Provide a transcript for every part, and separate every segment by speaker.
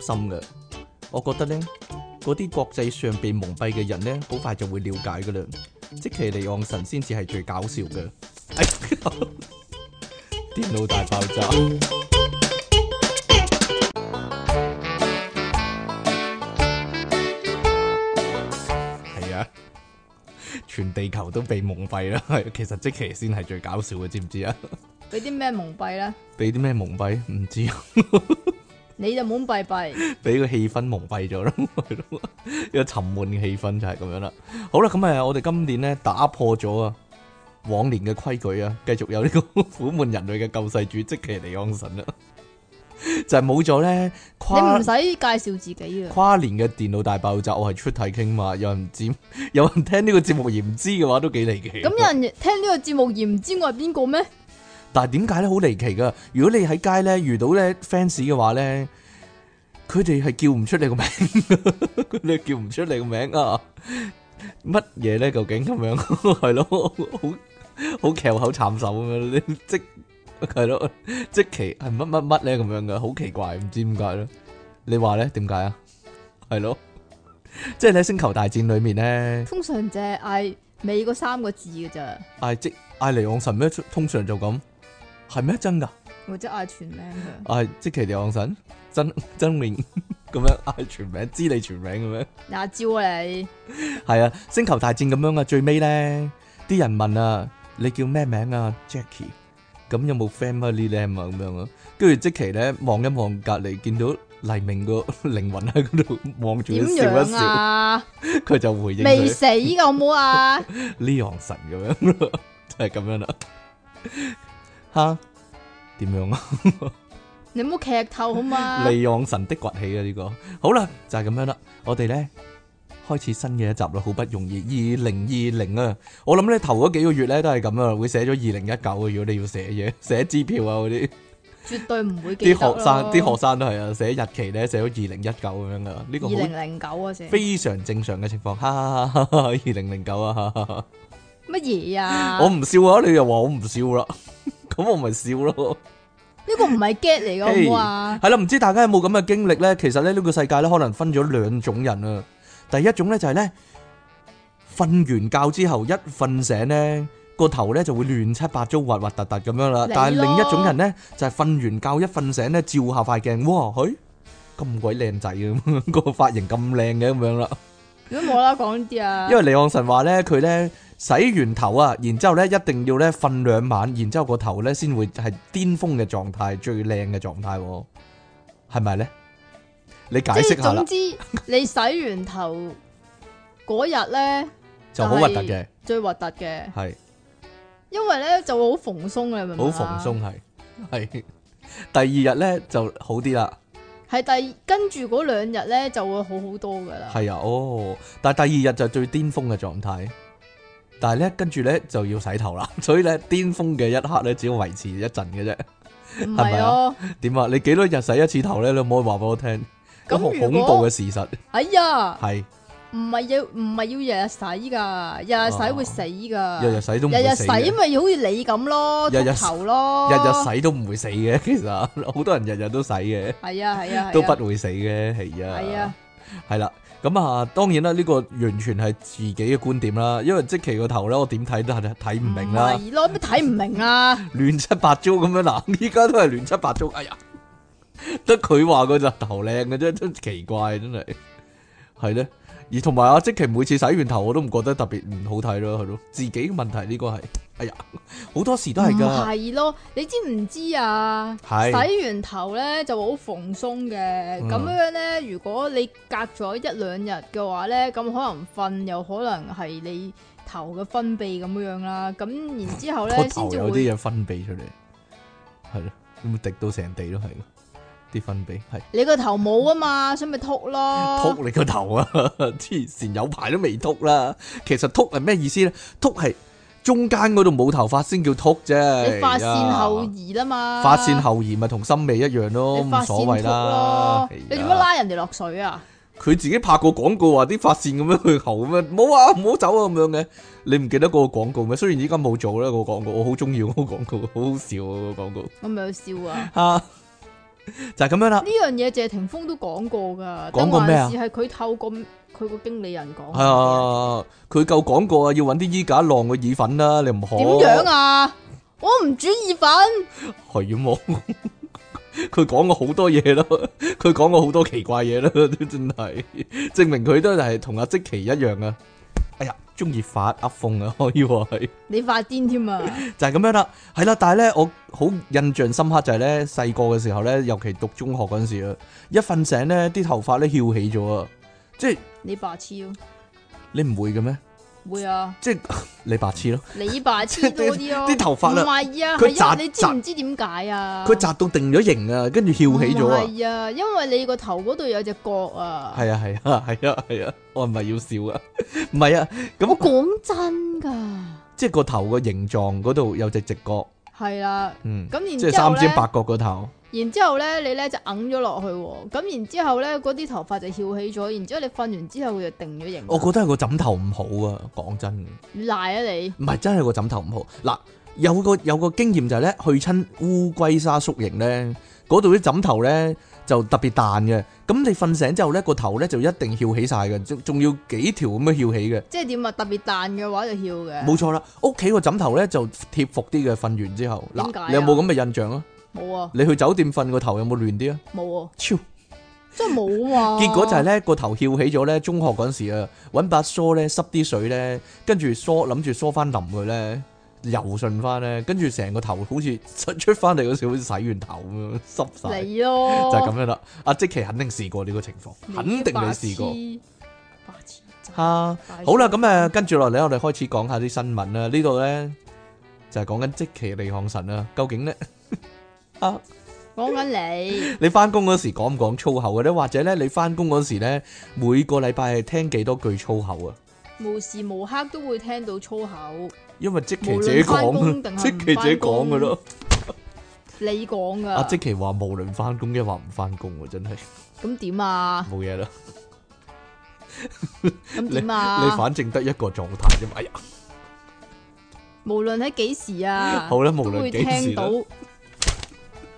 Speaker 1: 心嘅。我覺得呢，嗰啲國際上被蒙蔽嘅人呢，好快就會了解噶啦。即其離岸神先至係最搞笑嘅。 哎呀電腦大爆炸。係啊，全地球都被蒙蔽啦。係其實即其先係最搞笑嘅，知唔知啊？
Speaker 2: 俾啲咩蒙蔽咧？
Speaker 1: 俾啲咩蒙蔽？唔知啊。
Speaker 2: 你就懵 閉閉，
Speaker 1: 俾個氣氛蒙蔽咗咯， 係咯，一個沉悶嘅氣氛就係咁樣啦。好啦，咁誒，我哋今年咧打破咗啊往年嘅規矩啊，繼續有呢個 苦悶人類嘅救世主即其尼安神啦，就係冇咗咧
Speaker 2: 你唔
Speaker 1: 跨
Speaker 2: 使介紹自己啊嘅。
Speaker 1: 跨年嘅電腦大爆炸，我係出體傾嘛，有人知，有人聽呢個節目而唔知嘅話都幾離奇。
Speaker 2: 咁有人聽呢個節目而唔知我係邊個咩？
Speaker 1: 但係點解咧？好離奇噶！如果你喺街咧遇到咧 fans 嘅話咧，佢哋係叫唔出你個名，佢哋叫唔出你個名啊！乜嘢咧？究竟咁樣係咯，好好翹口慘手咁樣， 你即係咯，即其係乜乜乜咧咁樣噶，好奇怪，唔知點解咧？你話咧點解啊？係咯，即係咧《星球大戰》裏面咧，
Speaker 2: 通常就係嗌尾嗰三個字嘅咋，
Speaker 1: 嗌即嗌尼昂神咩？通常就咁係咩真㗎？
Speaker 2: 或者嗌全名嘅。
Speaker 1: 啊，即其地昂神，真 真名咁樣嗌全名，知你全名咁樣，
Speaker 2: 嗱，招啊你，
Speaker 1: 係啊，星球大戰咁樣啊，最尾咧，啲人問啊，你叫咩名啊，Jackie？咁有冇 family name 啊？咁樣啊，跟住即其咧望一望隔離，見到黎 明個靈魂喺嗰度 望住
Speaker 2: 點
Speaker 1: 佢笑一
Speaker 2: 樣
Speaker 1: 笑，
Speaker 2: 啊？
Speaker 1: 佢就回應
Speaker 2: 未
Speaker 1: 佢
Speaker 2: 死噶好冇啊？
Speaker 1: 呢昂神咁樣咯， 就係咁樣啦。 吓？點樣啊？
Speaker 2: 你唔好劇透好 嘛？
Speaker 1: 利用神的崛起啊！呢、個好啦，就係、咁樣啦。我哋呢，開始新嘅一集啦，好不容易。二零二零啊，我諗呢頭嗰幾個月呢都係咁啊，會寫咗二零一九啊。如果你要寫嘢， 寫支票啊嗰啲，
Speaker 2: 絕對唔會記得
Speaker 1: 啲學生
Speaker 2: 咯
Speaker 1: 啲學生都係啊，寫日期呢，寫咗二零一九咁樣噶。呢、個
Speaker 2: 二
Speaker 1: 好
Speaker 2: 零零九啊，成乜
Speaker 1: 非常正常嘅情況，哈哈哈！二零零九啊，哈哈哈
Speaker 2: 嘢啊？
Speaker 1: 我唔笑啊，你又話我唔笑啦， 咁我咪笑咯。
Speaker 2: 呢個唔係 get 嚟噶好冇啊？
Speaker 1: 系啦，唔知大家有冇咁嘅經歷呢？其實咧呢個世界咧可能分咗兩種人啊。第一種呢，就係呢，瞓完覺之後一瞓醒呢，個頭呢就會亂七八糟、核核突突咁樣啦
Speaker 2: 你咯。
Speaker 1: 但係另一種人呢，就係瞓完覺一瞓醒呢，照下塊鏡，哇，佢咁鬼靚仔咁，個髮型咁靚嘅咁樣啦。
Speaker 2: 如果冇啦講呢啲啊
Speaker 1: 因，為李昂臣話咧，佢咧洗完頭啊，然之後咧一定要咧瞓兩晚，然之後個頭咧先會係巔峰嘅狀態，最靚嘅狀態喎，係咪咧？你解
Speaker 2: 即
Speaker 1: 釋
Speaker 2: 係
Speaker 1: 下啦
Speaker 2: 總，之你洗完頭嗰日咧
Speaker 1: 就好核突嘅，
Speaker 2: 最核突嘅，
Speaker 1: 係
Speaker 2: 因為咧就會好蓬鬆嘅，你明唔
Speaker 1: 好
Speaker 2: 明
Speaker 1: 蓬
Speaker 2: 啊？
Speaker 1: 鬆，係係。 第二日咧就好啲啦，
Speaker 2: 係第跟住嗰兩日咧就會好好多噶啦。
Speaker 1: 係啊，哦，但係第二日就最巔峰嘅狀態，但係咧跟住咧就要洗頭啦，所以咧巔峰嘅一刻咧只要維持一陣嘅啫。
Speaker 2: 唔
Speaker 1: 係咪
Speaker 2: 係哦
Speaker 1: 啊
Speaker 2: 咯？
Speaker 1: 點啊？你幾多日洗一次頭咧？你可唔可以話俾我聽？咁
Speaker 2: 咁如果
Speaker 1: 恐怖嘅事實
Speaker 2: 哎呀，
Speaker 1: 係
Speaker 2: 唔係要唔係要日日洗噶，日日洗會死噶。
Speaker 1: 哦日日洗都唔
Speaker 2: 啊日
Speaker 1: 會
Speaker 2: 日
Speaker 1: 死
Speaker 2: 洗
Speaker 1: 嘅，日
Speaker 2: 咪好似你咁咯，
Speaker 1: 日日
Speaker 2: 禿頭咯，
Speaker 1: 日洗都唔會死嘅。 其實好多人日日都洗嘅，
Speaker 2: 係啊係啊，係啊
Speaker 1: 都不會死嘅。係
Speaker 2: 係
Speaker 1: 啊
Speaker 2: 啊，，
Speaker 1: 係啦。咁啊，當然啦，呢個完全係自己嘅觀點啦。因為即其個頭咧，我點睇都係睇唔明啦，
Speaker 2: 係咯，咩睇唔明啊？
Speaker 1: 亂七八糟咁樣嗱，依家都係亂七八糟。哎呀， 得佢話個頭靚嘅啫，真奇怪，真係係咧。而同埋啊，即其每次洗完頭，我都唔覺得特別唔好睇咯，係咯，自己嘅問題呢個係。哎呀，好多時都係
Speaker 2: 唔
Speaker 1: 㗎。
Speaker 2: 係咯，你知唔知啊？洗
Speaker 1: 係
Speaker 2: 完頭咧就好蓬鬆嘅，
Speaker 1: 嗯
Speaker 2: 咁樣咧，如果你隔咗一兩日嘅話咧，咁可能瞓又可能係你頭嘅分泌咁樣啦，咁然之 後
Speaker 1: 個
Speaker 2: 咧先
Speaker 1: 頭
Speaker 2: 至
Speaker 1: 有
Speaker 2: 會
Speaker 1: 啲嘢分泌出嚟，係咯，咁滴到成地都係咯，啲分泌係
Speaker 2: 你個頭冇啊嘛，所以咪禿咯，
Speaker 1: 秃你個頭啊！ 黐線，有排都未秃啦。其實秃係咩意思咧？秃係中間嗰度冇頭髮先叫秃啫。
Speaker 2: 你髮線後
Speaker 1: 哎呀
Speaker 2: 移啦嘛，
Speaker 1: 髮啊線後移咪同心尾一樣咯，
Speaker 2: 你髮
Speaker 1: 冇所謂
Speaker 2: 線禿
Speaker 1: 啦
Speaker 2: 咯。，
Speaker 1: 係啊
Speaker 2: 你做乜？拉人哋落水啊？
Speaker 1: 佢自己拍過廣告話啲髮線咁樣去後咁樣，冇啊，唔好走啊咁樣嘅。你唔記得嗰個廣告咩？雖然依家冇 做啦，嗰個廣告，我好中意嗰個廣告，好好笑啊嗰個廣告。
Speaker 2: 我咪有笑啊！
Speaker 1: 啊，就係咁樣啦。
Speaker 2: 呢樣嘢謝霆鋒都講過㗎，
Speaker 1: 講過咩啊
Speaker 2: 定還是係佢透過佢個經理人講。
Speaker 1: 係啊，佢夠講過啊，要揾啲衣架晾個意粉啦，你唔可
Speaker 2: 點樣啊？我唔煮意粉，
Speaker 1: 係啊，冇。 佢講過好多嘢咯， 佢講過好多奇怪嘢咯， 都真係證明佢都係同阿積奇一樣啊！哎呀，中意發噏風啊，可 以話係
Speaker 2: 你發癲添啊！
Speaker 1: 就係咁樣啦，係啦。但係咧，我好印象深刻就係咧，細個嘅時候咧，尤其讀中學嗰陣時啊，一瞓醒咧，啲頭髮咧翹起咗啊！即係
Speaker 2: 你白痴咯，
Speaker 1: 你唔會嘅咩？
Speaker 2: 會啊，
Speaker 1: 即係你白痴咯，
Speaker 2: 你白痴多啲咯。
Speaker 1: 啲頭髮啊
Speaker 2: 唔係啊，
Speaker 1: 佢
Speaker 2: 係
Speaker 1: 扎
Speaker 2: 啊，你知唔知點解啊？
Speaker 1: 佢扎到定咗型啊，跟住翹起咗啊！
Speaker 2: 係啊，因為你個頭嗰度有隻角啊。
Speaker 1: 係啊係啊係啊係啊！我唔係要笑啊，唔係啊，
Speaker 2: 我
Speaker 1: 咁
Speaker 2: 哦講真㗎，
Speaker 1: 即係個頭個形狀嗰度有隻直角，
Speaker 2: 係啦。
Speaker 1: 嗯，
Speaker 2: 咁然
Speaker 1: 即係
Speaker 2: 之後
Speaker 1: 三尖
Speaker 2: 咧，
Speaker 1: 八角個頭，
Speaker 2: 然之後咧，你咧就揞咗落去喎。咁然之後咧，嗰啲頭髮就翹起咗。然之後你瞓完之後，佢就定咗型。
Speaker 1: 我覺得係個枕頭唔好啊，講真。
Speaker 2: 賴啊你，
Speaker 1: 唔係真係個枕頭唔好。嗱，有個有個經驗就係咧，去親烏龜沙宿營咧，嗰度啲枕頭咧就特別彈嘅。咁你瞓醒之後咧，個頭咧就一定翹起晒嘅，仲仲要幾條咁樣翹起嘅。
Speaker 2: 即係點啊？特別彈嘅話就翹嘅。
Speaker 1: 冇錯啦，屋企個枕頭咧就貼服啲嘅，瞓完之後，
Speaker 2: 點解
Speaker 1: 嗱，
Speaker 2: 啊
Speaker 1: 你有冇咁嘅印象啊？
Speaker 2: 冇啊，
Speaker 1: 你去酒店瞓個頭有冇亂啲啊？
Speaker 2: 冇啊，
Speaker 1: 超！
Speaker 2: 真係冇啊 嘛。
Speaker 1: 結果就係咧個頭翹起咗咧，中學嗰陣時啊，揾把梳咧濕啲水咧，跟住梳諗住梳翻淋佢咧，柔順翻咧，跟住成個頭好似出出翻嚟嗰時好似洗完頭咁樣濕晒，
Speaker 2: 啊你咯，
Speaker 1: 就係咁樣啦。阿即奇肯定試過呢個情況，
Speaker 2: 你
Speaker 1: 肯定你試過
Speaker 2: 白痴。白痴
Speaker 1: 嚇。
Speaker 2: 真
Speaker 1: 啊好啦，咁誒跟住落嚟，我哋開始講下啲新聞啦。呢度咧就係講緊即奇利漢神啦，啊究竟咧？
Speaker 2: 講緊你，
Speaker 1: 你翻工嗰時講唔講粗口嘅咧？或者咧，你翻工嗰時咧，每個禮拜係聽幾多句粗口啊？
Speaker 2: 無時無刻都會聽到粗口，
Speaker 1: 因為即其自己
Speaker 2: 無論返
Speaker 1: 講，
Speaker 2: 工定係唔
Speaker 1: 即其自己講嘅咯。
Speaker 2: 你講噶。
Speaker 1: 阿即其話無論翻工嘅話唔翻工喎， 真係
Speaker 2: 咁點啊？
Speaker 1: 冇嘢啦。
Speaker 2: 咁點
Speaker 1: 你
Speaker 2: 啊？
Speaker 1: 反正得一個狀態啫嘛。哎呀，
Speaker 2: 無論喺幾時啊，
Speaker 1: 好啦，無
Speaker 2: 都會
Speaker 1: 論幾時
Speaker 2: 聽
Speaker 1: 啦
Speaker 2: 到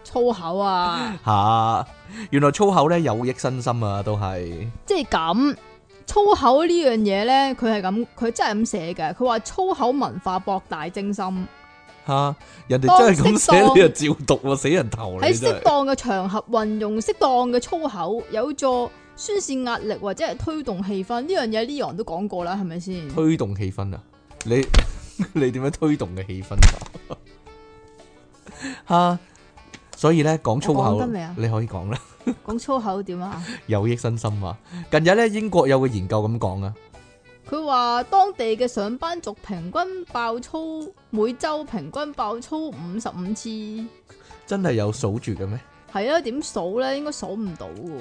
Speaker 2: 粗口啊，
Speaker 1: 嚇，原來粗口咧有益身心啊，都係
Speaker 2: 即係咁。粗口呢樣嘢咧，佢係咁，佢真係咁寫嘅。佢話粗口文化博大精深，
Speaker 1: 哦嚇，人哋真係咁寫
Speaker 2: 當適當
Speaker 1: 你就照讀喎，死人頭
Speaker 2: 喺
Speaker 1: 你真
Speaker 2: 適
Speaker 1: 係。
Speaker 2: 當嘅場合運用適當嘅粗口，有助宣泄壓力或者係推動氣氛。呢樣嘢呢人都講過啦，係咪先？
Speaker 1: 推動氣氛啊！你 你點樣推動嘅氣氛啊？ 嚇，所以咧講粗口
Speaker 2: 我講得未啊，
Speaker 1: 你可以講啦。
Speaker 2: 講粗口點啊？
Speaker 1: 有益身心啊！近日咧，英國有個研究咁講啊，
Speaker 2: 佢話當地嘅上班族平均爆粗，每周平均爆粗五十五次。
Speaker 1: 真係有數住嘅咩？
Speaker 2: 係啊，點數咧？應該數唔到嘅喎。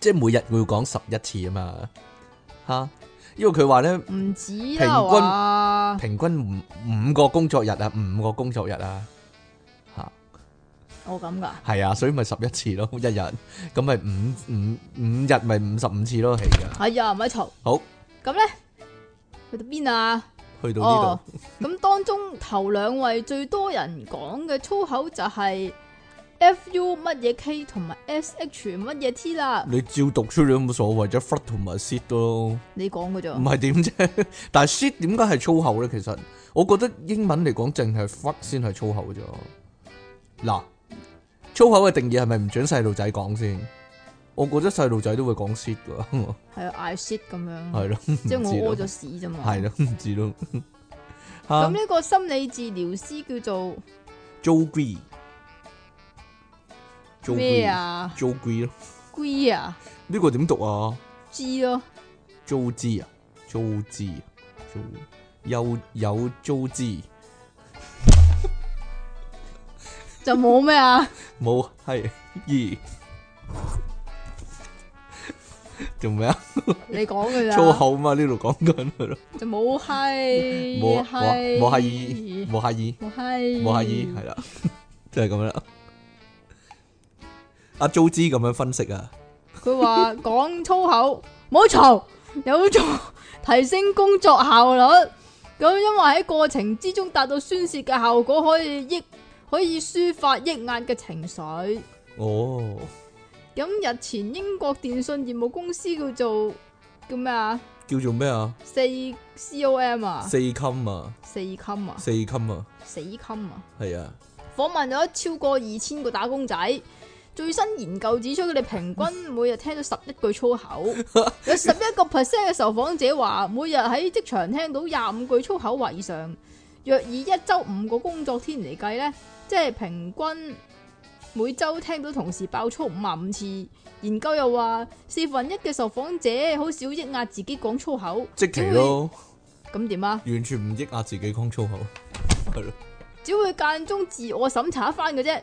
Speaker 1: 即係每日會講十一次啊嘛，吓，因為佢話咧
Speaker 2: 唔止
Speaker 1: 平均
Speaker 2: 啦係嘛，
Speaker 1: 平均五五個工作日啊，五個工作日啊，吓
Speaker 2: 我哦咁噶，
Speaker 1: 係啊，所以咪十一次咯，一 日咁咪五五五日咪五十五次咯，係噶。
Speaker 2: 係啊，唔係嘈。
Speaker 1: 好，
Speaker 2: 咁咧去到邊啊？
Speaker 1: 去到呢
Speaker 2: 哦，咁當中頭兩位最多人講嘅粗口就係 F U 乜嘢 K 同埋 S H 乜嘢 T 啦
Speaker 1: 度，，你照讀出嚟都冇所謂啫，fuck 同埋 shit 咯。
Speaker 2: 你講嘅咋
Speaker 1: 唔？係點啫？ 但係 shit 點解係粗口咧？其實我覺得英文嚟講，淨係 fuck 先係粗口啫。嗱，粗口嘅定義係咪唔准細路仔講先？我覺得細路仔都會講 shit 噶，
Speaker 2: 係啊，I shit 咁 樣，
Speaker 1: 係咯，
Speaker 2: 嗯即係
Speaker 1: 唔知道
Speaker 2: 我屙咗屎啫嘛。
Speaker 1: 係咯， 唔知 咯。
Speaker 2: 咁
Speaker 1: 嚇
Speaker 2: 呢個心理治療師叫
Speaker 1: ，Joe Green，Joe
Speaker 2: 做咩啊
Speaker 1: Green，Joe Green 咯，
Speaker 2: ？G 啊
Speaker 1: 呢個點讀啊
Speaker 2: ，G 咯，
Speaker 1: ？Joe G 啊，Joe G 啊，Joe 有有 Joe G，
Speaker 2: 就冇咩啊？
Speaker 1: 冇係二， 做咩啊？
Speaker 2: 你講嘅咋？
Speaker 1: 粗口嘛，呢度講緊佢咯，
Speaker 2: 就冇閪，
Speaker 1: 冇啊
Speaker 2: 閪
Speaker 1: 冇冇乞兒，冇乞
Speaker 2: 冇閪，
Speaker 1: 兒，冇乞兒，係啦， 就係咁樣啦。阿 Jo 知咁樣分析啊，
Speaker 2: 佢話講粗口，唔好嘈，有助提升工作效率。咁因為喺過程之中達到宣泄嘅效果，可以抑可以抒發抑壓嘅情緒。
Speaker 1: 哦，
Speaker 2: 咁日前英國電信業務公司叫做叫咩啊？
Speaker 1: 叫做咩啊？
Speaker 2: 四 COM 啊，
Speaker 1: 四襟啊，
Speaker 2: 四襟啊，
Speaker 1: 四襟啊，
Speaker 2: 死襟啊！
Speaker 1: 系啊，
Speaker 2: 訪問咗超過二千個打工仔。最新研究指出，佢哋平均每日聽到十一句粗口，有十一個 percent 嘅受訪者話，每日喺職場聽到廿五句粗口或以上。若以一周五個工作天嚟計呢，即係平均每周聽到同事爆粗五萬五次。研究又話，四分一嘅受訪者好少抑壓自己講粗口，
Speaker 1: 即期咯，
Speaker 2: 咁點啊？
Speaker 1: 完全唔抑壓自己講粗口，
Speaker 2: 哦
Speaker 1: 係咯，
Speaker 2: 只會間中自我審查一番嘅啫。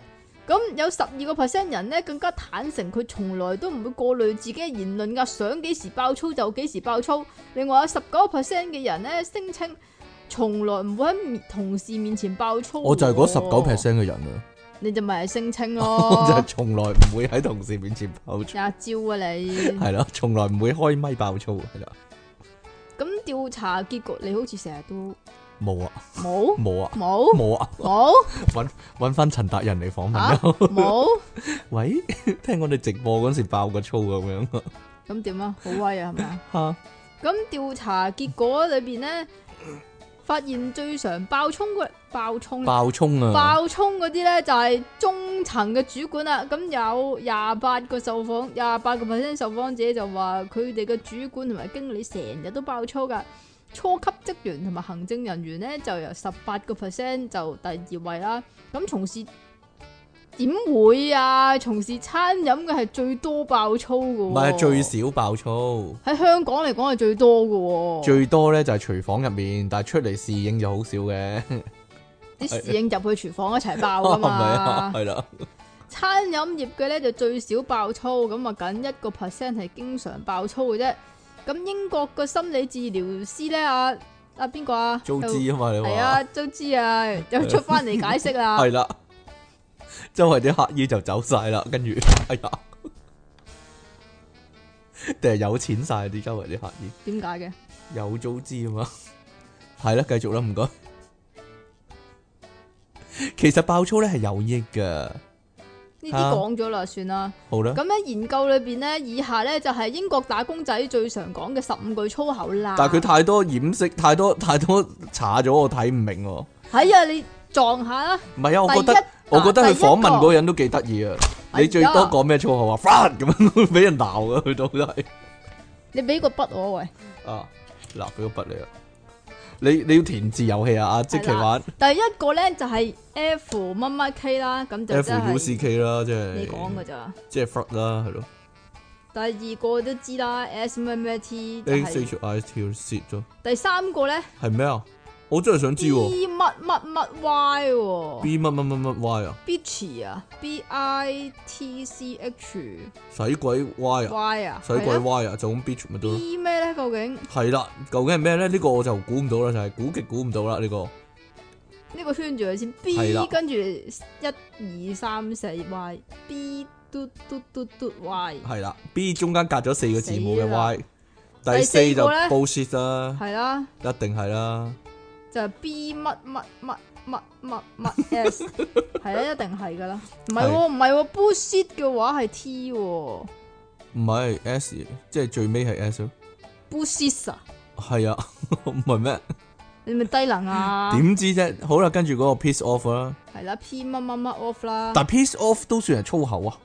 Speaker 2: 咁有十二個 percent 人咧更加坦誠，佢從來都唔會過濾自己嘅言論噶，想幾時爆粗就幾時爆粗。另外有十九 percent 嘅人咧聲稱從來唔會喺面同事面前爆粗。
Speaker 1: 我就係嗰十九 percent 嘅人啊，
Speaker 2: 你就咪係聲稱
Speaker 1: 我就係
Speaker 2: 咯，
Speaker 1: 從來唔會喺同事面前爆粗，
Speaker 2: 阿招啊你。
Speaker 1: 係啦，從來唔會開咪爆粗，係啦，
Speaker 2: 咁調查結果你好似成日都
Speaker 1: 冇啊，
Speaker 2: 冇
Speaker 1: 冇啊，
Speaker 2: 冇
Speaker 1: 冇啊，
Speaker 2: 冇
Speaker 1: 揾翻陳達人嚟訪問
Speaker 2: 吓
Speaker 1: 啦。
Speaker 2: 冇，
Speaker 1: 喂，聽講你直播嗰時爆個粗啊咁樣
Speaker 2: 咁點啊？好威啊，係咪啊？
Speaker 1: 吓，
Speaker 2: 咁調查結果裏邊呢，發現最常爆衝嘅爆衝
Speaker 1: 爆衝啊！
Speaker 2: 爆衝嗰啲呢，就係、中層嘅主管啦。咁有廿八個受訪，廿八個 percent 受訪者就話佢哋嘅主管同埋經理成日都爆粗噶。初級職員同埋行政人員呢，就由十八個 percent 就第二位啦。咁從事點會啊？從事餐飲嘅係最多爆粗嘅喎，
Speaker 1: 唔係最少爆粗，
Speaker 2: 喺香港嚟講係最多嘅喎。
Speaker 1: 最多咧就係廚房入面，但係出嚟侍應就好少嘅，
Speaker 2: 啲侍應入去廚房一齊爆
Speaker 1: 係
Speaker 2: 噶
Speaker 1: 咪啊？
Speaker 2: 嘛。
Speaker 1: 係啦，
Speaker 2: 餐飲業嘅咧就最少爆粗，咁啊僅一個 percent 係經常爆粗嘅啫。咁英國個心理治療師咧，阿阿邊個啊？
Speaker 1: 租資啊嘛，你
Speaker 2: 係
Speaker 1: 話
Speaker 2: 啊，周 知啊，又出翻嚟解釋啊啦。
Speaker 1: 係啦，周圍啲乞衣就走晒啦，跟住哎呀，定係有錢晒啲周圍啲乞衣，
Speaker 2: 點解嘅？
Speaker 1: 有租資啊嘛，係啦，繼續啦，唔該。其實爆粗咧係有益嘅，
Speaker 2: 呢啲
Speaker 1: 啊
Speaker 2: 講咗啦，算啦。
Speaker 1: 好啦。
Speaker 2: 咁啊咧研究裏邊咧，以下咧就係英國打工仔最常講嘅十五句粗口啦。
Speaker 1: 但係佢太多掩飾，太多太多查咗，我睇唔明喎。
Speaker 2: 係啊，你撞下啦。
Speaker 1: 唔係啊，我
Speaker 2: 第
Speaker 1: 覺
Speaker 2: 一
Speaker 1: 得我覺得佢
Speaker 2: 嗱第一個
Speaker 1: 訪問嗰個人都幾得意啊。
Speaker 2: 哎呀
Speaker 1: 你最多講咩粗口啊？fuck 咁樣俾人鬧啊，佢到都係
Speaker 2: 你俾個筆我喂。
Speaker 1: 啊，嗱，俾個筆你啊。你你要填字遊戲啊，阿即其玩
Speaker 2: 第一個咧就係 F 乜乜 K 啦，咁就
Speaker 1: F
Speaker 2: 真
Speaker 1: U
Speaker 2: 係
Speaker 1: C K 啦，即係
Speaker 2: 你講噶咋。
Speaker 1: 即係 fuck 啦，係咯。
Speaker 2: 第二個都知啦，S 咩咩 T 就
Speaker 1: A C
Speaker 2: 係。
Speaker 1: H I T shit 咯，
Speaker 2: 第三個咧
Speaker 1: 係咩啊？我真係想知
Speaker 2: ，B
Speaker 1: 喎。
Speaker 2: 乜乜乜 Y 喎
Speaker 1: B 乜乜乜乜 Y 啊？
Speaker 2: ，bitch 啊，B I T C H
Speaker 1: 使鬼 Y 啊？
Speaker 2: Y 啊，
Speaker 1: 使鬼
Speaker 2: 係啊
Speaker 1: Y 啊？就咁 bitch 咪得咯。
Speaker 2: B 咩咧？究竟
Speaker 1: 系啦，究竟系咩咧？呢、個我就估唔到啦，就係估極估唔到啦。呢、個
Speaker 2: 呢個圈住佢先
Speaker 1: 係啦
Speaker 2: ，B 跟住一二三四 Y，B 嘟嘟嘟嘟 Y
Speaker 1: 係啦，B 中間隔咗四個字母嘅
Speaker 2: 死啦
Speaker 1: Y，第四
Speaker 2: 第四
Speaker 1: 就
Speaker 2: 個呢
Speaker 1: bullshit 啦，
Speaker 2: 係啦，
Speaker 1: 一定係啦。
Speaker 2: 就係 B 乜乜乜乜乜乜 S 係啊啦，一定係噶啦。唔係
Speaker 1: 係
Speaker 2: 喎，唔係喎，bullshit 嘅話係 T 喎
Speaker 1: 唔係 S，即係最尾係 S 咯。
Speaker 2: ，bullshit 啊，
Speaker 1: 係啊， 唔係咩？
Speaker 2: 你咪低能啊！
Speaker 1: 點知啫？好啦，跟住嗰個 piece off 啦，
Speaker 2: 系啦，P 乜乜乜 off 啦，
Speaker 1: 但 piece off 都算係粗口啊，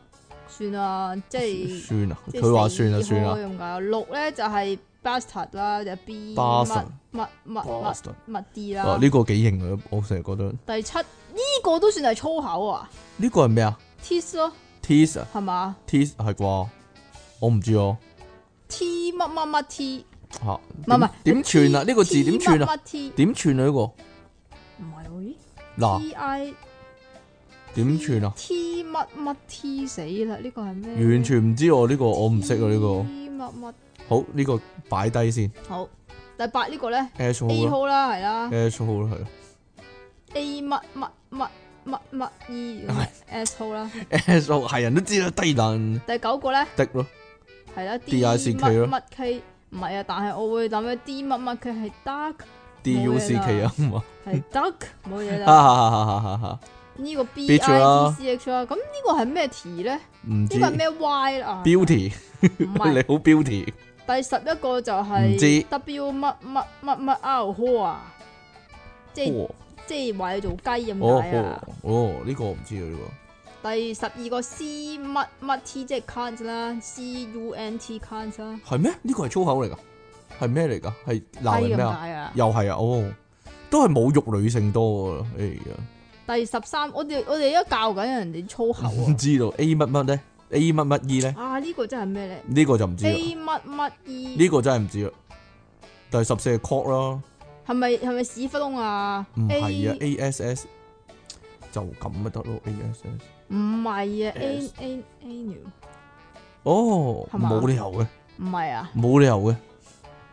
Speaker 2: 算啦，即系
Speaker 1: 算啊。
Speaker 2: 即係
Speaker 1: 佢話算啊，
Speaker 2: 死
Speaker 1: 算
Speaker 2: 開
Speaker 1: 啊。
Speaker 2: 咁解。六咧就係 bastard 啦，就係 B 乜
Speaker 1: Bastard
Speaker 2: 乜乜乜
Speaker 1: Bastard
Speaker 2: 乜 D
Speaker 1: 啊，
Speaker 2: 啦。
Speaker 1: 呢個幾型啊！我成日覺得
Speaker 2: 第七呢個都算係粗口啊
Speaker 1: 呢個係咩啊
Speaker 2: ，tis 咯
Speaker 1: ？tease 啊
Speaker 2: 係嘛
Speaker 1: ，tease 係啩？我唔知哦。
Speaker 2: ，T 乜乜乜 T，
Speaker 1: 吓，唔
Speaker 2: 唔係唔係
Speaker 1: 點串啊？呢個字
Speaker 2: T
Speaker 1: 點串啊？
Speaker 2: 乜乜 T
Speaker 1: 點串啊？呢個
Speaker 2: 唔係喎
Speaker 1: 嗱。
Speaker 2: ，T E I
Speaker 1: 點串啊？
Speaker 2: T 乜乜 T 死啦，呢個係咩？E
Speaker 1: 完全唔知我呢個，我唔識啊呢
Speaker 2: T
Speaker 1: 個。
Speaker 2: 乜乜
Speaker 1: 好呢個擺低先
Speaker 2: 好，第八呢個咧
Speaker 1: ，H 好啊
Speaker 2: A 啊
Speaker 1: 啦
Speaker 2: 號啦，係啦。
Speaker 1: ，H 好啦，係啦
Speaker 2: A 乜乜乜乜乜 E
Speaker 1: 係
Speaker 2: S 號啦，
Speaker 1: ，H 好係人都知啦，低能
Speaker 2: 第九個咧
Speaker 1: 的咯，
Speaker 2: 係啦
Speaker 1: D I C K
Speaker 2: 乜
Speaker 1: 咯
Speaker 2: 乜 K 唔係啊，但係我會諗嘅 D 乜乜 K 係 dark
Speaker 1: D U C K 啊嘛，啊
Speaker 2: 係 dark 冇嘢啦。
Speaker 1: 哈哈哈哈哈哈！
Speaker 2: 呢個 B I
Speaker 1: Bitch 啦
Speaker 2: T C H 啦，咁呢個係咩 T 咧？呢
Speaker 1: 唔
Speaker 2: 個
Speaker 1: 知
Speaker 2: 係咩 Y 啦？啊
Speaker 1: beauty，
Speaker 2: 唔
Speaker 1: 你
Speaker 2: 係
Speaker 1: 好 beauty，
Speaker 2: 第十一個就
Speaker 1: 唔知
Speaker 2: 係 W 乜乜乜乜 R 呵啊，即係
Speaker 1: 哦
Speaker 2: 即係話你做雞咁
Speaker 1: 哦
Speaker 2: 解啊！
Speaker 1: 哦，呢個我唔知啊呢個，
Speaker 2: 第十二個 C 乜乜 T 即係 cunt 啦，C U N T cunt 啦，
Speaker 1: 係咩？呢個係粗口嚟㗎，係咩嚟㗎？係鬧
Speaker 2: 雞
Speaker 1: 人咩
Speaker 2: 咁
Speaker 1: 啊？
Speaker 2: 解啊！
Speaker 1: 又係啊，哦，都係侮辱女性多啊，哎呀。
Speaker 2: 第十三，我哋我哋而家教緊人哋粗口
Speaker 1: 唔知道 A 乜乜咧，A 乜乜 E 咧，
Speaker 2: 啊！啊呢個真係咩咧
Speaker 1: 呢個就唔知啦，
Speaker 2: ？A 乜乜 E
Speaker 1: 呢個真係唔知啦。第十四係 cock 啦，
Speaker 2: 係咪係咪屎忽窿啊？
Speaker 1: 唔係啊
Speaker 2: A
Speaker 1: ，A S S 就咁咪得咯，A S S。
Speaker 2: 唔係啊
Speaker 1: S
Speaker 2: ，A A A 尿
Speaker 1: 哦，
Speaker 2: 係嘛
Speaker 1: 冇理由嘅，
Speaker 2: 唔係啊
Speaker 1: 冇理由嘅。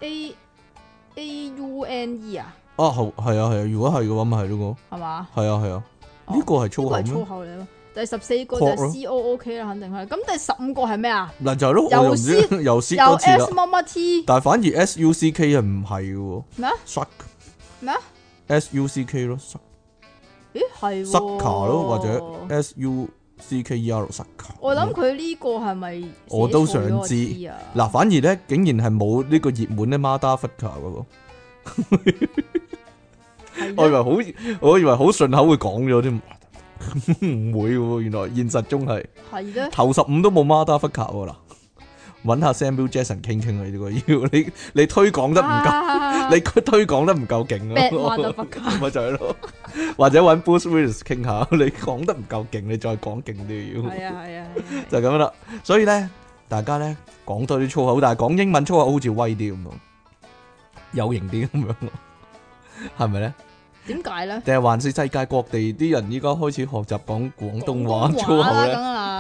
Speaker 2: ，A A U N E 啊，
Speaker 1: 啊，係係啊係啊，如果係嘅話咪係咯，
Speaker 2: 係嘛？
Speaker 1: 係啊係啊，
Speaker 2: 哦
Speaker 1: 呢個係
Speaker 2: 呢
Speaker 1: 粗
Speaker 2: 個
Speaker 1: 口
Speaker 2: 係粗
Speaker 1: 咩？
Speaker 2: 口嚟咯。第十四個就
Speaker 1: Cock 咯
Speaker 2: 係 C O O K 啦，肯定係。咁第十五個係咩啊？
Speaker 1: 嗱就係咯，我又唔知又
Speaker 2: 又
Speaker 1: s 多次
Speaker 2: S
Speaker 1: 啦
Speaker 2: 乜，乜 T
Speaker 1: 但係反而 S U C K 又唔係嘅喎
Speaker 2: 咩啊？
Speaker 1: ，suck
Speaker 2: 咩啊
Speaker 1: S U C K 咯，suck
Speaker 2: 咦係喎
Speaker 1: sucker 咯，或者 S U C K E R sucker。
Speaker 2: 我諗佢呢個係咪寫
Speaker 1: 我都
Speaker 2: 錯咗
Speaker 1: 想
Speaker 2: 個
Speaker 1: 知
Speaker 2: T 啊？
Speaker 1: 嗱，反而咧，竟然係冇呢個熱門咧 m a d a f u c k e r 嗰個，
Speaker 2: 係
Speaker 1: 我以為
Speaker 2: 啊
Speaker 1: 好，我以為好順口會講咗添，唔會喎，原來現實中係
Speaker 2: 係咧，
Speaker 1: 頭十五都冇 m a d a f u c k e r 喎啦，揾下 Samuel Jackson 傾傾啊，呢個要 你你推廣得唔夠，
Speaker 2: 夠
Speaker 1: 你推廣得唔夠勁
Speaker 2: 啊 Bad motherfucker
Speaker 1: 啊， 咪就係咯，或者揾 Bruce Willis 傾下， 你講得唔夠勁，你再講勁啲要。
Speaker 2: 係啊係啊係啊
Speaker 1: 就係咁樣啦。所以咧，大家咧講多啲粗口，但係講英文粗口好似威啲咁樣，有型啲咁樣咯，係咪咧？
Speaker 2: 點解咧？
Speaker 1: 定係還是世界各地啲人依家開始學習講廣東話
Speaker 2: 廣東
Speaker 1: 粗口
Speaker 2: 啦，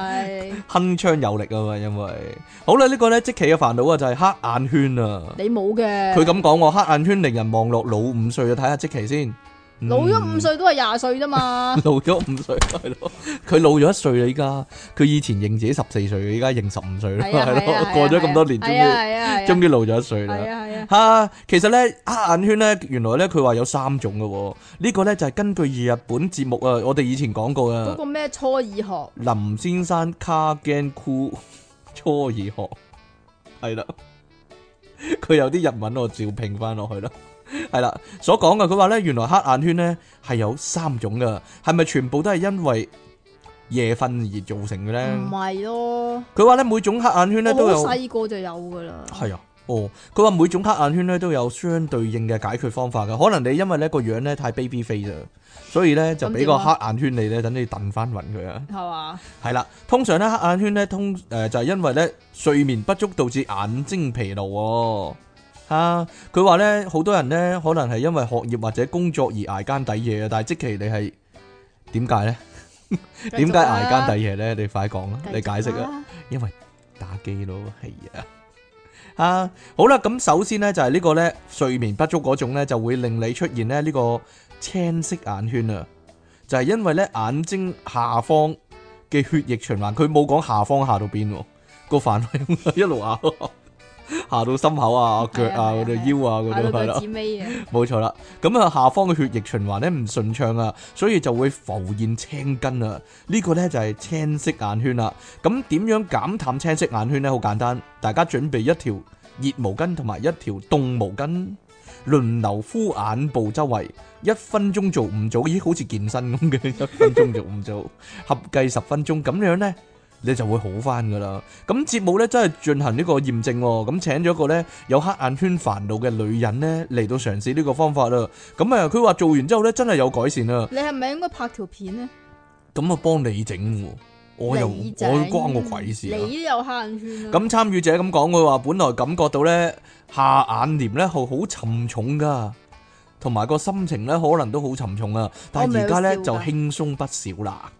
Speaker 1: 咧？
Speaker 2: 梗係
Speaker 1: 鏗鏘有力啊嘛，因為好啦，呢、個咧即期嘅煩惱啊，就係黑眼圈啊。
Speaker 2: 你冇嘅。
Speaker 1: 佢咁講喎，黑眼圈令人望落老五歲啊，睇下即期先。嗯，
Speaker 2: 老咗五歲都係廿歲啫嘛
Speaker 1: 老咗五歲係咯，佢老咗一歲啦，依家佢以前認自己十四歲，依家認十五歲啦，
Speaker 2: 係啊
Speaker 1: 係
Speaker 2: 係啊係
Speaker 1: 咯，
Speaker 2: 啊
Speaker 1: 過咗咁多年，終
Speaker 2: 係啊
Speaker 1: 於
Speaker 2: 係啊係啊，
Speaker 1: 終於老咗一歲啦
Speaker 2: 係。啊係啊，
Speaker 1: 吓，其實咧黑眼圈咧，原來咧佢話有三種嘅喎，呢個咧就係根據日本節目啊，我哋以前講過
Speaker 2: 嗰
Speaker 1: 啊，
Speaker 2: 個咩初二學
Speaker 1: 林先生卡 gan 酷 初二學係啦，佢有啲日文我照拼翻落去啦。係啦，所講嘅佢話咧，原來黑眼圈咧係有三種嘅，係咪全部都係因為夜瞓而造成嘅咧？
Speaker 2: 唔係咯，
Speaker 1: 佢話咧每種黑眼圈咧都
Speaker 2: 我
Speaker 1: 有
Speaker 2: 好。細個就有噶啦，
Speaker 1: 係啊，哦，佢話每種黑眼圈咧都有相對應嘅解決方法嘅，可能你因為呢個樣咧太 baby face 啊，所以咧就俾個
Speaker 2: 咁點
Speaker 1: 黑
Speaker 2: 啊
Speaker 1: 眼圈你咧，等你燉翻暈佢啊。
Speaker 2: 係嘛？
Speaker 1: 係啦，通常咧黑眼圈咧通誒、呃就係、因為咧睡眠不足導致眼睛疲勞喎、啊。佢話咧好多人咧可能係因為學業或者工作而捱更抵夜啊，但係即期你係點解咧？點解捱更
Speaker 2: 繼
Speaker 1: 抵夜咧？你快講啊！
Speaker 2: 續啦
Speaker 1: 你解釋啊！！因為打機咯，係啊。啊，好啦，咁首先呢，就係呢個呢睡眠不足嗰種呢，就會令你出現咧呢個青色眼圈啊，就係因為呢眼睛下方嘅血液循環，佢冇講下方下到邊喎，個範圍 一路下下到心口啊、腳
Speaker 2: 係啊
Speaker 1: 啊、嗰度
Speaker 2: 係啊
Speaker 1: 腰啊
Speaker 2: 繼
Speaker 1: 嗰度
Speaker 2: 續啦捱
Speaker 1: 係
Speaker 2: 到
Speaker 1: 啦
Speaker 2: 腳。趾尾啊，
Speaker 1: 冇錯啦，咁啊下方嘅血液循環咧唔順暢啊，所以就會浮現青筋啊。呢、個呢就係青色眼圈啦。咁點樣減淡青色眼圈呢？好簡單，大家準備一條熱毛巾同埋一條凍毛巾，輪流敷眼部周圍，一分鐘做五組，咦好似健身咁嘅，一分鐘做五組，合計十分鐘咁樣呢。你就會好翻噶啦。咁節目呢，真係進行呢個驗證喎，咁請咗一個呢有黑眼圈煩惱嘅女人呢嚟到嘗試呢個方法啦。咁啊，佢話做完之後呢，真係有改善啊啦。
Speaker 2: 你係咪應該拍條片咧？
Speaker 1: 咁啊，幫你整喎，我又我
Speaker 2: 你整
Speaker 1: 關我鬼事啊！
Speaker 2: 你都有黑眼圈啊！
Speaker 1: 咁參與者咁講，佢話本來感覺到咧下眼簾咧係好沉重噶，同埋個心情咧可能都好沉重啊。但係而家咧
Speaker 2: 我咪有
Speaker 1: 就
Speaker 2: 笑㗎
Speaker 1: 輕鬆不少啦。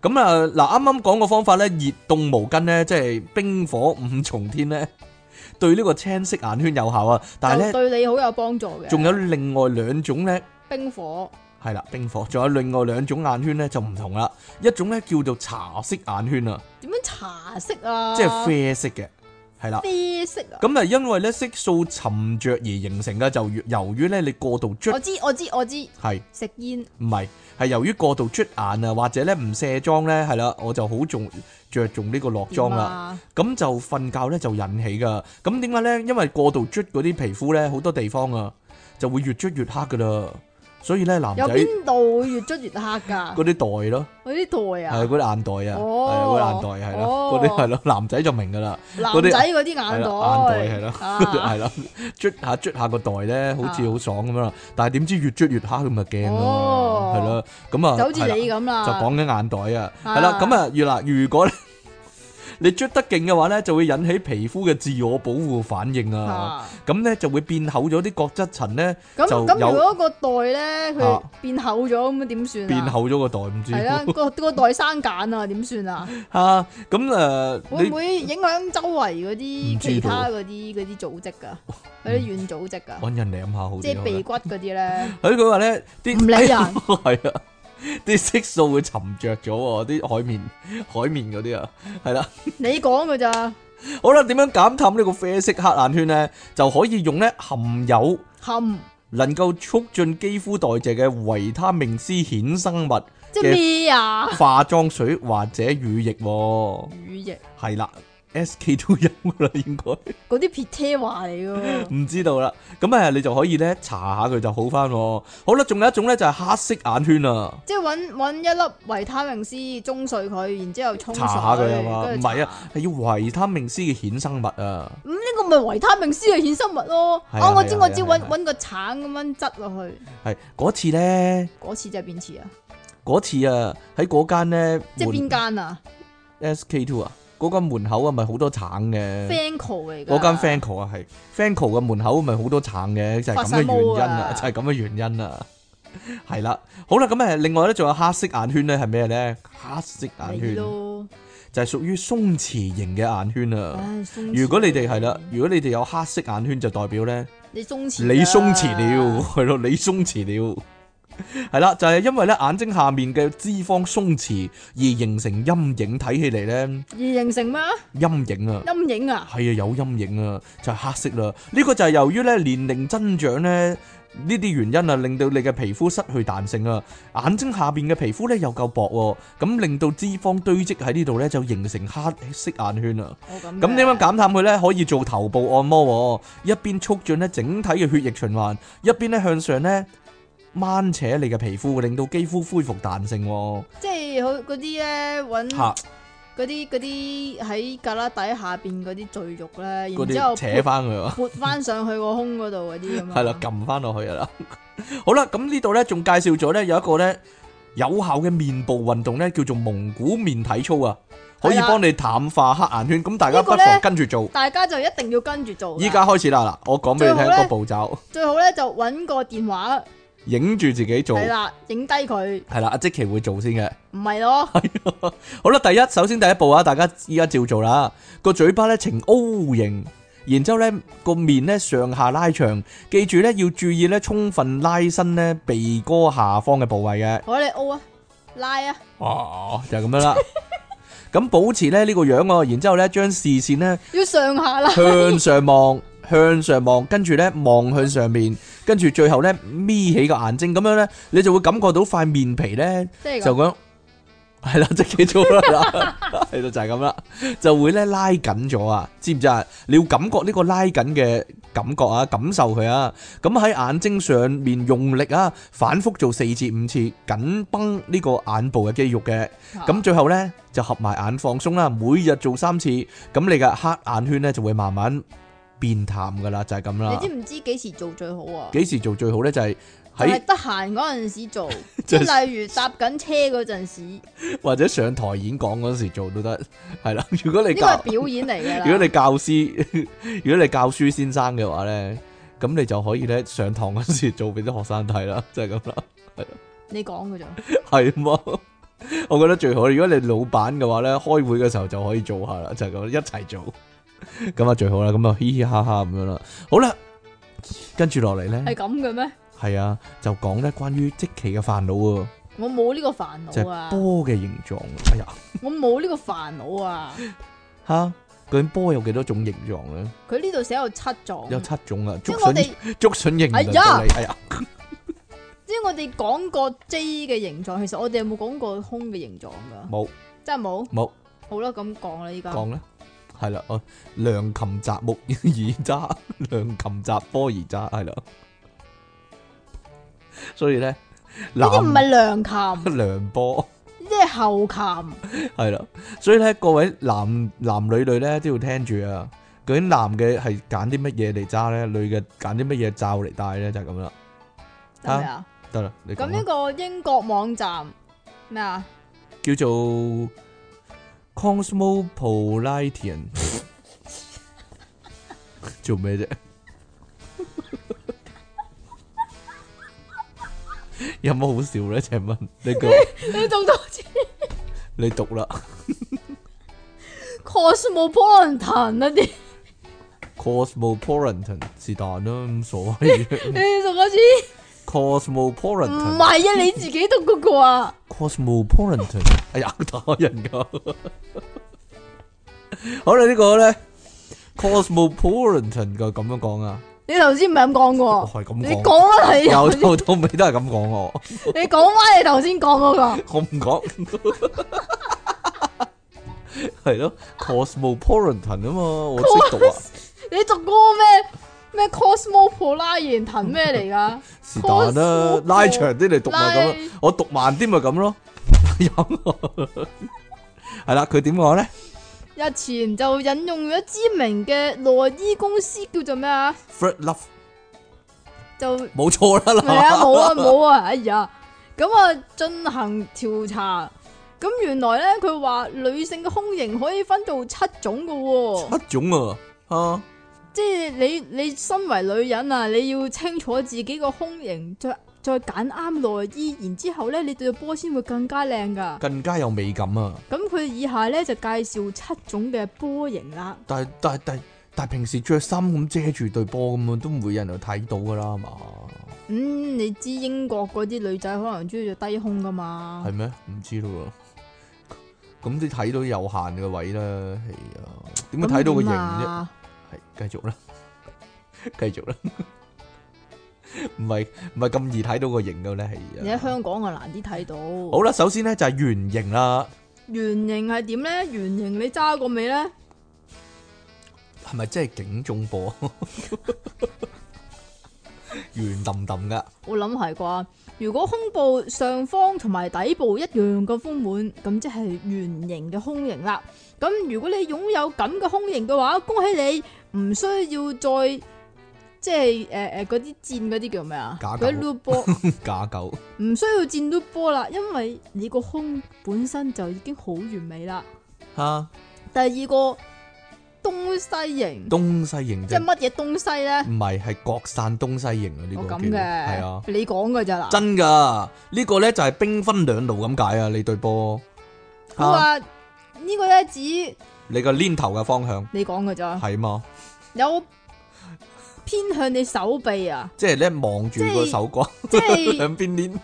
Speaker 1: 咁啊嗱，啱啱講個方法咧，熱凍毛巾咧，即係冰火五重天咧， 對呢個青色眼圈有效啊。但係
Speaker 2: 就
Speaker 1: 咧，
Speaker 2: 對你好有幫助嘅。
Speaker 1: 仲有另外兩種咧。
Speaker 2: 冰火
Speaker 1: 係啦，冰火，仲有另外兩種眼圈咧就唔同啦，一種咧叫做茶色眼圈啊，
Speaker 2: 點樣茶色啊？
Speaker 1: 即係啡色嘅，係啦。
Speaker 2: 啡色啊！
Speaker 1: 咁啊，因為咧色素沉着而形成嘅，就越由於咧你過度捽
Speaker 2: 我知我知我知，
Speaker 1: 係。
Speaker 2: 食煙啊
Speaker 1: 唔係，係由於過度捽眼啊，或者咧唔卸妝咧，係啦，我就好重着重呢個落
Speaker 2: 點
Speaker 1: 妝啦。
Speaker 2: 啊？
Speaker 1: 咁就瞓覺咧就引起噶。咁點解咧？因為過度捽嗰啲皮膚咧，好多地方啊就會越捽越黑噶啦。所以咧男仔
Speaker 2: 有
Speaker 1: 嗰
Speaker 2: 邊度會越捽越黑㗎？
Speaker 1: 啲袋咯，
Speaker 2: 嗰啲袋
Speaker 1: 係
Speaker 2: 啊，
Speaker 1: 嗰啲眼袋啊，
Speaker 2: 哦
Speaker 1: 係啊嗰啲眼袋係啦，
Speaker 2: 哦
Speaker 1: 嗰啲係咯，男仔就明噶啦，
Speaker 2: 男
Speaker 1: 嗰啲
Speaker 2: 仔嗰啲眼
Speaker 1: 係
Speaker 2: 袋，
Speaker 1: 啦，眼袋係啦，
Speaker 2: 啊
Speaker 1: 係啦，捽下捽下個袋咧，好似好爽咁樣啦。但係點知越捽越黑咁啊驚咯，
Speaker 2: 哦
Speaker 1: 係啦，咁啊
Speaker 2: 就好似
Speaker 1: 係啦
Speaker 2: 你咁 啦，
Speaker 1: 就講緊眼袋啊，
Speaker 2: 啊
Speaker 1: 係啦，咁啊，如嗱，如果咧 你捽得勁嘅話咧，就會引起皮膚嘅自我保護反應啊，
Speaker 2: 啊
Speaker 1: 咁咧就會變厚咗啲角質層咧，
Speaker 2: 咁
Speaker 1: 就
Speaker 2: 咁
Speaker 1: 有
Speaker 2: 如果個袋咧佢
Speaker 1: 啊
Speaker 2: 變厚咗咁點算啊？
Speaker 1: 變厚咗個袋，唔知
Speaker 2: 係啦，個個袋生茧啊，點算啊？
Speaker 1: 啊，咁誒
Speaker 2: 會唔
Speaker 1: 你
Speaker 2: 會影響周圍嗰啲
Speaker 1: 唔知道
Speaker 2: 其他嗰啲嗰啲組織㗎？嗰啲軟組織㗎？
Speaker 1: 揾人舐下好
Speaker 2: 即
Speaker 1: 啲
Speaker 2: 係
Speaker 1: 好
Speaker 2: 鼻
Speaker 1: 啦，
Speaker 2: 骨嗰啲咧，
Speaker 1: 佢佢話咧啲哎
Speaker 2: 唔理人
Speaker 1: 係啊，啲色素會沉着咗喎，啲海綿 海綿嗰啲啊，係啦。
Speaker 2: 你講㗎咋？
Speaker 1: 好啦，點樣減淡呢個啡色黑眼圈咧？就可以用咧含有。
Speaker 2: 含
Speaker 1: 能夠促進肌膚代謝嘅維他命 C 衍生物
Speaker 2: 即係
Speaker 1: 嘅
Speaker 2: 咩啊？
Speaker 1: 化妝水或者乳液喎，
Speaker 2: 乳液
Speaker 1: 係啦，SK 都有噶啦，應該
Speaker 2: 嗰啲撇車話嚟㗎喎，
Speaker 1: 唔知道啦。咁啊，你就可以咧搽下佢就好翻。好啦，仲有一種咧就係黑色眼圈啊，
Speaker 2: 即係揾揾一粒維他命 C 中碎佢，然之後沖
Speaker 1: 搽
Speaker 2: 水
Speaker 1: 下佢啊嘛，唔
Speaker 2: 跟住
Speaker 1: 係啊，係要維他命 C 嘅衍生物啊，
Speaker 2: 咁呢個咪維他命 C 嘅衍生物咯。
Speaker 1: 係啊
Speaker 2: 哦，我
Speaker 1: 係啊
Speaker 2: 知
Speaker 1: 係啊
Speaker 2: 我知，揾
Speaker 1: 係啊
Speaker 2: 揾個橙咁樣擠落去，
Speaker 1: 係嗰次咧，
Speaker 2: 嗰次即係邊次啊？
Speaker 1: 嗰次啊喺嗰間咧
Speaker 2: 即係邊間啊
Speaker 1: SK Two 啊，嗰間門口啊咪好多橙嘅。
Speaker 2: ？Fanco 嚟㗎。
Speaker 1: 嗰間 Fanco 啊，係 Fanco 嘅門口咪好多橙嘅，就係咁嘅原因啦
Speaker 2: 發晒毛啊，
Speaker 1: 就係咁嘅原因啦， 係啦，好啦，咁誒，另外咧仲有黑色眼圈咧係咩咧？黑色眼
Speaker 2: 你
Speaker 1: 圈
Speaker 2: 咯，
Speaker 1: 就係屬於鬆弛型嘅眼圈啊。
Speaker 2: 唉，鬆弛
Speaker 1: 如果你哋係啦，如果你哋有黑色眼圈，就代表咧
Speaker 2: 你鬆弛，啊
Speaker 1: 你鬆弛了，，係咯，你鬆弛了，係啦，就係因為咧眼睛下面嘅脂肪鬆弛而形成陰影，睇起嚟咧
Speaker 2: 而形成咩啊
Speaker 1: 陰影啊。
Speaker 2: 陰影啊？
Speaker 1: 係啊，有陰影啊，就係、黑色啦。呢、個就係由於咧年齡增長咧呢啲原因啊，令到你嘅皮膚失去彈性啊。眼睛下邊嘅皮膚咧又夠薄喎，咁令到脂肪堆積喺呢度咧，就形成黑色眼圈啊。
Speaker 2: 我哦咁
Speaker 1: 咁點樣
Speaker 2: 樣
Speaker 1: 減淡佢咧？可以做頭部按摩喎，一邊促進咧整體嘅血液循環，一邊咧向上咧掹扯你嘅皮膚，令到肌膚恢復彈性喎。
Speaker 2: 即係好嗰啲咧揾
Speaker 1: 嚇、
Speaker 2: 嗰啲嗰啲喺格拉底下邊嗰啲贅肉咧，
Speaker 1: 嗰
Speaker 2: 然之後
Speaker 1: 啲扯
Speaker 2: 撥
Speaker 1: 翻佢啊。
Speaker 2: 撥翻上去個胸嗰度嗰啲咁啊。
Speaker 1: 係啦，撳翻落去啦。 好啦，咁呢度咧仲介紹咗咧有一個咧有效嘅面部運動咧，叫做蒙古面體操啊，可以
Speaker 2: 係啦
Speaker 1: 幫你淡化黑眼圈。咁大家
Speaker 2: 呢
Speaker 1: 不
Speaker 2: 個呢
Speaker 1: 妨跟住做。
Speaker 2: 大家就一定要跟住做㗎。
Speaker 1: 依家開始啦，嗱，我講俾你聽
Speaker 2: 最好呢
Speaker 1: 個步驟，
Speaker 2: 最好咧就揾個電話，
Speaker 1: 影住自己做。
Speaker 2: 係啦，影低佢，
Speaker 1: 係啦，阿即奇會做先嘅。
Speaker 2: 唔係 咯，
Speaker 1: 好啦，第一，首先第一步啊，大家依家照做啦。個嘴巴咧呈 O 型，然之後咧個面咧上下拉長。記住咧要注意咧充分拉伸咧鼻哥下方嘅部位嘅。
Speaker 2: 我哋 O 啊，拉啊，
Speaker 1: 哦，就係咁樣啦。咁保持咧呢個樣喎，然之後咧將視線咧
Speaker 2: 要上下啦，
Speaker 1: 向上望， 向上望，跟住咧望向上面，跟住最後咧眯起個眼睛，咁樣咧你就會感覺到塊面皮咧
Speaker 2: 即係
Speaker 1: 就
Speaker 2: 咁。
Speaker 1: 咁 係啦， 即係做啦，係啦，就係咁啦，就會咧拉緊咗啊，知唔知啊？你要感覺呢個拉緊嘅感覺啊，感受佢啊。咁喺眼睛上面用力啊，反覆做四至五次，緊繃呢個眼部嘅肌肉嘅。咁最後呢，就合埋眼放鬆啦，每日做三次，咁你嘅黑眼圈呢，就會慢慢變淡噶啦，就係咁
Speaker 2: 你
Speaker 1: 啦。
Speaker 2: 知唔知幾時做最好啊？
Speaker 1: 幾時做最好呢？就係、
Speaker 2: 就
Speaker 1: 喺
Speaker 2: 係得閒嗰陣時做，
Speaker 1: 即
Speaker 2: 即
Speaker 1: 係
Speaker 2: 係例如搭緊車嗰陣時，呢
Speaker 1: 或者上台演講嗰時做都得，係啦。如果你
Speaker 2: 個係
Speaker 1: 教
Speaker 2: 表演嚟㗎啦。
Speaker 1: 如果你教師， 如果你教書先生嘅話呢，咁你就可以呢上堂嗰時做俾啲學生睇啦， 就係咁啦。
Speaker 2: 你講嘅咋？
Speaker 1: 係嘛？我覺得最好。如果你老闆嘅話咧，開會嘅時候就可以做下啦，就係咁一齊做，咁啊最好啦。咁啊嘻嘻哈哈咁樣啦。好啦，跟住落嚟
Speaker 2: 係
Speaker 1: 咧，
Speaker 2: 咁嘅咩？
Speaker 1: 係啊，就講咧關於即期嘅煩惱啊，
Speaker 2: 我冇呢個煩
Speaker 1: 就
Speaker 2: 惱
Speaker 1: 係
Speaker 2: 啊！
Speaker 1: 波嘅形狀。哎呀，
Speaker 2: 我冇呢個煩惱啊！
Speaker 1: 吓究竟波有幾多種形狀咧？
Speaker 2: 佢呢度寫有七種，
Speaker 1: 有七種啊！
Speaker 2: 哦即
Speaker 1: 竹
Speaker 2: 係我
Speaker 1: 筍
Speaker 2: 哋，
Speaker 1: 竹筍形
Speaker 2: 哎
Speaker 1: 啊，
Speaker 2: 呀
Speaker 1: 到你哎呀，
Speaker 2: 即係我哋講過 J 嘅形狀，其實我哋有冇講過胸嘅形狀噶？
Speaker 1: 冇
Speaker 2: 真係冇。
Speaker 1: 冇
Speaker 2: 好啦，咁講啦，依家
Speaker 1: 講咧，係啦，哦，良禽擇木而渣， 良禽擇波而渣，係啦。所以咧，
Speaker 2: 呢啲唔
Speaker 1: 男
Speaker 2: 係良琴，
Speaker 1: 良波。
Speaker 2: 呢啲係後琴。
Speaker 1: 系啦，所以咧，各位男男女女咧都要聽住啊。究竟男嘅係揀啲乜嘢嚟揸咧，女嘅揀啲乜嘢罩嚟戴咧，就係咁啦。
Speaker 2: 係咪啊？
Speaker 1: 得啦，你
Speaker 2: 咁
Speaker 1: 咁
Speaker 2: 呢個英國網站 咩啊？
Speaker 1: 叫做 Cosmopolitan 做咩啫？ 有冇好笑咧？請問你 個
Speaker 2: 你仲多次
Speaker 1: 你讀啦
Speaker 2: cosmopolitan 啊啲，
Speaker 1: ，Cosmopolitan 是但啦，咁所謂
Speaker 2: 你
Speaker 1: 啫
Speaker 2: 仲多次？唔
Speaker 1: Cosmopolitan。
Speaker 2: 係啊，你自己讀嗰個啊？
Speaker 1: Cosmopolitan，哎呀，打人噶。 好啦，呢個咧 Cosmopolitan 就咁樣講啊，
Speaker 2: 你頭先唔係咁講
Speaker 1: 我係
Speaker 2: 過，
Speaker 1: 咁
Speaker 2: 你
Speaker 1: 講，
Speaker 2: 講啦， 你
Speaker 1: 由
Speaker 2: 頭先
Speaker 1: 頭到尾都係咁講我，
Speaker 2: 你講翻你頭先講嗰個，
Speaker 1: 我唔講。係咯，Cosmopolitan 啊嘛，我識讀啊，
Speaker 2: 你讀嗰個咩咩 cosmopolitan 咩嚟㗎？
Speaker 1: 是但啦，拉長啲嚟讀咪咁咯，我讀慢啲咪咁咯， 有係啦，佢點講咧
Speaker 2: 日前就引用咗知名嘅內衣公司叫做咩啊？
Speaker 1: ？Fred Love
Speaker 2: 就
Speaker 1: 冇錯啦，
Speaker 2: 系啊，冇啊，冇啊，哎呀，咁啊進行調查，咁原來咧佢話女性嘅胸型可以分做七種噶、喎，
Speaker 1: 一種啊，啊。
Speaker 2: 即係你你身為女人啊，你要清楚自己個胸型，再再揀啱內衣，然之后咧你對波先會更加靚噶。
Speaker 1: 更加有美感啊！
Speaker 2: 咁佢以下咧就介紹七種嘅波型啦，
Speaker 1: 但係但係但係但係平時着衫咁遮住對波咁樣，都唔會有人睇到噶啦，係嘛？
Speaker 2: 嗯，你知英國嗰啲女仔可能中意着低胸噶嘛
Speaker 1: 係，咩？唔知咯喎。咁你睇到有限嘅位啦，係啊，點
Speaker 2: 咁
Speaker 1: 會睇到個
Speaker 2: 點
Speaker 1: 型啫？
Speaker 2: 啊？
Speaker 1: 係繼續啦， 繼續啦，唔係唔係咁易睇到個型嘅咧，
Speaker 2: 你
Speaker 1: 係
Speaker 2: 喺
Speaker 1: 啊。
Speaker 2: 香港啊難啲睇到。
Speaker 1: 好啦，首先咧就係圓形啦，
Speaker 2: 圆形系点咧？圆形你揸过未咧？
Speaker 1: 係咪真係警中波？圓揼揼噶，
Speaker 2: 我谂系啩。如果胸部上方同埋底部一样咁豐滿，咁即係圓形嘅胸型啦。咁如果你擁有咁嘅胸型嘅話，恭喜你，唔需要再即係诶诶嗰啲箭嗰啲叫咩啊？
Speaker 1: 假
Speaker 2: 嗰
Speaker 1: 狗
Speaker 2: 啲 loop 波，
Speaker 1: 假狗
Speaker 2: 唔需要箭 loop 波啦，因為你個胸本身就已經好完美啦。
Speaker 1: 嚇，
Speaker 2: 第二個東西型，
Speaker 1: 東西形
Speaker 2: 即
Speaker 1: 啫
Speaker 2: 係。乜嘢東西咧？
Speaker 1: 唔係，係各散東西型啊！呢、
Speaker 2: 我
Speaker 1: 個
Speaker 2: 咁
Speaker 1: 叫
Speaker 2: 嘅，
Speaker 1: 係啊，
Speaker 2: 你講嘅咋嗱？
Speaker 1: 真噶！呢、個咧就係兵分兩路咁解啊！你對波，啊
Speaker 2: 佢話啊呢個咧指你
Speaker 1: 你個黏頭嘅方向
Speaker 2: 講嘅咋，
Speaker 1: 係嘛？
Speaker 2: 有偏向你手臂 啊，
Speaker 1: 即係咧望住個手瓜，
Speaker 2: 即係
Speaker 1: 兩邊黏，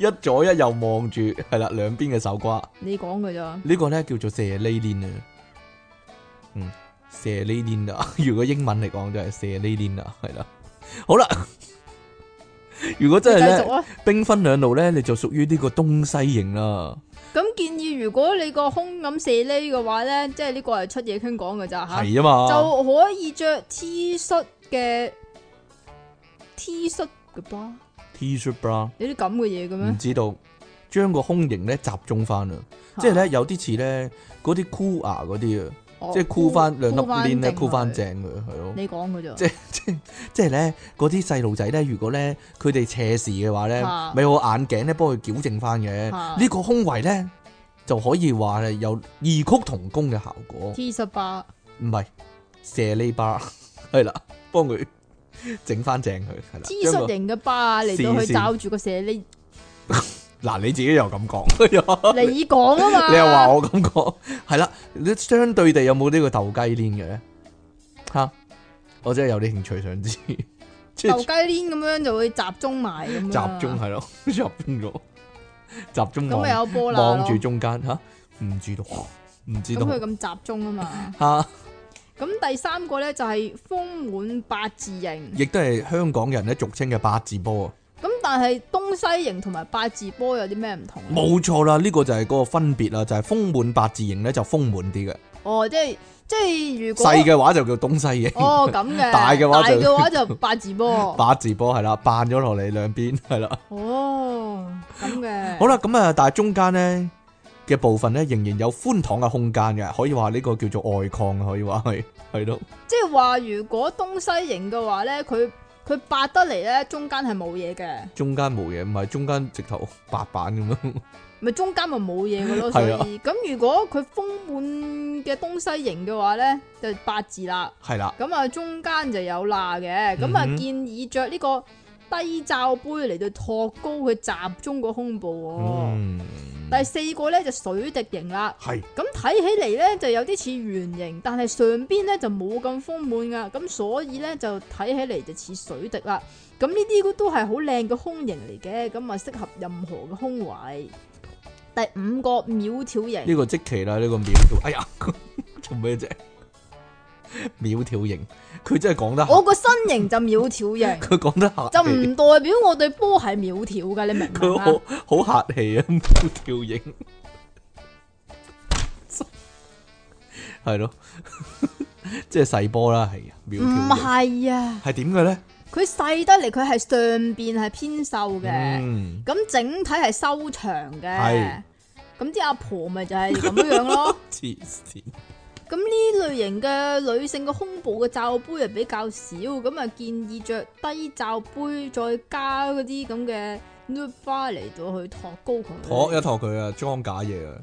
Speaker 1: 一左一右望住，係啦，兩邊嘅手瓜。
Speaker 2: 你講嘅咋，
Speaker 1: 呢個咧叫做射呢鏈啊，嗯，射呢鏈啊， 如果英文嚟講就係射呢鏈啊，係啦，好啦， 如果
Speaker 2: 你
Speaker 1: 真
Speaker 2: 繼
Speaker 1: 係咧
Speaker 2: 續。啊。
Speaker 1: 兵分兩路咧，你就屬於呢個東西型啦，
Speaker 2: 咁建議如果你個胸咁射呢嘅話咧，即係呢個係出嘢傾講嘅咋吓，
Speaker 1: 係啊嘛，
Speaker 2: 就可以着 T 恤嘅 T 恤嘅吧？
Speaker 1: T-shirt bra
Speaker 2: 有啲咁嘅嘢嘅
Speaker 1: 唔
Speaker 2: 咩？
Speaker 1: 知道，將個胸型咧集中翻啊，即係咧有啲似咧嗰啲箍牙嗰啲啊，
Speaker 2: 哦，
Speaker 1: 即係箍翻兩粒鏈咧，
Speaker 2: 正
Speaker 1: 箍翻
Speaker 2: 佢
Speaker 1: 正佢係咯，
Speaker 2: 你講嘅咋
Speaker 1: 即？係即係即係咧嗰啲細路仔咧，如果咧佢哋斜視嘅話咧，
Speaker 2: 啊
Speaker 1: 咪有個眼鏡咧幫佢矯正翻嘅，
Speaker 2: 啊
Speaker 1: 呢個胸圍咧就可以話係有異曲同工嘅效果。
Speaker 2: T 恤吧，
Speaker 1: 唔係射呢巴， 係啦，幫佢整翻正佢，係啦。
Speaker 2: T
Speaker 1: 將
Speaker 2: 恤
Speaker 1: 個
Speaker 2: 型嘅吧嚟到
Speaker 1: 試
Speaker 2: 去
Speaker 1: 試
Speaker 2: 罩住個射 呢，你
Speaker 1: 嗱，你自己又咁講，
Speaker 2: 你講啊嘛，
Speaker 1: 你又話我咁講，係啦，你相對地有冇呢個鬥雞鏈嘅咧？吓，我真係有啲興趣想知， 即
Speaker 2: 豆
Speaker 1: 係
Speaker 2: 雞鏈咁樣就會集中埋咁樣啦
Speaker 1: 集中係咯， 集中咗，集中
Speaker 2: 咁咪
Speaker 1: 望
Speaker 2: 有波啦
Speaker 1: 望
Speaker 2: 咯
Speaker 1: 住中間吓，唔知道， 唔知
Speaker 2: 咁
Speaker 1: 道
Speaker 2: 佢咁集中啊嘛。
Speaker 1: 吓，
Speaker 2: 咁第三個咧就係豐滿八字形，
Speaker 1: 亦都係香港人咧俗稱嘅八字波啊。
Speaker 2: 咁但係東西形同埋八字波有啲咩唔同呢？
Speaker 1: 冇錯啦，呢、個就係嗰個分別啦，就係、豐滿八字形咧就豐滿啲嘅，
Speaker 2: 哦，即係即係如果
Speaker 1: 細嘅話就叫東西形，
Speaker 2: 哦咁嘅，
Speaker 1: 大嘅話就
Speaker 2: 大嘅話就八字波。
Speaker 1: 八字波係啦，扮咗落嚟兩邊係啦。
Speaker 2: 哦，咁 嘅。
Speaker 1: 好啦，咁啊，但係中間咧嘅部分咧仍然有寬敞嘅空間嘅，可以話呢個叫做外擴啊，可以話 係係咯，
Speaker 2: 即係話如果東西型嘅話咧，佢佢八得嚟咧，中間係冇嘢嘅，
Speaker 1: 中間冇嘢，唔係中間直頭白板咁樣，
Speaker 2: 咪中間咪冇嘢嘅咯。所以
Speaker 1: 係啊
Speaker 2: 咁如果佢豐滿嘅東西型嘅話咧，就八字啦。
Speaker 1: 係啦，
Speaker 2: 咁啊，中間就有罅嘅，咁啊、
Speaker 1: 嗯哼
Speaker 2: 建議着呢個低罩杯嚟到托高佢集中個胸部喎、
Speaker 1: 嗯，
Speaker 2: 第四個咧就水滴型啦，
Speaker 1: 係
Speaker 2: 咁睇起嚟咧就有啲似圓形，但係上邊咧就冇咁豐滿噶，咁所以咧就睇起嚟就似水滴啦。咁呢啲都係好靚嘅胸型嚟嘅，咁啊適合任何嘅胸圍。第五個苗條型
Speaker 1: 呢，個即期啦，呢、個苗條，哎呀， 做咩啫？ 苗條型，佢真係講得客，，
Speaker 2: 我個身形就苗條型
Speaker 1: 佢講得客
Speaker 2: 就
Speaker 1: 氣
Speaker 2: 唔代表我對波係苗條噶，你明唔明 啊？
Speaker 1: 佢好好客氣啊，苗條型， 係咯， 即係細波啦，係啊，苗
Speaker 2: 唔
Speaker 1: 條型
Speaker 2: 係啊，
Speaker 1: 係點嘅咧？
Speaker 2: 佢細得嚟，佢係上邊係偏瘦嘅，咁、
Speaker 1: 嗯，
Speaker 2: 整體係修長
Speaker 1: 係
Speaker 2: 嘅。咁啲阿婆咪就係咁樣樣咯。
Speaker 1: 黐線，
Speaker 2: 咁呢類型嘅女性嘅胸部嘅罩杯係比較少，咁啊建議着低罩杯，再加嗰啲咁嘅 nude bra 嚟到去托高佢。
Speaker 1: 托一托佢啊，裝假嘢啊，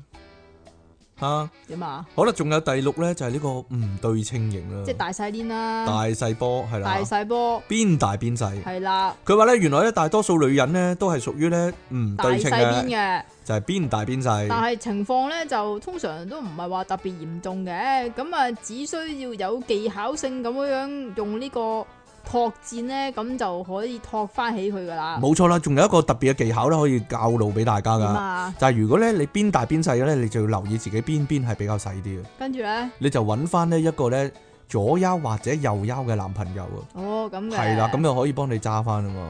Speaker 1: 吓，
Speaker 2: 點啊？
Speaker 1: 好啦，仲有第六咧，就係呢個唔對稱型啦，
Speaker 2: 即係大細啲
Speaker 1: 大
Speaker 2: 啦，
Speaker 1: 細波係啦
Speaker 2: 大，細波
Speaker 1: 邊大邊細。
Speaker 2: 係啦，
Speaker 1: 佢話咧，原來咧大多數女人咧都係屬於咧唔
Speaker 2: 大
Speaker 1: 對
Speaker 2: 細
Speaker 1: 稱
Speaker 2: 邊
Speaker 1: 嘅，嗯
Speaker 2: 嘅。
Speaker 1: 就係邊大邊
Speaker 2: 但
Speaker 1: 細，
Speaker 2: 係情況咧就通常都唔係話特別嚴重嘅，咁啊只需要有技巧性咁樣樣用呢個托戰咧，咁就可以托翻起佢噶啦。
Speaker 1: 冇錯啦。仲有一個特別嘅技巧咧，可以教路俾大家
Speaker 2: 啊點
Speaker 1: 噶，
Speaker 2: 啊？
Speaker 1: 就係如果咧你邊大邊細嘅咧，你就要留意自己邊邊係比較細啲嘅，
Speaker 2: 跟住咧，
Speaker 1: 你就揾翻呢一個咧左腰或者右腰嘅男朋友啊，
Speaker 2: 哦咁嘅
Speaker 1: 係啦，咁就可以幫你揸翻啊嘛，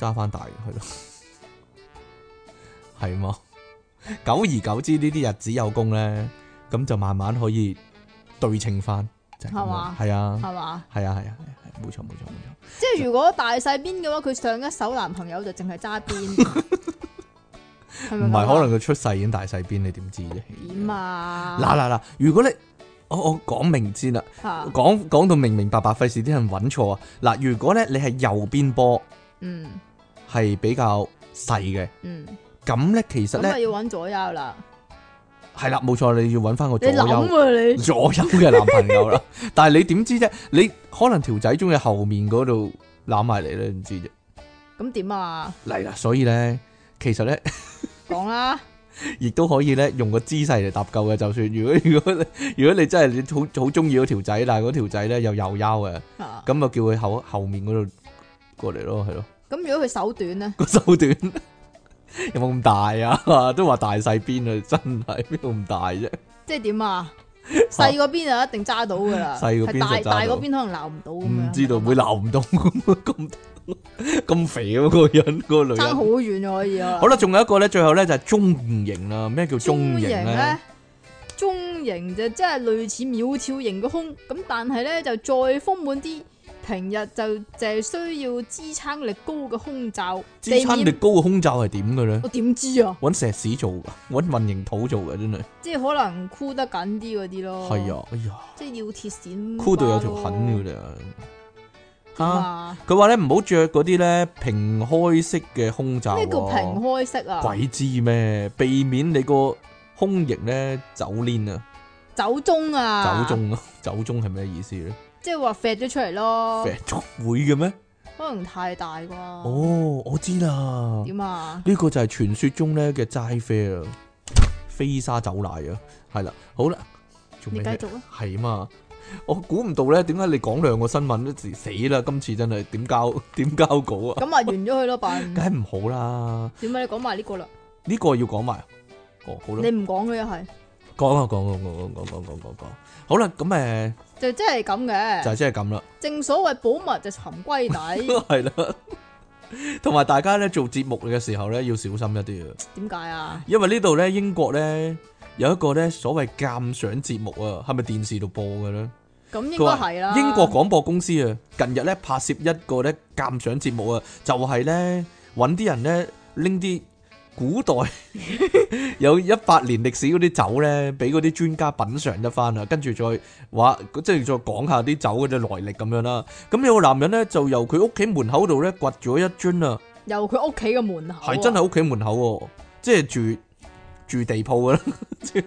Speaker 1: 揸翻大係咯， 係嘛？久而久之呢啲日子有功咧，咁就慢慢可以對稱翻，就係咁
Speaker 2: 係嘛
Speaker 1: 樣，係啊。
Speaker 2: 係嘛？
Speaker 1: 系啊系啊系啊，冇錯冇錯冇錯，
Speaker 2: 即係如果大細邊嘅話，佢上一手男朋友就淨係揸邊，係咪
Speaker 1: 唔
Speaker 2: 咁啊
Speaker 1: 係可能佢出世已經大細邊，你點知啫？
Speaker 2: 點啊？啊
Speaker 1: 嗱嗱嗱，如果你我我講明先啦，
Speaker 2: 嚇
Speaker 1: 講講到明明白白，費事啲人揾錯啊！嗱，如果咧你係右邊波
Speaker 2: 嗯
Speaker 1: 係比較細嘅，
Speaker 2: 嗯，
Speaker 1: 咁咧其實
Speaker 2: 咁啊
Speaker 1: 咧
Speaker 2: 要揾左右啦。
Speaker 1: 係啦，冇錯，你要揾翻個
Speaker 2: 你
Speaker 1: 左
Speaker 2: 諗
Speaker 1: 右
Speaker 2: 啊你？
Speaker 1: 左右嘅男朋友 啦。但係你點知啫？你可能條仔中意後面嗰度攬埋嚟咧，唔知啫。
Speaker 2: 咁點啊？
Speaker 1: 嚟啦，所以咧，其實咧。
Speaker 2: 講啦，
Speaker 1: 亦都可以咧用個姿勢嚟搭救嘅。就算如果如果你如果你真係你好好中意嗰條仔，但係嗰條仔咧又啊右腰嘅，
Speaker 2: 嚇
Speaker 1: 咁就叫佢後後面嗰度過嚟咯，係咯
Speaker 2: 咁如果佢手短咧？
Speaker 1: 個手段有冇咁大啊？ 都話大細邊啊，真係邊度咁大啫？
Speaker 2: 即係 點啊？細嗰邊就一定揸到噶啦，
Speaker 1: 細嗰邊
Speaker 2: 係
Speaker 1: 就揸
Speaker 2: 大
Speaker 1: 到
Speaker 2: 大嗰邊可能鬧唔到咁樣，
Speaker 1: 唔知道會鬧唔到 咁咁咁肥啊嗰個人嗰個女
Speaker 2: 爭好
Speaker 1: 人。
Speaker 2: 遠就可以啊啦。
Speaker 1: 好啦，仲有一個咧，最後咧就係中型啦。咩叫中型咧
Speaker 2: 呢？？中型就即係類似苗條型嘅胸，咁但係咧就再豐滿啲。平日就淨係需要支撐力高嘅胸罩，
Speaker 1: 支撐
Speaker 2: 避
Speaker 1: 力
Speaker 2: 免
Speaker 1: 高嘅胸罩係點嘅咧？
Speaker 2: 我點知啊？
Speaker 1: 揾石屎做㗎，揾混凝土做㗎，真係。
Speaker 2: 即係可能箍得緊啲嗰啲咯。
Speaker 1: 係，啊，哎呀，
Speaker 2: 即係要鐵線
Speaker 1: 箍到有條痕
Speaker 2: 嘅。
Speaker 1: 嘅啫。
Speaker 2: 嗯
Speaker 1: 吓，
Speaker 2: 啊，
Speaker 1: 佢話咧唔好着嗰啲咧平開式嘅胸罩。
Speaker 2: 咩叫平？開式啊？
Speaker 1: 鬼知咩？避免你個胸型咧走鏈啊，
Speaker 2: 走鐘啊？
Speaker 1: 走，鐘啊， 走鐘係咩意思咧？
Speaker 2: 即係話揈咗出嚟咯。
Speaker 1: 肥足會嘅咩？
Speaker 2: 可能太大啩。哦，
Speaker 1: 哦，我知啦，
Speaker 2: 點啊？
Speaker 1: 呢個就係傳說中咧嘅齋啡啊，飛沙走奶啊，係啦，好啦，做
Speaker 2: 你
Speaker 1: 咩
Speaker 2: 繼
Speaker 1: 啫？
Speaker 2: 續啊！
Speaker 1: 係嘛？我估唔到咧，點解你講兩個新聞都死啦？今次真係點交 點交稿啊？
Speaker 2: 咁啊，完咗佢咯，笨。
Speaker 1: 梗係唔好啦，
Speaker 2: 點解你講埋呢個啦？
Speaker 1: 呢、個要講埋。哦，好
Speaker 2: 你
Speaker 1: 啦，
Speaker 2: 唔講佢又係
Speaker 1: 講啊講啊講啊講啊講啊講啊講啊講啊好啦，咁誒
Speaker 2: 就即係咁嘅。
Speaker 1: 就係真係咁啦，
Speaker 2: 正所謂寶物就沉龜底，
Speaker 1: 係啦。同埋大家咧做節目嘅時候咧要小心一啲啊，
Speaker 2: 點解啊？
Speaker 1: 因為呢度咧英國咧有一個咧所謂鑑賞節目啊，係咪電視度播嘅咧？
Speaker 2: 咁應該
Speaker 1: 佢
Speaker 2: 係啊啦。
Speaker 1: 話英國廣播公司啊，近日咧拍攝一個咧鑑賞節目啊，就係咧揾啲人咧拎啲古代 有一百年歷史嗰啲酒咧，俾嗰啲專家品嚐一番啊，跟住再話即係再講下啲酒嗰啲來歷咁樣啦。咁有個男人咧就由佢屋企門口度咧掘咗一樽啊，
Speaker 2: 由佢屋企嘅門口啊，
Speaker 1: 係真係屋企門口喎，即係住。住地鋪噶啦， 即係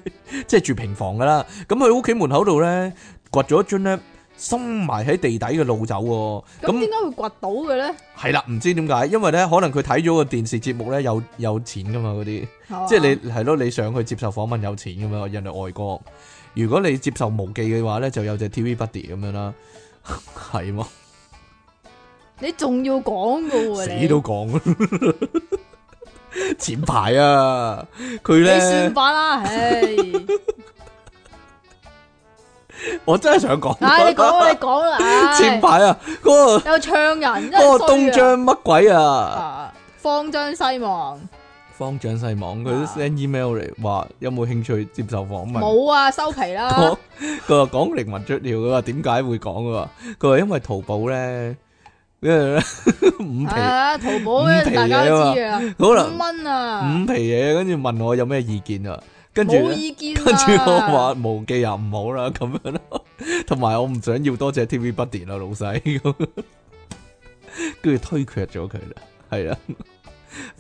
Speaker 1: 即係住平房噶啦。咁佢屋企門口度咧掘咗一樽咧，深埋喺地底嘅老酒喎。
Speaker 2: 咁
Speaker 1: 咁
Speaker 2: 點解會掘到嘅咧？
Speaker 1: 係啦，唔知點解，因為咧可能佢睇咗個電視節目咧，有有錢噶嘛嗰啲，
Speaker 2: 啊
Speaker 1: 即係你係咯，你上去接受訪問有錢噶嘛，人哋外國。如果你接受無記嘅話咧，就有隻 TV Buddy 咁樣啦， 係嘛？
Speaker 2: 你你仲要講嘅喎，
Speaker 1: 死
Speaker 2: 啊你
Speaker 1: 都講。 前排啊，佢
Speaker 2: 你
Speaker 1: 咧。
Speaker 2: 算吧啦，唉，
Speaker 1: 我真係想講，
Speaker 2: 唉，你講你講啦，唉
Speaker 1: 前排啊，嗰、
Speaker 2: 又唱人，真
Speaker 1: 個嗰
Speaker 2: 係
Speaker 1: 個
Speaker 2: 衰
Speaker 1: 東張乜鬼
Speaker 2: 啊
Speaker 1: 啊，
Speaker 2: 啊，方張西望，
Speaker 1: 方丈細網佢都
Speaker 2: 啊
Speaker 1: send email 嚟話有冇興趣接受訪問，
Speaker 2: 冇啊，收皮啦，
Speaker 1: 講佢話講靈魂出竅，佢話點解會講嘅喎？佢話因為淘寶咧，因為咧 五皮
Speaker 2: 啊，淘寶
Speaker 1: 五皮嘢啊嘛
Speaker 2: 大家都知啊，
Speaker 1: 可
Speaker 2: 五
Speaker 1: 能
Speaker 2: 蚊啊，
Speaker 1: 五皮嘢，跟住問我有咩意見啊，跟住
Speaker 2: 冇
Speaker 1: 呢
Speaker 2: 意見啊，
Speaker 1: 跟住我話無記又唔好啦，咁樣咯， 同埋我唔想要多隻 TV Buddy 啦，老細 咁，跟住推卻咗佢啦，係啦，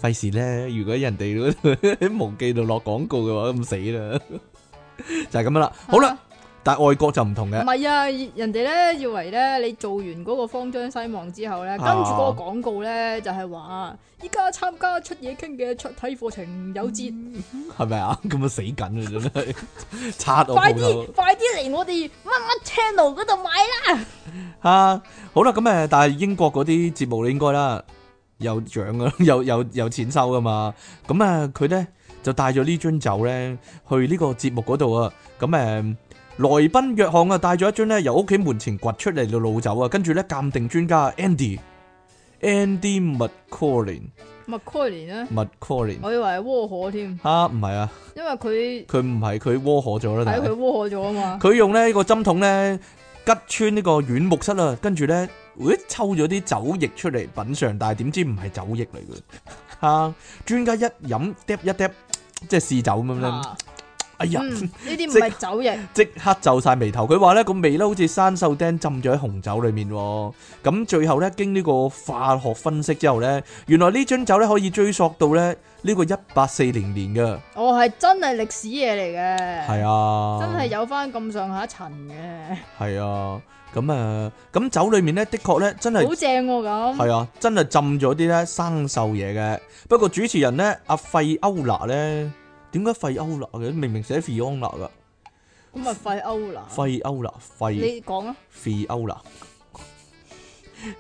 Speaker 1: 費事咧，如果人哋嗰度喺 無記度落廣告嘅話，咁死啦，就係咁樣啦。
Speaker 2: 啊
Speaker 1: 好啦，但係外國就唔同
Speaker 2: 啊，唔
Speaker 1: 嘅，
Speaker 2: 係啊，人哋咧以為咧你做完嗰個方張西望之後
Speaker 1: 啊
Speaker 2: 咧，跟住嗰個廣告咧就係話，依家參加出嘢傾嘅出體課程有折。
Speaker 1: 係咪啊？咁啊死緊啊，真係， 刷我
Speaker 2: 快
Speaker 1: 鋪頭
Speaker 2: 啲。快啲嚟我哋乜乜 channel 嗰度買啦！
Speaker 1: 啊，好啦，咁誒，但係英國嗰啲節目你應該啦，有獎噶， 有有有錢收噶嘛。咁啊，佢咧就帶咗呢樽酒咧去呢個節目嗰度啊。咁誒，萊賓約翰啊帶咗一樽咧由屋企門前掘出嚟嘅老酒啊，跟住咧鑑定專家 Andy Andy McCollin
Speaker 2: 麥開年咧，
Speaker 1: McCollin
Speaker 2: 我以為係窩河添，
Speaker 1: 啊，唔係啊，
Speaker 2: 因為佢
Speaker 1: 佢唔係佢窩火咗啦，
Speaker 2: 睇
Speaker 1: 但係
Speaker 2: 佢。窩河咗啊嘛。
Speaker 1: 佢用呢個針筒咧吉穿呢個軟木塞啦，跟住咧，咦抽咗啲酒液出嚟品嚐，但係點知唔係酒液嚟嘅， 嚇、專家一飲嗒一嗒，即係試酒咁樣咧，
Speaker 2: 啊
Speaker 1: 哎呀！
Speaker 2: 嗯，呢啲唔係酒液，
Speaker 1: 即刻皺晒眉頭，佢話呢個味咧好似生鏽釘浸咗喺紅酒裏面喎。咁最後呢，經呢個化學分析之後呢，原來呢樽酒呢可以追溯到呢呢個一八四零年嘅，
Speaker 2: 我係真係歷史嘢嚟嘅，
Speaker 1: 係啊，
Speaker 2: 真係有翻咁上下層嘅，
Speaker 1: 係啊，咁啊，咁酒裏面呢，的確呢真係
Speaker 2: 好正喎咁。
Speaker 1: 係啊，真係浸咗啲咧生鏽嘢嘅。不過主持人咧，阿費歐娜咧，點解費歐娜嘅？明明寫 Fiona
Speaker 2: 啊
Speaker 1: 噶，
Speaker 2: 咁咪廢歐啦，
Speaker 1: 費歐娜，費
Speaker 2: 你講啊
Speaker 1: Fiona。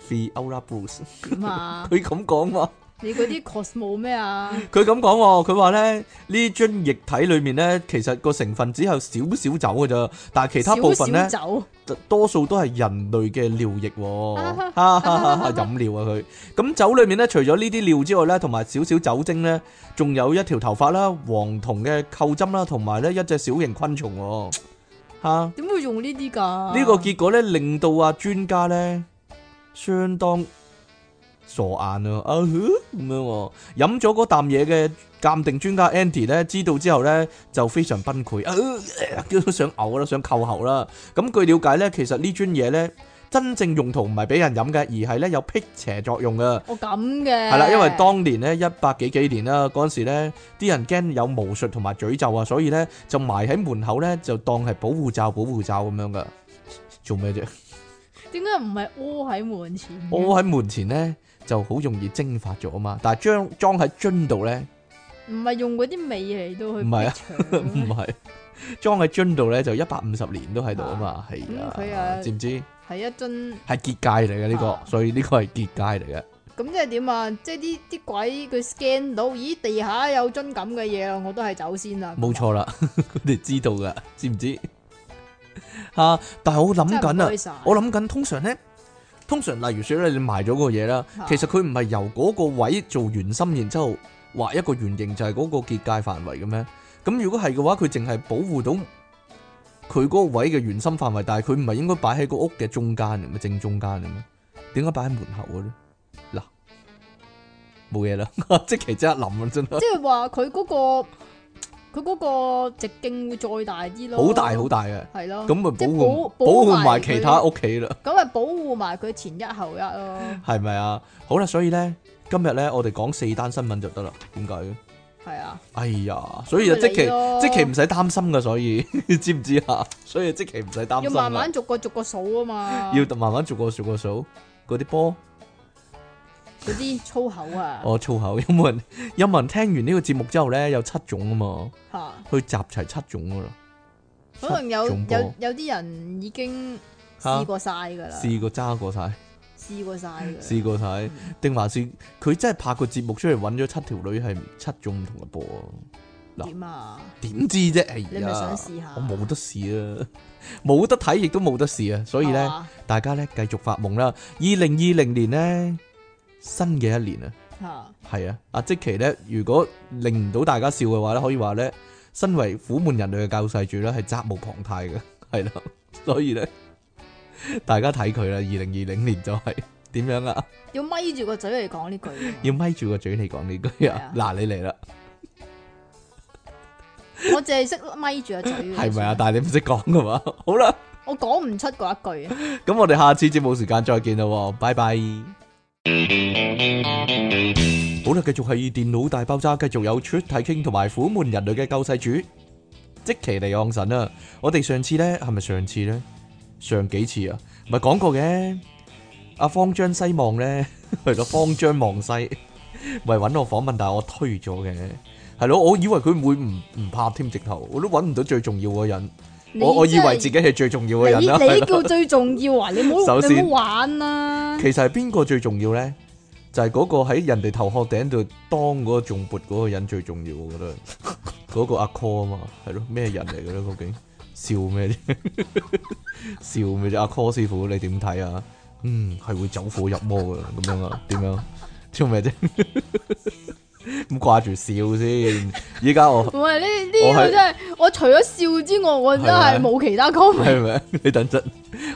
Speaker 1: Fiona Bruce，
Speaker 2: 點啊？
Speaker 1: 佢咁講喎，
Speaker 2: 你嗰啲 cosmo 咩啊？
Speaker 1: 佢咁講喎，佢話咧呢樽液體裏面咧，其實個成分只有少少酒嘅咋，但係其他部分咧
Speaker 2: 少少酒
Speaker 1: 多數都係人類嘅尿液喎，哈哈哈哈飲料啊佢。咁酒裏面咧，除咗呢啲尿之外咧，同埋少少酒精咧，仲有一條頭髮啦、黃銅嘅扣針啦，同埋咧一隻小型昆蟲喎。嚇，呢
Speaker 2: 點會用呢啲㗎？
Speaker 1: 個結果咧令到啊專家咧相當傻眼啊！啊呵咁樣喎，飲咗嗰啖嘢嘅鑑定專家 Andy 咧，知道之後咧就非常崩潰，啊呃叫到想嘔啦，想扣喉啦。咁據了解咧，其實呢樽嘢咧真正用途唔係俾人飲嘅，而係咧有辟邪作用嘅。
Speaker 2: 我咁嘅
Speaker 1: 係啦，因為當年咧一百幾幾年啦，嗰陣時咧啲人驚有巫術同埋詛咒啊，所以咧就埋喺門口咧就當係保護罩、保護罩咁樣噶。做咩啫？
Speaker 2: 點解唔係屙喺門前嘅？
Speaker 1: 我喺門前咧就好容易蒸發咗啊嘛，但係將裝喺樽度咧
Speaker 2: 唔係用嗰啲味嚟
Speaker 1: 唔係啊
Speaker 2: 到去
Speaker 1: 唔
Speaker 2: 逼腸，
Speaker 1: 係，裝喺樽度咧就一百五十年都喺度啊嘛，係
Speaker 2: 咁佢
Speaker 1: 啊，
Speaker 2: 啊
Speaker 1: 知唔知？
Speaker 2: 係一樽
Speaker 1: 係結界嚟嘅呢個
Speaker 2: 啊，
Speaker 1: 所以呢個係結界嚟嘅，
Speaker 2: 咁即係點啊？即係啲啲鬼佢 scan 到，咦地下有樽咁嘅嘢啊，我都係走先啦。啊
Speaker 1: 冇錯啦， 佢哋知道噶，知唔知？啊！但係我諗
Speaker 2: 真係唔
Speaker 1: 緊啊
Speaker 2: 該，晒，
Speaker 1: 我諗緊通常咧，通常例如說咧，你埋咗個嘢啦
Speaker 2: 啊，
Speaker 1: 其實佢唔係由嗰個位做圓心，然之後畫一個圓形就係嗰個結界範圍嘅咩？咁如果係嘅話，佢淨係保護到佢嗰個位嘅圓心範圍，但係佢唔係應該擺喺個屋嘅中間嘅咩？正中間嘅咩？點解擺喺門口嘅咧？嗱，冇嘢啦， 即其即刻諗啊，真係
Speaker 2: 即係話佢嗰個佢嗰個直徑會再大啲咯，
Speaker 1: 好大好大嘅。
Speaker 2: 係咯。
Speaker 1: 咁咪
Speaker 2: 即
Speaker 1: 保
Speaker 2: 係
Speaker 1: 護
Speaker 2: 保
Speaker 1: 保
Speaker 2: 保
Speaker 1: 護埋
Speaker 2: 埋
Speaker 1: 其
Speaker 2: 佢
Speaker 1: 他屋企啦，
Speaker 2: 咁咪保護埋佢前一後 一咯，
Speaker 1: 係咪啊？好啦，所以咧今日咧我哋講四單新聞就得啦，點解？
Speaker 2: 係啊。
Speaker 1: 哎呀，所以就
Speaker 2: 咁咪
Speaker 1: 即
Speaker 2: 你
Speaker 1: 期
Speaker 2: 咯
Speaker 1: 即期唔使擔心噶，所以 知唔知啊？所以即期唔使擔
Speaker 2: 要
Speaker 1: 心
Speaker 2: 慢
Speaker 1: 㗎
Speaker 2: 慢逐個逐個數啊嘛，
Speaker 1: 要慢慢逐個逐個數嗰啲波，
Speaker 2: 嗰啲粗口 啊，
Speaker 1: 我粗口，有冇人有冇人聽完呢個節目之後咧有七種啊嘛，
Speaker 2: 吓
Speaker 1: 去集齊七種噶啦，
Speaker 2: 可能有
Speaker 1: 七種
Speaker 2: 有
Speaker 1: 波
Speaker 2: 有啲人已經
Speaker 1: 嚇
Speaker 2: 試過晒噶啦，
Speaker 1: 試過揸 過晒，
Speaker 2: 試過晒噶啦，
Speaker 1: 試過晒，定還是佢真係拍個節目出嚟揾咗七條女係七種唔同嘅波啊？嗱
Speaker 2: 點啊？
Speaker 1: 點知啫？哎呀，
Speaker 2: 你咪想試下
Speaker 1: 我冇得試啊， 冇得睇亦都冇得試啊，所以咧，
Speaker 2: 嚇
Speaker 1: 大家咧繼續發夢啦。二零二零年咧，新嘅一年啊，
Speaker 2: 嚇
Speaker 1: 係啊，阿即奇咧，如果令唔到大家笑嘅話咧，可以話咧，身為苦悶人類嘅救世主咧，係責無旁貸嘅， 係啦、所以咧，大家睇佢啦。二零二零年就係、點樣啊？
Speaker 2: 要咪住個嘴嚟講呢句啊，
Speaker 1: 要咪住個嘴嚟講呢句啊！
Speaker 2: 係
Speaker 1: 嗱，你嚟啦，
Speaker 2: 我淨係識咪住個嘴㗎，
Speaker 1: 係咪啊？但係你唔識講噶嘛？好啦。
Speaker 2: 我講唔出嗰一句啊，
Speaker 1: 咁我哋下次節目時間再見啦喎，拜拜。好啦，繼續係電腦大爆炸，繼續有出體傾同埋苦悶人類嘅救世主，即其嚟昂神啊！我哋上次呢，係咪上次呢？上幾次啊？咪講過嘅，阿方張西望呢， 係咯，方張望西，咪揾我訪問，但係我推咗嘅，係咯，我以為佢會唔唔拍添，直頭我都揾唔到最重要嘅人，
Speaker 2: 你
Speaker 1: 我我以為
Speaker 2: 真係
Speaker 1: 自己係最重要嘅人啦，
Speaker 2: 你
Speaker 1: 係
Speaker 2: 你
Speaker 1: 咯
Speaker 2: 叫最重要啊！你唔
Speaker 1: 首
Speaker 2: 好你
Speaker 1: 先
Speaker 2: 唔好玩啊！
Speaker 1: 其實係邊個最重要咧？就係、嗰個喺人哋頭殼頂度當嗰個重撥嗰個人最重要，我覺得 嗰個阿 call 啊嘛，係咯，咩人嚟嘅咧？究竟笑咩啫？ 笑咩啫？阿 call 師傅你點睇啊？嗯，係會走火入魔嘅咁樣啊？點樣？做咩啫？ 咁掛住笑先，依家我
Speaker 2: 喂，呢
Speaker 1: 我
Speaker 2: 呢
Speaker 1: 係
Speaker 2: 個真係我除咗笑之外，我真
Speaker 1: 係咪
Speaker 2: 係冇其他 comment。
Speaker 1: 係咪？你等陣，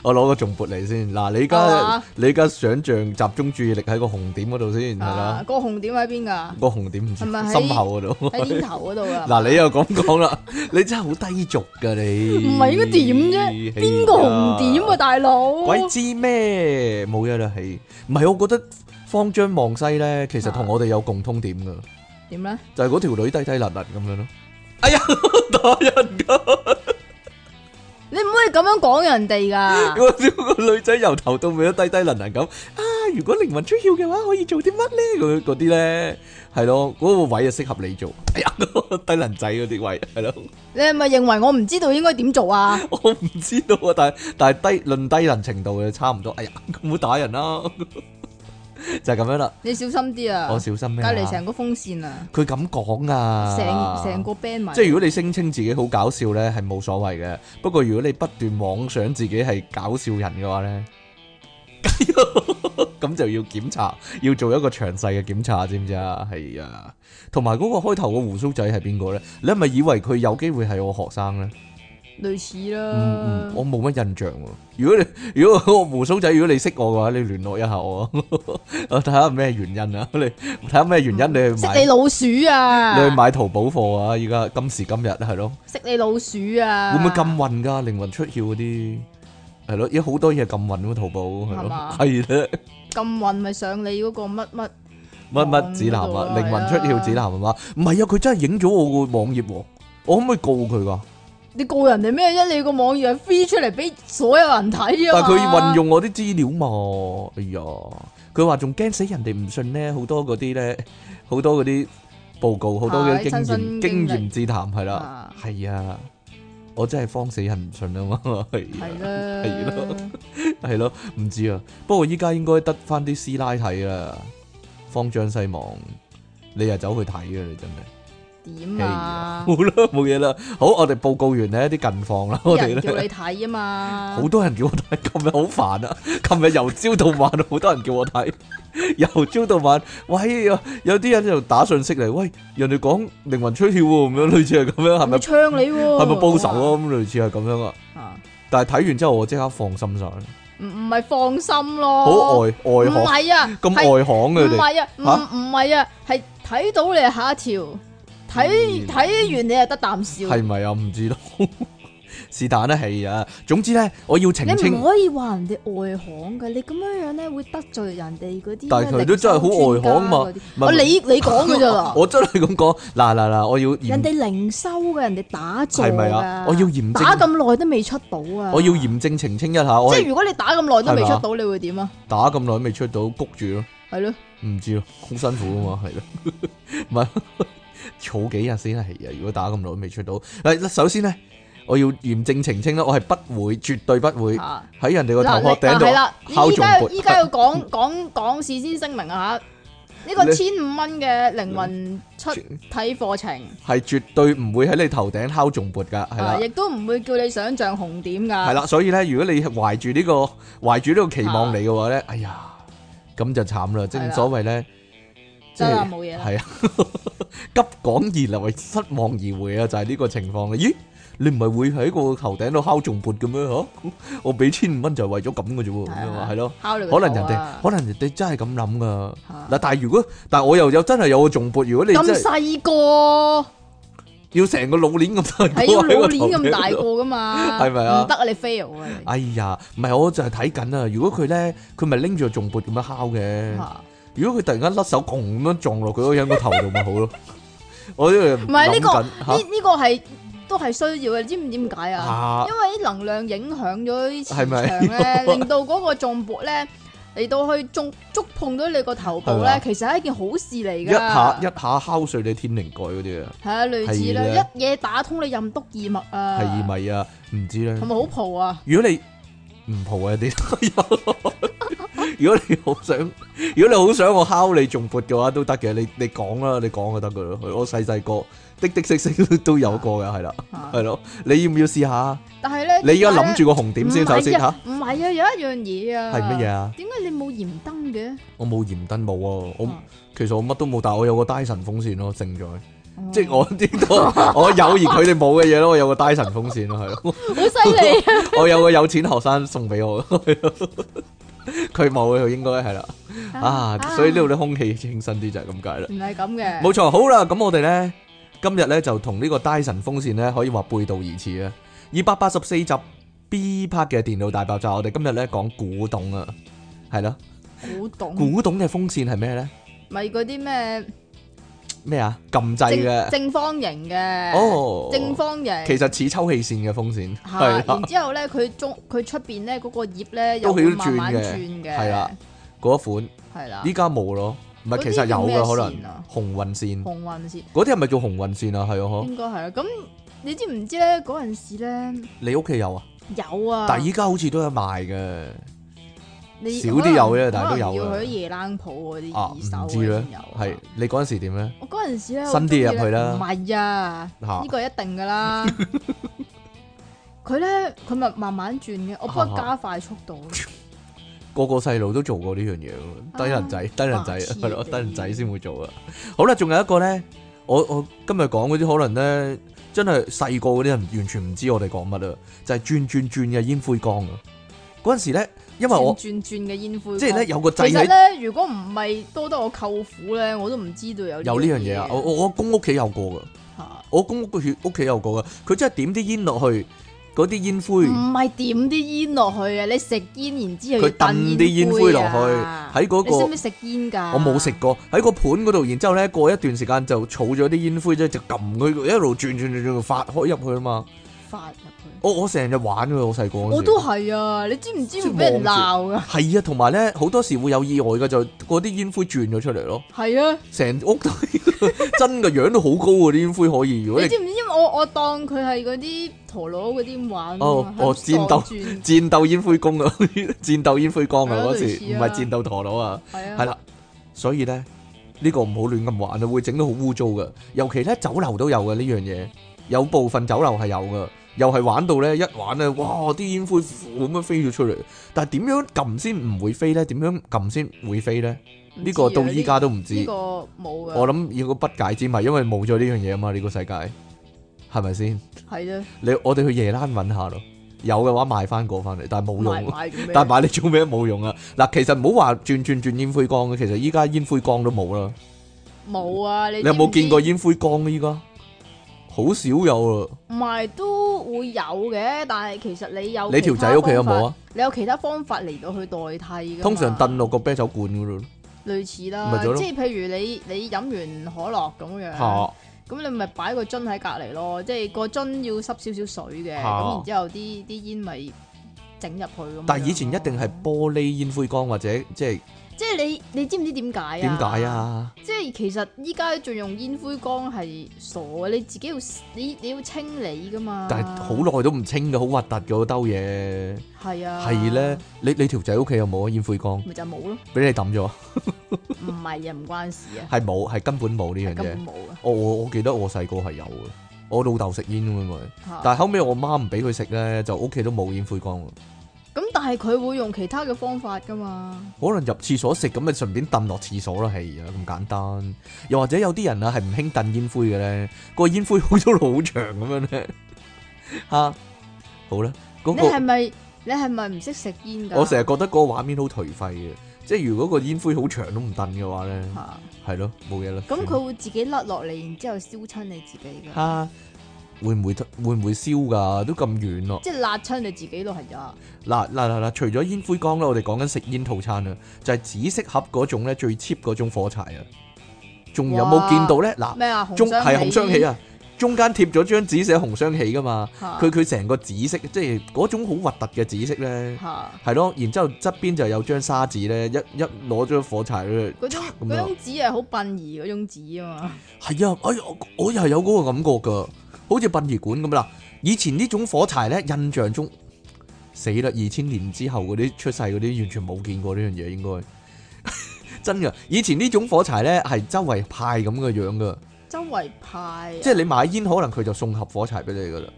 Speaker 1: 我攞個重撥嚟先。嗱，你而家
Speaker 2: 啊
Speaker 1: 你而家想象集中注意力喺個紅點嗰度先，係啦
Speaker 2: 啊，。個紅點喺邊噶？
Speaker 1: 個紅點唔知
Speaker 2: 係咪喺
Speaker 1: 心口嗰度。
Speaker 2: 喺煙頭嗰度啊！
Speaker 1: 嗱，你又咁講啦， 你真係好低俗噶你。
Speaker 2: 唔係應該點啫？邊個紅點啊，
Speaker 1: 啊？
Speaker 2: 大佬？
Speaker 1: 鬼知咩？冇嘢啦，係。唔係，我覺得方丈望西咧，其實 同我哋有共通點噶，
Speaker 2: 點咧？
Speaker 1: 就係嗰條女低低能能咁樣咯。哎呀，打人噶！
Speaker 2: 你唔可以咁樣講人哋噶。
Speaker 1: 我屌個女仔由頭到尾都低低能能咁。啊，如果靈魂出竅嘅話，可以做啲乜咧？嗰嗰啲咧，係咯，嗰、個位啊適合你做。哎呀， 低能仔嗰啲位係咯。
Speaker 2: 你係咪認為我唔知道應該點 做啊？
Speaker 1: 我唔知道啊，但係但係低論低能程度嘅差唔多。哎呀， 唔好打人啦， 就係咁樣啦。
Speaker 2: 你小心啲啊！
Speaker 1: 我小心咩
Speaker 2: 隔
Speaker 1: 啊？
Speaker 2: 離成個風扇啊，
Speaker 1: 佢咁講啊，
Speaker 2: 成成個 band 埋。
Speaker 1: 即係如果你聲稱自己好搞笑咧，係冇所謂嘅。不過如果你不斷妄想自己係搞笑人嘅話咧， 咁就要檢查，要做一個詳細嘅檢查，知唔知啊？係啊，同埋嗰個開頭個胡鬚仔係邊個咧？你係咪以為佢有機會係我學生咧？
Speaker 2: 類似
Speaker 1: 嗯
Speaker 2: 啦
Speaker 1: 嗯，。我冇乜印象喎。如果你如果我胡鬚仔，如果你識我嘅話，你聯絡一下我， 我睇下咩原因啊？你 睇下咩原因你去
Speaker 2: 嗯識你
Speaker 1: 買
Speaker 2: 老鼠啊！
Speaker 1: 你去買淘寶貨啊？依家今時今日係咯，
Speaker 2: 識你老鼠啊！
Speaker 1: 會唔會禁運㗎？靈魂出竅嗰啲係咯，有好多嘢禁運喎，淘寶係
Speaker 2: 係
Speaker 1: 咯
Speaker 2: 嘛，
Speaker 1: 係咧
Speaker 2: 禁運咪上你嗰個乜乜？
Speaker 1: 乜乜指南
Speaker 2: 網
Speaker 1: 啊，
Speaker 2: 嗰度
Speaker 1: 靈魂出竅
Speaker 2: 係啊
Speaker 1: 指南係嘛？唔係啊，佢真係影咗我個網頁喎，我可唔可以告佢㗎？
Speaker 2: 你告人哋咩啫？你個網頁係 free 出嚟俾所有人睇
Speaker 1: 但
Speaker 2: 啊嘛
Speaker 1: 係佢運用我啲資料嘛，哎呀，佢話仲驚死人哋唔信咧，好多嗰啲咧，好多嗰啲報告，好多嘅
Speaker 2: 係
Speaker 1: 經
Speaker 2: 親
Speaker 1: 驗經
Speaker 2: 身經歷
Speaker 1: 驗之談係啦
Speaker 2: 啊，
Speaker 1: 係啊，我真係慌死人唔信啊嘛， 係啊
Speaker 2: 係啦，
Speaker 1: 係咯，係咯，唔知啊，不過依家應該得翻啲師奶睇啦，方丈西望，你又走去睇嘅，你真係。哎
Speaker 2: 點啊？
Speaker 1: 好啦，冇嘢啦。好，我哋報告完呢啲近況啦， 我
Speaker 2: 啲
Speaker 1: 哋
Speaker 2: 人叫
Speaker 1: 咧
Speaker 2: 你睇啊嘛
Speaker 1: 好，多人叫我睇，琴日好煩啊！ 琴日由朝到晚，好多人叫我睇， 由朝到晚。喂，有有啲人就打信息嚟，喂，人哋講靈魂出竅喎，咁樣類似係咁樣，係咪
Speaker 2: 咪槍你喎？
Speaker 1: 係咪報仇啊？？咁類似係咁樣啊。
Speaker 2: 啊，
Speaker 1: 但係睇完之後，我即刻放心晒，
Speaker 2: 唔唔係放心咯，
Speaker 1: 好外
Speaker 2: 唔
Speaker 1: 外行，
Speaker 2: 係啊，
Speaker 1: 咁
Speaker 2: 係
Speaker 1: 外行嘅
Speaker 2: 唔
Speaker 1: 佢哋。
Speaker 2: 係啊，唔
Speaker 1: 嚇
Speaker 2: 唔係啊，係睇到你嚇一跳，睇
Speaker 1: 嗯
Speaker 2: 睇完你又得啖笑，
Speaker 1: 係咪啊？唔知道， 是但啦，係啊。總之咧，我要澄
Speaker 2: 你
Speaker 1: 清
Speaker 2: 唔。可以話人哋外行嘅，你咁樣樣咧會得罪人哋嗰啲咩靈修專家嗰啲。
Speaker 1: 但係佢都真係好外行嘛唔係？
Speaker 2: 啊你你講嘅咋 啦
Speaker 1: 我真係咁講，嗱嗱嗱，我要嚴
Speaker 2: 人哋靈修嘅，人哋打坐
Speaker 1: 係咪啊
Speaker 2: 㗎？
Speaker 1: 我要驗
Speaker 2: 打
Speaker 1: 證，
Speaker 2: 咁耐都未出到啊！
Speaker 1: 我要驗證澄清一下，我
Speaker 2: 即
Speaker 1: 係
Speaker 2: 係如果你打咁耐都未
Speaker 1: 係嘛
Speaker 2: 出到，你會點啊？
Speaker 1: 打咁耐未出到，谷住咯，
Speaker 2: 係咯，
Speaker 1: 唔知咯，好辛苦啊嘛，係咯， 唔係儲幾日先係啊！如果打咁耐都未出到，嗱，首先咧，我要嚴正澄清啦，我係不會，絕對不會
Speaker 2: 嚇
Speaker 1: 喺人哋個頭
Speaker 2: 啊
Speaker 1: 殼
Speaker 2: 嗱你嗱啊
Speaker 1: 頂
Speaker 2: 係
Speaker 1: 度
Speaker 2: 啦，
Speaker 1: 敲
Speaker 2: 依
Speaker 1: 重
Speaker 2: 家
Speaker 1: 撥
Speaker 2: 依家要講 講講事先聲明啊嚇！呢個
Speaker 1: 你
Speaker 2: 千五蚊嘅靈魂出體課程
Speaker 1: 係絕對唔會喺你頭頂敲重撥噶，係啦
Speaker 2: 啊，。亦都唔會叫你想像紅點㗎。
Speaker 1: 系啦，所以咧，如果你係懷住呢、個懷住呢個期望嚟嘅話咧，哎呀，咁就慘啦，
Speaker 2: 啊係
Speaker 1: 正
Speaker 2: 啦
Speaker 1: 所謂咧，即
Speaker 2: 真係
Speaker 1: 係
Speaker 2: 冇嘢啦
Speaker 1: 係啊， 急講而嚟，失望而回啊，就係呢個情況啦。咦，你唔係會喺個頭頂度敲重撥咁樣吓？ 我俾千五蚊就係為咗咁嘅啫喎，咁樣啊係咯，
Speaker 2: 敲你個
Speaker 1: 可能人
Speaker 2: 頭
Speaker 1: 哋
Speaker 2: 啊
Speaker 1: 可能人哋真係咁諗噶。
Speaker 2: 嚇
Speaker 1: 嗱，但係如果但係我又有真係有個重撥，如果你真
Speaker 2: 咁
Speaker 1: 係
Speaker 2: 細個
Speaker 1: 要成個老鏈咁大個
Speaker 2: 係要
Speaker 1: 喺個
Speaker 2: 老
Speaker 1: 頭頂
Speaker 2: 年
Speaker 1: 度，
Speaker 2: 咁大個㗎嘛？
Speaker 1: 係咪啊
Speaker 2: 唔得啊，你 fail 啊你！
Speaker 1: 哎呀，唔係我就係睇緊啊！如果佢咧，佢咪拎住個重撥咁樣敲嘅。
Speaker 2: 嚇
Speaker 1: 如果佢突然間甩手，嘭咁樣撞落佢嗰個人個頭度，咪好咯。我呢個唔
Speaker 2: 唔係呢個
Speaker 1: 個
Speaker 2: 呢呢個係都係需要嘅，知唔知點解啊？
Speaker 1: 嚇
Speaker 2: 因為啲能量影響咗啲磁場
Speaker 1: 係咪
Speaker 2: 咧， 令到嗰個重撥咧嚟到去觸觸碰到你個頭部
Speaker 1: 係嘛
Speaker 2: 咧，其實係一件好事嚟
Speaker 1: 一
Speaker 2: 噶。
Speaker 1: 下一下敲碎你天靈蓋嗰啲啊，
Speaker 2: 係啊，類似
Speaker 1: 係啦
Speaker 2: 啦，一嘢打通你任督二脈啊，
Speaker 1: 係咪啊？唔知咧
Speaker 2: 係。咪好蒲啊？
Speaker 1: 如果你唔蒲 啊，你如果你好想，如果你好想我敲你重撥嘅話都得嘅，你你講啦，你講就得噶啦。我細細個的的色色都都有過嘅，係啦，
Speaker 2: 啊
Speaker 1: 係咯。你要唔要試下？
Speaker 2: 但係咧，
Speaker 1: 你而家諗
Speaker 2: 點
Speaker 1: 住個紅點
Speaker 2: 解咧
Speaker 1: 先，首先
Speaker 2: 唔係
Speaker 1: 吓
Speaker 2: 啊，唔係啊，有一樣嘢啊，
Speaker 1: 係乜嘢？啊？
Speaker 2: 點解你冇鹽燈嘅？
Speaker 1: 我冇鹽燈冇啊，我
Speaker 2: 啊
Speaker 1: 其實我乜都冇，但係我有個 Dyson 風扇咯，正在，
Speaker 2: 哦
Speaker 1: 即係我呢個 我有而佢哋冇嘅嘢咯，我有個 Dyson 風扇咯，係 咯，
Speaker 2: 好犀利啊！
Speaker 1: 我有個有錢學生送俾我， 係咯佢冇嘅，佢應該係啦， 啊，所以呢度啲空氣清新啲就係咁解啦，
Speaker 2: 唔係咁嘅，
Speaker 1: 冇錯，好啦，咁我哋咧今日咧就同呢個 Dyson 風扇咧可以話背道而馳啊，二百八十四集 B part 嘅電腦大爆炸，我哋今日咧講古董啊，係咯，
Speaker 2: 古董
Speaker 1: 古董嘅風扇係咩咧？
Speaker 2: 咪嗰啲咩
Speaker 1: 咩啊？撳掣
Speaker 2: 正
Speaker 1: 嘅
Speaker 2: 正方形嘅，
Speaker 1: 哦，
Speaker 2: 正方形。
Speaker 1: 其實似抽氣扇嘅風
Speaker 2: 嚇
Speaker 1: 扇，係啦
Speaker 2: 啊然，之後咧，佢中佢出邊咧嗰個葉咧
Speaker 1: 都
Speaker 2: 又
Speaker 1: 幾
Speaker 2: 會慢
Speaker 1: 轉
Speaker 2: 慢轉
Speaker 1: 嘅，
Speaker 2: 嘅，
Speaker 1: 係啊啦，，嗰一款
Speaker 2: 係啦，
Speaker 1: 依家冇咯，唔係
Speaker 2: 啊嗰
Speaker 1: 其
Speaker 2: 啲
Speaker 1: 實有
Speaker 2: 叫咩
Speaker 1: 嘅可
Speaker 2: 線
Speaker 1: 能
Speaker 2: 啊
Speaker 1: 紅運扇，
Speaker 2: 紅運線
Speaker 1: 嗰啲係咪叫紅運扇啊？係啊，嗬，
Speaker 2: 應該係啦。咁你知唔知咧嗰陣時咧
Speaker 1: 你屋企有啊？
Speaker 2: 有啊，
Speaker 1: 但係依家好似都有賣嘅，
Speaker 2: 你
Speaker 1: 少啲有啫
Speaker 2: 可能
Speaker 1: 但係都有
Speaker 2: 可能
Speaker 1: 嘅
Speaker 2: 要去啲夜冷鋪嗰啲
Speaker 1: 啊，
Speaker 2: 二
Speaker 1: 唔
Speaker 2: 手
Speaker 1: 知
Speaker 2: 嗰
Speaker 1: 咧
Speaker 2: 啲有啊，
Speaker 1: 係你嗰陣時點咧？
Speaker 2: 我嗰陣時咧，
Speaker 1: 新啲嘢入去啦
Speaker 2: 我中意呢唔係啊，
Speaker 1: 嚇
Speaker 2: 呢個一定噶 啦。佢咧佢咪慢慢轉嘅，我幫佢加快速度。
Speaker 1: 個個細路都做過呢樣嘢喎，低人仔，低人仔
Speaker 2: 啊白痴
Speaker 1: 係咯，
Speaker 2: 嚟
Speaker 1: 低人仔先會做啊。好啦，仲有一個咧，我我今日講嗰啲可能咧，真係細個嗰啲人完全唔知我哋講乜啊，就係轉轉轉嘅煙灰缸啊。嗰陣時咧，因為我
Speaker 2: 轉轉轉嘅煙灰缸，
Speaker 1: 即係咧有個掣
Speaker 2: 其實
Speaker 1: 喺
Speaker 2: 咧，如果唔係多得我舅父咧，我都唔知道有
Speaker 1: 有呢樣嘢啊，我我我公屋企有過噶，
Speaker 2: 嚇
Speaker 1: 我公屋個屋企有過噶，佢真係點啲煙落去，嗰啲煙灰
Speaker 2: 唔係點啲煙落去啊！你食煙然之後
Speaker 1: 佢燉啲煙灰落去喺嗰
Speaker 2: 嗰
Speaker 1: 個
Speaker 2: 你識唔識食煙㗎？
Speaker 1: 我冇食過喺個盤嗰度，然之後咧過一段時間就儲咗啲煙灰啫，就撳佢一路轉轉轉轉發開入去啊嘛。
Speaker 2: 發入去，
Speaker 1: 我我成日玩㗎，我細個嗰陣時
Speaker 2: 我都係啊！你知唔知會俾人鬧㗎？
Speaker 1: 係啊，同埋咧好多時會有意外嘅，就嗰啲煙灰轉咗出嚟咯，
Speaker 2: 係啊！
Speaker 1: 成屋都 係真嘅樣都好高喎，啲煙灰可以。如果
Speaker 2: 你
Speaker 1: 你
Speaker 2: 知唔知？因為我我當佢係嗰啲陀螺嗰啲玩啊嘛
Speaker 1: 哦哦
Speaker 2: 喺
Speaker 1: 戰
Speaker 2: 度
Speaker 1: 鬥
Speaker 2: 轉
Speaker 1: 戰鬥煙灰 缸啊，戰鬥煙灰缸啊
Speaker 2: 係啊
Speaker 1: 嗰時
Speaker 2: 類似
Speaker 1: 唔
Speaker 2: 啊
Speaker 1: 係戰鬥陀螺啊，
Speaker 2: 係啊，
Speaker 1: 係啦，所以咧呢個唔好亂咁玩啊，會整到好污糟噶。尤其咧酒樓都有嘅呢樣嘢，有部分酒樓係有噶，又係玩到咧一玩咧，哇！啲煙灰咁樣飛咗出嚟。但係點樣撳先唔會飛咧？點樣撳先會飛咧？
Speaker 2: 唔
Speaker 1: 呢個
Speaker 2: 知啊
Speaker 1: 到依家都唔知
Speaker 2: 呢。個冇啊
Speaker 1: 我
Speaker 2: 噶，
Speaker 1: 諗要個不解之謎，因為冇咗呢樣嘢啊嘛，呢、個世界係咪先？
Speaker 2: 係啊啦，
Speaker 1: 你我哋去夜欄揾下咯，有嘅話買翻個翻嚟，但係冇
Speaker 2: 賣
Speaker 1: 用。啊
Speaker 2: 賣做咩？
Speaker 1: 但係買你做咩冇用啊？嗱，其實唔好話轉轉轉煙灰缸嘅，其實依家煙灰缸都冇啦。
Speaker 2: 冇啊！你
Speaker 1: 你有
Speaker 2: 知唔
Speaker 1: 冇見
Speaker 2: 知
Speaker 1: 過？煙灰缸啊依家好少有啊！
Speaker 2: 唔係都會有嘅，但係其實你有
Speaker 1: 你條仔屋企有冇
Speaker 2: 啊？
Speaker 1: 啊？
Speaker 2: 你有其他方法嚟到去代替㗎嘛
Speaker 1: 通常燉落個啤酒罐嗰度
Speaker 2: 類似啦
Speaker 1: 咪就，係咯
Speaker 2: 即係譬如你你飲完可樂咁樣。
Speaker 1: 嚇
Speaker 2: 咁你咪擺個樽喺隔離咯，即係個樽要濕少少水嘅，咁、
Speaker 1: 嚇
Speaker 2: 然之後啲啲煙咪整入去咁樣咯。
Speaker 1: 但係以前一定係玻璃煙灰缸或者即係
Speaker 2: 即係你你知唔知點解啊？
Speaker 1: 點解？啊？
Speaker 2: 即係其實依家仲用煙灰缸係傻嘅，你自己要你你要清理噶嘛。
Speaker 1: 但係好耐都唔清嘅，好核突嘅嗰兜嘢。
Speaker 2: 好係啊，
Speaker 1: 係咧，，你你條仔屋企有冇啊煙灰缸？
Speaker 2: 咪就係冇咯，
Speaker 1: 俾你抌咗？
Speaker 2: 唔係啊，唔關事 啊，
Speaker 1: 係冇，係根本冇呢樣
Speaker 2: 係根
Speaker 1: 嘢。
Speaker 2: 本冇啊。
Speaker 1: 我我我記得我細個係有嘅，我老豆食煙咁嘛，
Speaker 2: 嚇
Speaker 1: 但係後尾我媽唔俾佢食咧，就屋企都冇煙灰缸喎。
Speaker 2: 咁但係佢會用其他嘅方法噶嘛？
Speaker 1: 可能入廁所食咁咪順便揼落廁所啦，係啊咁簡單。又或者有啲人啊係唔興揼煙灰嘅咧，個煙灰好咗好長咁樣咧， 嚇、好啦，嗰、
Speaker 2: 你
Speaker 1: 個
Speaker 2: 係咪你係咪唔識食煙㗎？
Speaker 1: 我成日覺得嗰個畫面好頹廢嘅，即係如果個煙灰好長都唔揼嘅話咧，
Speaker 2: 嚇
Speaker 1: 係咯冇嘢啦。
Speaker 2: 咁佢會自己甩落嚟，然之後燒親你自己㗎。
Speaker 1: 嚇、會唔會會唔會燒㗎？都咁遠咯。
Speaker 2: 即係辣親你自己都係啊！
Speaker 1: 嗱嗱嗱嗱，除咗煙灰缸啦，我哋講緊食煙套餐啊，就係、紫色盒嗰種咧最 cheap 嗰種火柴啊，仲有冇
Speaker 2: 哇
Speaker 1: 見到咧？嗱，
Speaker 2: 咩啊？
Speaker 1: 中係
Speaker 2: 係
Speaker 1: 紅雙喜！啊，中間貼咗張紙寫紅雙喜噶嘛，
Speaker 2: 嚇
Speaker 1: 佢佢成個紫色，即係嗰種好核突嘅紫色咧，
Speaker 2: 嚇
Speaker 1: 係咯，然之後側邊就有張沙紙咧，一一攞咗火柴咧，
Speaker 2: 嗰種
Speaker 1: 咁
Speaker 2: 嗰
Speaker 1: 樣
Speaker 2: 種紙係啊好殯儀嗰種紙 啊嘛，
Speaker 1: 係啊，哎呀，我我又係有嗰個感覺噶，好似殯儀館咁啦。以前呢種火柴咧，印象中死啦，二千年之後嗰啲出世嗰啲完全冇見過呢樣嘢，應該 真噶。以前呢種火柴咧係周圍派咁嘅樣噶，
Speaker 2: 周圍派，啊
Speaker 1: 即係你買煙可能佢就送盒火柴俾你噶啦。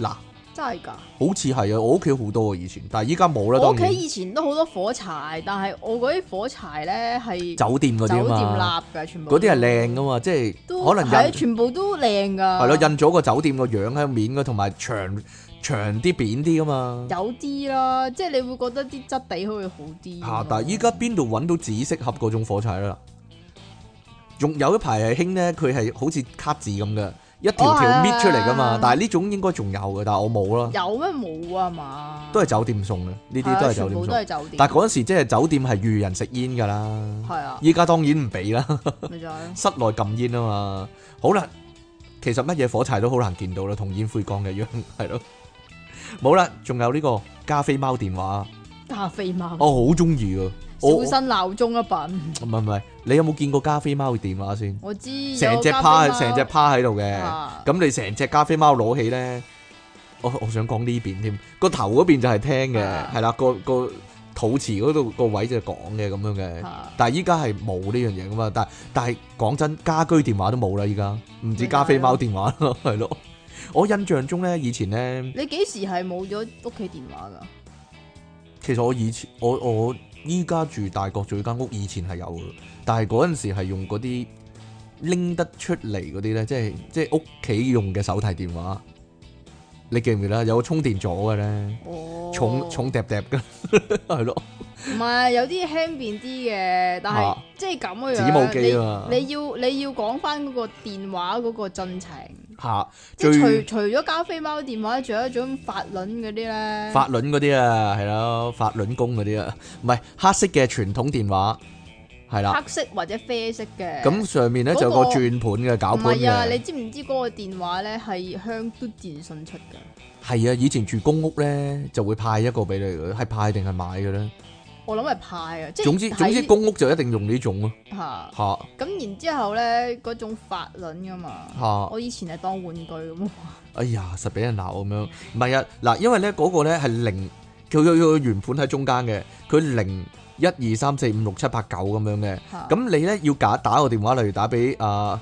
Speaker 1: 嗱，
Speaker 2: 真係㗎！
Speaker 1: 好似係啊，我屋企好多啊以前，但係依家冇啦，
Speaker 2: 我
Speaker 1: 當
Speaker 2: 屋企
Speaker 1: 然
Speaker 2: 以前都好多火柴，但係我嗰啲火柴咧係
Speaker 1: 酒店嗰
Speaker 2: 酒店
Speaker 1: 啲啊嘛，
Speaker 2: 蠟㗎，全部
Speaker 1: 嗰啲係靚噶嘛，即係
Speaker 2: 都
Speaker 1: 可能
Speaker 2: 係啊
Speaker 1: 印
Speaker 2: 全部都靚㗎，
Speaker 1: 係咯，印咗個酒店個樣喺面嘅，同埋長長啲扁啲噶嘛。
Speaker 2: 有啲啦，即係你會覺得啲質地可以好啲。
Speaker 1: 嚇、但係依家邊度揾到紫色盒嗰種火柴啦？仲有一排係興咧，佢係好似卡紙咁嘅，一條條
Speaker 2: 哦係啊
Speaker 1: 搣出嚟噶嘛。
Speaker 2: 係啊
Speaker 1: 但係呢種應該仲有嘅，但係我冇啦，
Speaker 2: 有咩冇啊嘛？
Speaker 1: 都係酒店送嘅，呢啲
Speaker 2: 係啊
Speaker 1: 都係酒
Speaker 2: 全
Speaker 1: 店
Speaker 2: 部都
Speaker 1: 送。
Speaker 2: 係酒店。
Speaker 1: 但係嗰陣時即係酒店係預人食煙㗎啦，
Speaker 2: 係啊，
Speaker 1: 依家當然唔俾啦，
Speaker 2: 咪就係咯
Speaker 1: 室內禁煙啊嘛。好啦，其實乜嘢火柴都好難見到啦，同煙灰缸一樣，係咯。冇啦，仲有呢、個加菲貓電話，
Speaker 2: 咖啡貓，
Speaker 1: 我好中意啊！我我
Speaker 2: 啊小新鬧鐘一品，
Speaker 1: 唔係唔係，你有冇見過加菲貓嘅電話先？
Speaker 2: 我知
Speaker 1: 成隻
Speaker 2: 隻
Speaker 1: 趴成隻趴喺度嘅，
Speaker 2: 啊
Speaker 1: 咁你成隻加菲貓攞起咧，我我想講呢邊添，個頭嗰邊就係聽嘅，
Speaker 2: 啊
Speaker 1: 係啦，個個肚臍嗰度個位就講嘅咁樣嘅，
Speaker 2: 啊
Speaker 1: 但係依家係冇呢樣嘢噶嘛，但係但係講真，家居電話都冇啦，依家唔止加菲貓電話咯，
Speaker 2: 啊
Speaker 1: 係咯，我印象中咧，以前咧，
Speaker 2: 你幾時係冇咗屋企電話㗎？
Speaker 1: 其實我以前我我依家住大角咀間屋，以前係有嘅，但係嗰陣時係用嗰啲拎得出嚟嗰啲咧，即係即係屋企用嘅手提電話。你記唔記得有個充電座嘅咧，
Speaker 2: 哦，
Speaker 1: 重重疊疊嘅， 係咯，
Speaker 2: 唔係有啲輕便啲嘅，但係、
Speaker 1: 啊
Speaker 2: 即係咁嘅樣。
Speaker 1: 子母機啊
Speaker 2: 你
Speaker 1: 嘛，
Speaker 2: 你要你要講翻嗰個電話嗰個進程，
Speaker 1: 嚇
Speaker 2: 即
Speaker 1: 最
Speaker 2: 係除除咗加菲貓電話，仲有一種法輪嗰啲咧，
Speaker 1: 法輪嗰啲啊，係咯，法輪功嗰啲啊，唔係黑色嘅傳統電話，係啦，
Speaker 2: 黑色或者啡色嘅。
Speaker 1: 啊咁上面咧就有個
Speaker 2: 嗰個
Speaker 1: 轉盤嘅搞
Speaker 2: 唔
Speaker 1: 盤
Speaker 2: 係啊，你
Speaker 1: 嘅，
Speaker 2: 知唔知嗰個電話咧係香都電信出㗎？
Speaker 1: 係啊，以前住公屋咧就會派一個俾你嘅，係派定係買嘅咧？
Speaker 2: 我諗係派啊，即係
Speaker 1: 總之
Speaker 2: 喺
Speaker 1: 總之公屋就一定用呢種咯，
Speaker 2: 嚇
Speaker 1: 嚇
Speaker 2: 咁然之後咧嗰種法輪㗎嘛，
Speaker 1: 嚇，
Speaker 2: 我以前係當玩具咁。
Speaker 1: 哎呀，實俾人鬧咁樣。唔係啊，嗱，因為咧嗰個咧係零佢佢佢原本喺中間嘅，佢零一二三四五六七八九咁樣嘅。
Speaker 2: 嚇
Speaker 1: 咁你咧要假打個電話，例如打俾阿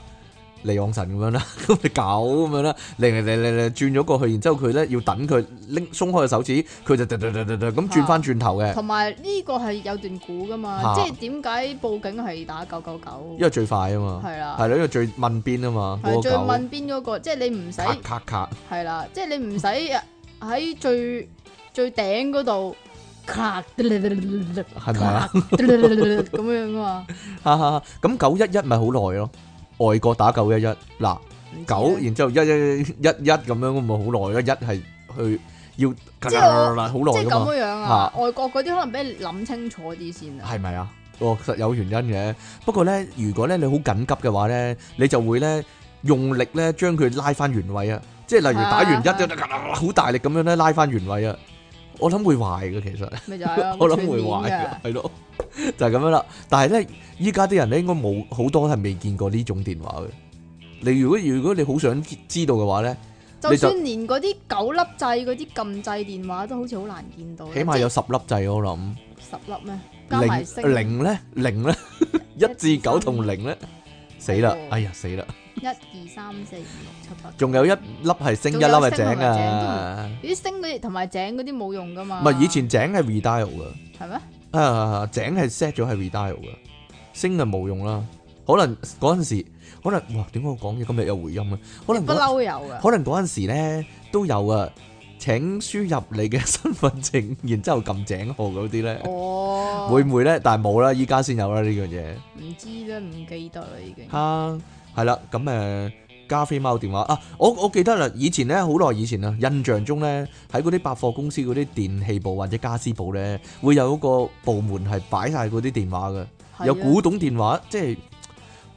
Speaker 1: 離岸神咁樣啦，咁你搞咁樣啦，嚟嚟嚟嚟嚟轉咗過去，然之後佢咧要等佢拎鬆開個手指，佢就嘟嘟嘟嘟嘟咁轉翻轉頭嘅，
Speaker 2: 同埋呢個係有段估噶嘛，
Speaker 1: 嚇
Speaker 2: 即係點解報警係打九九九
Speaker 1: 因？為最快啊嘛，
Speaker 2: 係啦，
Speaker 1: 係咯，因為最問邊啊嘛，嗰
Speaker 2: 係
Speaker 1: 個
Speaker 2: 最
Speaker 1: 狗
Speaker 2: 問邊嗰個，即係你唔使
Speaker 1: 咔咔咔，
Speaker 2: 係啦，即係你唔使喺最最頂嗰度 咔，係
Speaker 1: 咪啊？
Speaker 2: 咁樣噶嘛，
Speaker 1: 哈哈，咁九一一咪好耐咯，外國打九一一嗱。
Speaker 2: 唔知啊
Speaker 1: 九，然之後一一一一咁樣咁咪好耐咯，一係去要
Speaker 2: 即係我
Speaker 1: 好
Speaker 2: 即
Speaker 1: 耐
Speaker 2: 係
Speaker 1: 噶嘛，
Speaker 2: 咁樣啊！外國嗰啲可能俾你諗清楚啲先啊，
Speaker 1: 係咪啊？哦，實有原因嘅。不過咧，如果咧你好緊急嘅話咧，你就會咧用力咧將佢拉翻原位啊！即係例如打完一
Speaker 2: 啊
Speaker 1: 就好大力咁樣咧拉翻原位啊！我諗會壞嘅其實。
Speaker 2: 咪就係啊，
Speaker 1: 我諗會
Speaker 2: 會
Speaker 1: 壞
Speaker 2: 傳染
Speaker 1: 嘅
Speaker 2: 嘅，
Speaker 1: 係咯， 就係咁樣啦。但係咧，依家啲人咧應該冇好多係未見過呢種電話嘅。你如果如果你好想知道嘅話咧，
Speaker 2: 就
Speaker 1: 你就
Speaker 2: 算連嗰啲九粒掣嗰啲撳掣電話都好似好難見到啦，
Speaker 1: 起碼有十粒掣我諗。
Speaker 2: 即係十粒咩？加埋
Speaker 1: 零
Speaker 2: 星啊
Speaker 1: 零咧，零咧， 一至九同零咧，死啦
Speaker 2: 係！喎
Speaker 1: 哎呀，死啦！
Speaker 2: 一二三四五六七八，
Speaker 1: 仲有一粒係星，一粒
Speaker 2: 仲有
Speaker 1: 係井
Speaker 2: 星同
Speaker 1: 啊！
Speaker 2: 啲星嗰啲同埋井嗰啲冇用噶嘛？
Speaker 1: 唔係以前井係 redial 噶，
Speaker 2: 係咩？
Speaker 1: 啊井係 set 咗係 redial 噶，星係冇用啦。可能嗰陣時，可能哇，點解我講嘢今日有回音啊？可能
Speaker 2: 不
Speaker 1: 嗰
Speaker 2: 嬲有噶，
Speaker 1: 可能嗰陣時咧都有啊。請輸入你嘅身份證，然之後撳井號嗰啲咧，
Speaker 2: 哦，
Speaker 1: 會唔會咧？但係冇啦，依家先有啦呢樣嘢。
Speaker 2: 唔知啦，唔記得啦已經。
Speaker 1: 啊，係啦，咁誒加菲貓電話啊，我我記得啦，以前咧好耐以前啦，啊印象中咧喺嗰啲百貨公司嗰啲電器部或者家私部咧，會有一個部門係擺晒嗰啲電話嘅，
Speaker 2: 係啊
Speaker 1: 有古董電話，即係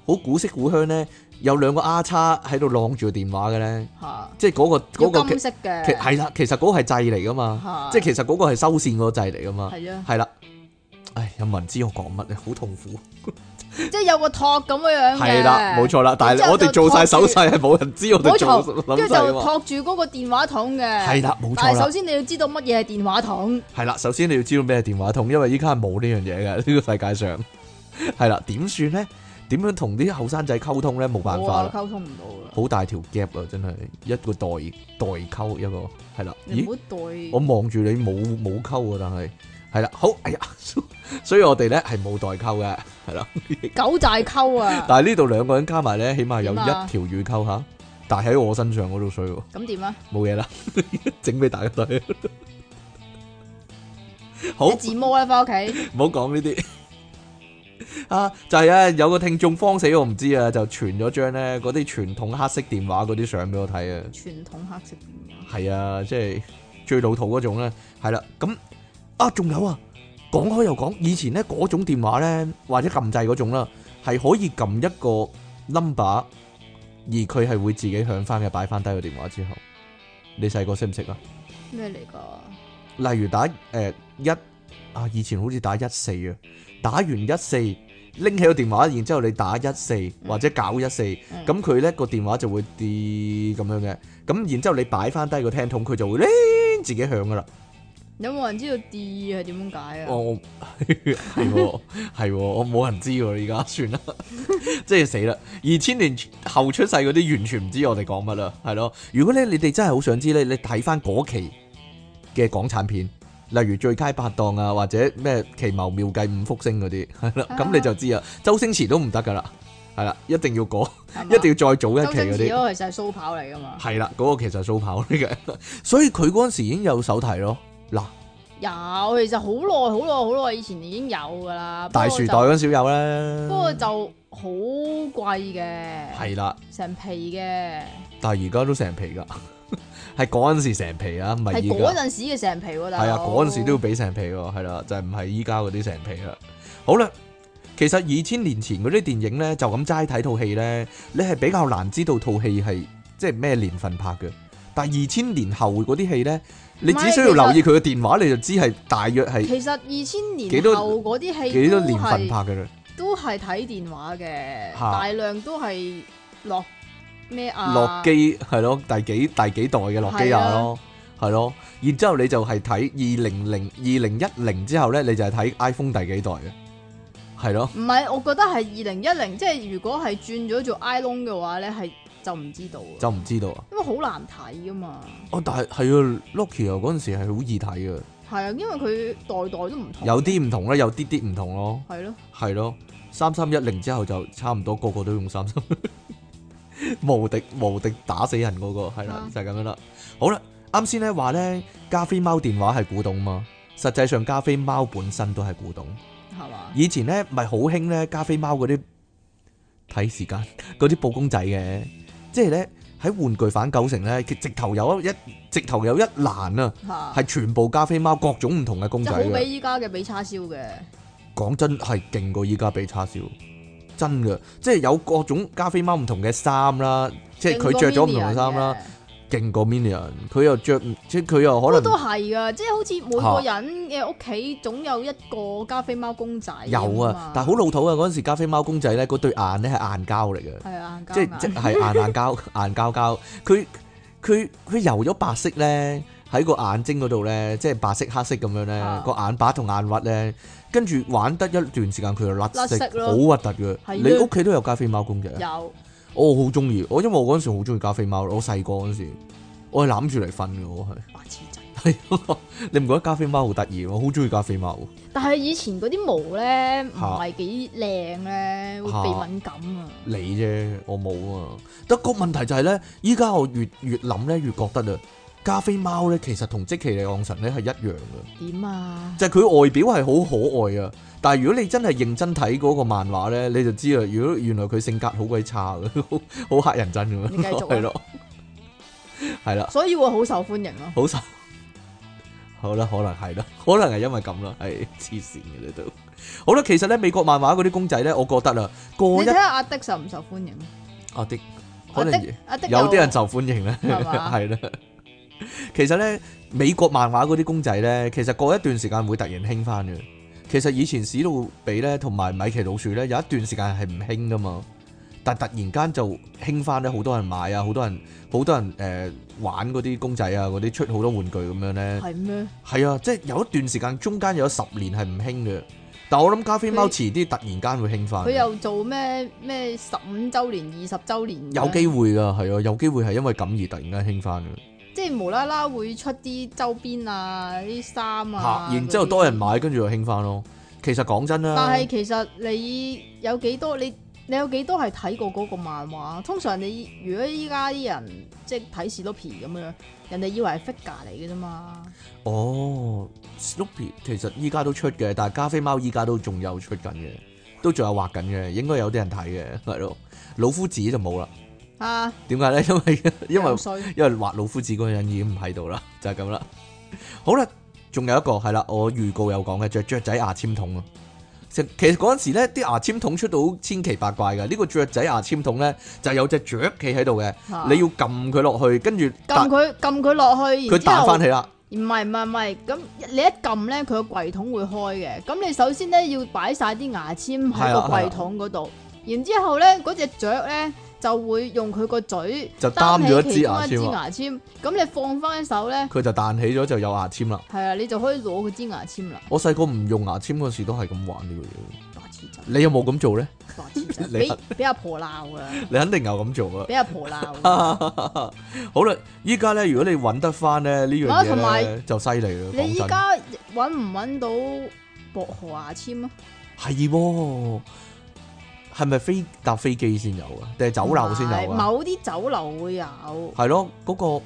Speaker 1: 好古色古香咧，有兩個丫叉喺度晾住個電話嘅咧，
Speaker 2: 嚇，
Speaker 1: 即係嗰、個
Speaker 2: 要
Speaker 1: 嗰、個
Speaker 2: 金
Speaker 1: 其
Speaker 2: 色嘅，
Speaker 1: 其係啦，其實嗰個係掣嚟噶嘛，
Speaker 2: 嚇
Speaker 1: 即係其實嗰個係收線嗰個掣嚟噶嘛，
Speaker 2: 係啊，
Speaker 1: 係啦，唉，有冇人知我講乜咧？好痛苦。啊
Speaker 2: 即係有個托咁樣樣嘅
Speaker 1: 系啦，冇。錯啦，但
Speaker 2: 之
Speaker 1: 係
Speaker 2: 後
Speaker 1: 我哋
Speaker 2: 就
Speaker 1: 做晒
Speaker 2: 托
Speaker 1: 手
Speaker 2: 住
Speaker 1: 勢係冇人知我
Speaker 2: 冇
Speaker 1: 哋
Speaker 2: 錯
Speaker 1: 做
Speaker 2: 跟
Speaker 1: 諗
Speaker 2: 住
Speaker 1: 晒啊
Speaker 2: 就
Speaker 1: 嘛。
Speaker 2: 托住嗰個電話筒嘅。
Speaker 1: 係啦，冇錯
Speaker 2: 但係首
Speaker 1: 啦，
Speaker 2: 先你要知道乜嘢係電話筒，
Speaker 1: 係啦，首先你要知道咩係電話筒，因為依家係冇呢樣嘢嘅呢個世界上。係啦，點算咧？點樣同啲後生仔溝通咧？冇辦
Speaker 2: 我
Speaker 1: 法
Speaker 2: 啊
Speaker 1: 啦，
Speaker 2: 溝通唔到啦。
Speaker 1: 好大條 gap 啊！真係一個代代溝一個係啦。
Speaker 2: 你
Speaker 1: 咦
Speaker 2: 唔，好
Speaker 1: 我
Speaker 2: 代，
Speaker 1: 望住你冇冇溝啊，但係係啦，好，哎呀， 所以我哋咧係冇代溝嘅，係啦。
Speaker 2: 狗就係溝 啊。
Speaker 1: 但係呢度兩個人加埋咧，起碼有一
Speaker 2: 點啊
Speaker 1: 條魚溝吓，但係喺我身上嗰度衰喎。
Speaker 2: 咁點啊？
Speaker 1: 冇嘢啦， 整俾大家睇。 好，
Speaker 2: 你
Speaker 1: 唔
Speaker 2: 自摸啦，翻屋企。
Speaker 1: 好講呢啲。 啊，就係、啊，有個聽眾慌死我唔知啊，就傳咗張咧嗰啲傳統黑色電話嗰啲相俾我睇啊。
Speaker 2: 傳統黑色電話。
Speaker 1: 係啊，即係最老土嗰種咧，係啦。咁啊，仲有啊，講開又講，以前咧嗰種電話咧，或者撳掣嗰種啦，係可以撳一個 number，而佢係會自己響翻嘅，擺翻低個電話之後。你細個識唔識啊？
Speaker 2: 咩嚟㗎？
Speaker 1: 例如打誒、呃一啊，以前好似打一四啊，打完一四拎起個電話，然之後你打一四或者搞一四，
Speaker 2: 嗯
Speaker 1: 咁佢咧個電話就會跌咁樣嘅，咁然之後你擺翻低個聽筒，佢就會咧自己響噶啦。
Speaker 2: 有冇人知道 D 係點解啊
Speaker 1: 我？ 我係喎係喎，我冇人知喎，而家 算啦，即係死啦！二千年後出世嗰啲完全唔知我哋講乜啦，係咯。如果咧你哋真係好想知咧，你睇翻嗰期嘅港產片，例如《最佳拍檔》啊，或者咩《奇謀妙計五福星》嗰啲，係啦，咁你就知啊。周星馳都唔得噶啦，係啦，一定要嗰，
Speaker 2: 係 嘛
Speaker 1: 一定要再早一
Speaker 2: 啊周
Speaker 1: 期
Speaker 2: 星
Speaker 1: 嗰
Speaker 2: 馳
Speaker 1: 啲
Speaker 2: 嗰，個其實係蘇跑嚟㗎嘛？
Speaker 1: 係啦，嗰個其實係蘇跑嚟嘅， 所以佢嗰陣時已經有手提咯。嗱，
Speaker 2: 有，其實好耐好耐好耐以前已經有㗎啦。不過
Speaker 1: 大
Speaker 2: 就
Speaker 1: 時代嗰陣時有啦，
Speaker 2: 不過就好貴嘅，
Speaker 1: 係啦。
Speaker 2: 成皮嘅，
Speaker 1: 但係而家都成皮噶， 係嗰陣時成皮啊，唔係
Speaker 2: 係
Speaker 1: 而
Speaker 2: 嗰
Speaker 1: 家。
Speaker 2: 陣時嘅成皮喎，大
Speaker 1: 係啊，
Speaker 2: 佬
Speaker 1: 嗰陣時都要俾成皮喎，係啦，就係唔係依家嗰啲成皮啦。啊好啦，其實二千年前嗰啲電影咧，就咁齋睇套戲咧，你係比較難知道套戲係即係咩年份拍嘅。但係二千年後嗰啲戲咧，你
Speaker 2: 唔
Speaker 1: 只
Speaker 2: 係
Speaker 1: 需要
Speaker 2: 其實
Speaker 1: 留意佢嘅電話，你就知係大約係
Speaker 2: 其實二千
Speaker 1: 幾
Speaker 2: 年
Speaker 1: 多
Speaker 2: 後嗰啲戲
Speaker 1: 幾多
Speaker 2: 都
Speaker 1: 年份
Speaker 2: 係
Speaker 1: 拍嘅啦。
Speaker 2: 都係睇電話嘅，
Speaker 1: 嚇
Speaker 2: 大量都係落咩啊？
Speaker 1: 洛基係咯，第幾第幾代嘅洛基
Speaker 2: 係
Speaker 1: 亞
Speaker 2: 啊
Speaker 1: 咯，係咯，然之後你就係睇二零零二零一零之後咧，你就係睇 iPhone 第幾代嘅，係咯，
Speaker 2: 唔係，我覺得係二零一零，即係如果係轉咗做 i l o n 嘅話咧，係就唔知道啊，
Speaker 1: 就唔知道啊。
Speaker 2: 因為好難睇噶嘛。
Speaker 1: 哦，但係係啊，Nokia 嗰陣時係好易睇嘅，
Speaker 2: 係啊，因為佢代代都唔同。
Speaker 1: 有啲唔同啦，有啲啲唔同咯，
Speaker 2: 係咯，
Speaker 1: 係咯。三三一零之後就差唔多個個都用三三， 無敵無敵打死人嗰、個係啦，
Speaker 2: 啊
Speaker 1: 就係咁樣啦。好啦，啱先咧話咧加菲貓電話係古董嘛，實際上加菲貓本身都係古董。
Speaker 2: 係嘛？
Speaker 1: 以前咧咪好興咧加菲貓嗰啲睇時間 嗰啲布公仔嘅，即係咧喺玩具反九成咧，佢直頭有一直頭有一欄啊，
Speaker 2: 嚇，
Speaker 1: 係全部加菲貓各種唔同嘅公
Speaker 2: 即
Speaker 1: 仔
Speaker 2: 係好
Speaker 1: 嘅
Speaker 2: 比。依家嘅比叉燒嘅，
Speaker 1: 講真係勁過依家比叉燒，真嘅，即係有各種加菲貓唔同嘅衫啦，即係佢着咗唔同嘅衫啦，勁過 Minion，佢又着唔，即係佢又
Speaker 2: 不過
Speaker 1: 可
Speaker 2: 都
Speaker 1: 能
Speaker 2: 係噶，即係好似每個人嘅屋企總有一個加菲貓公仔。
Speaker 1: 有啊，但係好老土啊！嗰陣時加菲貓公仔咧，嗰對眼咧係硬膠嚟嘅。
Speaker 2: 係啊，
Speaker 1: 即
Speaker 2: 啱
Speaker 1: 即
Speaker 2: 啱
Speaker 1: 係硬硬 膠硬膠膠，佢佢佢油咗白色咧喺個眼睛嗰度咧，即係白色黑色咁樣咧
Speaker 2: 啊，
Speaker 1: 個眼把同眼核咧，跟住玩得一段時間佢就甩
Speaker 2: 甩
Speaker 1: 色
Speaker 2: 色，咯
Speaker 1: 好核突嘅。
Speaker 2: 係
Speaker 1: 你
Speaker 2: 咯
Speaker 1: 屋企都有加菲貓公仔啊？
Speaker 2: 有
Speaker 1: 我好中意，我因為我嗰陣時好中意加菲貓，我細個嗰陣時，我係攬住嚟瞓嘅，我係
Speaker 2: 白痴仔。
Speaker 1: 係你唔覺得加菲貓好得意？我好中意加菲貓，
Speaker 2: 但係以前嗰啲毛咧唔
Speaker 1: 嚇
Speaker 2: 係幾靚咧，會
Speaker 1: 嚇
Speaker 2: 鼻敏感啊。
Speaker 1: 你啫，我冇啊。得個問題就係咧，依家我越越諗咧，越覺得啊，加菲貓咧其實同積淇離岸神咧係一樣嘅，
Speaker 2: 點啊？
Speaker 1: 就係佢外表係好可愛啊。但係如果你真係認真睇嗰個漫畫咧，你就知啦。如果原來佢性格好鬼差嘅， 好好嚇人憎咁
Speaker 2: 你繼
Speaker 1: 樣，
Speaker 2: 續啊
Speaker 1: 係咯，係啦。
Speaker 2: 所以會好受歡迎咯。
Speaker 1: 好受。好啦，可能 係啦，可能係因為咁啦，係黐線嘅你都。好啦，其實咧美國漫畫嗰啲公仔咧，我覺得啦，過
Speaker 2: 你
Speaker 1: 一
Speaker 2: 睇下阿迪受唔受歡迎？
Speaker 1: 啊的，可
Speaker 2: 阿
Speaker 1: 能
Speaker 2: 迪阿迪
Speaker 1: 有啲人受歡迎咧，
Speaker 2: 係 嘛
Speaker 1: 係啦。其實咧美國漫畫嗰啲公仔咧，其實過一段時間會突然興翻嘅。其實以前史努比咧同埋米奇老鼠咧有一段時間係唔興噶嘛，但突然間就興翻咧，好多人買啊，好多人好多人誒、呃玩嗰啲公仔啊，嗰啲出好多玩具咁樣咧。
Speaker 2: 係咩？
Speaker 1: 係啊，即係有一段時間中間有十年係唔興嘅，但我諗加菲貓遲啲突然間會興翻，
Speaker 2: 佢又做咩咩十五周年、二十周年，
Speaker 1: 有機會㗎，係啊，有機會係因為咁而突然間興翻嘅，
Speaker 2: 即係無啦啦會出啲周邊啊、啲衫啊
Speaker 1: 嚇，，然之後
Speaker 2: 嗰啲
Speaker 1: 多人。買，跟住就興翻咯。其實講真
Speaker 2: 但
Speaker 1: 啦，
Speaker 2: 係其實你有幾多你你有幾多係睇過嗰個漫畫？通常你如果依家啲人即係睇士多啤咁樣，人哋以為係 figure 嚟嘅啫嘛。
Speaker 1: 哦，Snoopy 其實依家都出嘅，但係加菲貓依家都仲有出緊嘅，都仲有畫緊嘅，應該有啲人睇嘅，係咯。老夫子就冇啦，
Speaker 2: 啊，
Speaker 1: 點解 咧？因為因為
Speaker 2: 樣衰
Speaker 1: 因為畫老夫子嗰個人已經唔喺度啦，就係咁啦。好啦，仲有一個係啦，我預告有講嘅，着雀仔牙籤筒啊。其實其實嗰陣時咧，啲牙籤筒出到千奇百怪嘅。呢、個雀仔牙籤筒咧，就有隻雀企喺度嘅，
Speaker 2: 嚇
Speaker 1: 你要撳佢落去，跟住
Speaker 2: 啊
Speaker 1: 彈
Speaker 2: 撳佢撳佢落去，
Speaker 1: 佢
Speaker 2: 然之後
Speaker 1: 彈翻起啦。
Speaker 2: 唔係唔係唔係，咁你一撳咧，佢個櫃桶會開嘅。咁你首先咧要擺晒啲牙籤喺
Speaker 1: 係啊
Speaker 2: 個櫃桶嗰度，然之後咧嗰只雀咧就會用佢個嘴
Speaker 1: 就
Speaker 2: 擔
Speaker 1: 擔咗一
Speaker 2: 起
Speaker 1: 支
Speaker 2: 其
Speaker 1: 牙
Speaker 2: 中一支
Speaker 1: 籤啊，
Speaker 2: 牙籤。咁你放翻手咧，
Speaker 1: 佢就彈起咗就有牙籤啦。
Speaker 2: 係啊，你就可以攞佢支牙籤啦。
Speaker 1: 我細個唔用牙籤嗰時都係咁玩呢個嘢。
Speaker 2: 白痴仔，
Speaker 1: 你有冇咁做咧？
Speaker 2: 白痴仔，
Speaker 1: 你啊
Speaker 2: 俾俾阿婆鬧啊，
Speaker 1: 你肯定有咁做啊！
Speaker 2: 俾阿婆鬧啊。
Speaker 1: 好啦，依家咧，如果你揾得翻咧呢樣
Speaker 2: 啊同
Speaker 1: 嘢咧
Speaker 2: 埋，
Speaker 1: 就犀利啦。
Speaker 2: 你
Speaker 1: 講
Speaker 2: 依
Speaker 1: 真
Speaker 2: 家揾唔揾到薄荷牙籤啊？
Speaker 1: 係喎，係咪飛搭飛機先有啊？定係酒樓先有
Speaker 2: 唔係
Speaker 1: 啊？
Speaker 2: 某啲酒樓會有
Speaker 1: 係咯，嗰、個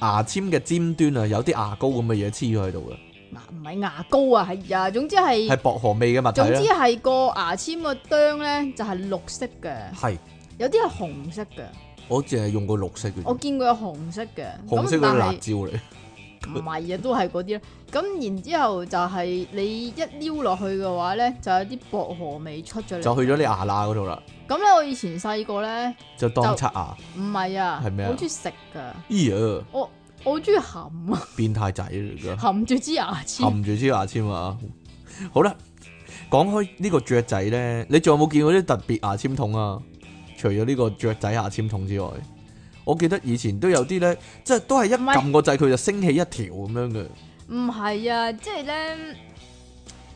Speaker 1: 牙籤嘅尖端啊，有啲牙膏咁嘅嘢黐咗喺度嘅，
Speaker 2: 牙，唔係牙膏啊，係啊，總之係
Speaker 1: 啊係。薄荷味嘅物體
Speaker 2: 總之
Speaker 1: 啦。
Speaker 2: 係個牙籤個啄咧就係綠色嘅，
Speaker 1: 係，
Speaker 2: 有啲係紅色嘅，
Speaker 1: 我淨係用過綠色嘅
Speaker 2: 我
Speaker 1: 啫，
Speaker 2: 見過有紅色嘅，
Speaker 1: 紅色嗰
Speaker 2: 咁
Speaker 1: 啲
Speaker 2: 但
Speaker 1: 辣
Speaker 2: 係
Speaker 1: 椒嚟。
Speaker 2: 唔係啊，都係嗰啲啦。咁然之後就係你一撩落去嘅話咧，就有啲薄荷味出咗
Speaker 1: 就
Speaker 2: 嚟。
Speaker 1: 去咗你牙罅嗰度啦，
Speaker 2: 咁咧，我以前細個咧，
Speaker 1: 就當刷牙。
Speaker 2: 唔係啊，
Speaker 1: 係咩啊
Speaker 2: 好中意食噶，
Speaker 1: 咦呀，
Speaker 2: 我我好中意含 啊，
Speaker 1: 變態仔嚟㗎！
Speaker 2: 含住支牙籤。
Speaker 1: 含住支牙籤啊！好啦，講開呢個雀仔咧，你仲有冇見過啲特別牙籤筒啊？除咗呢個雀仔牙籤筒之外，我記得以前都有啲咧，即係都係一
Speaker 2: 唔係
Speaker 1: 撳個掣佢就升起一條咁樣嘅。
Speaker 2: 唔係啊，即係咧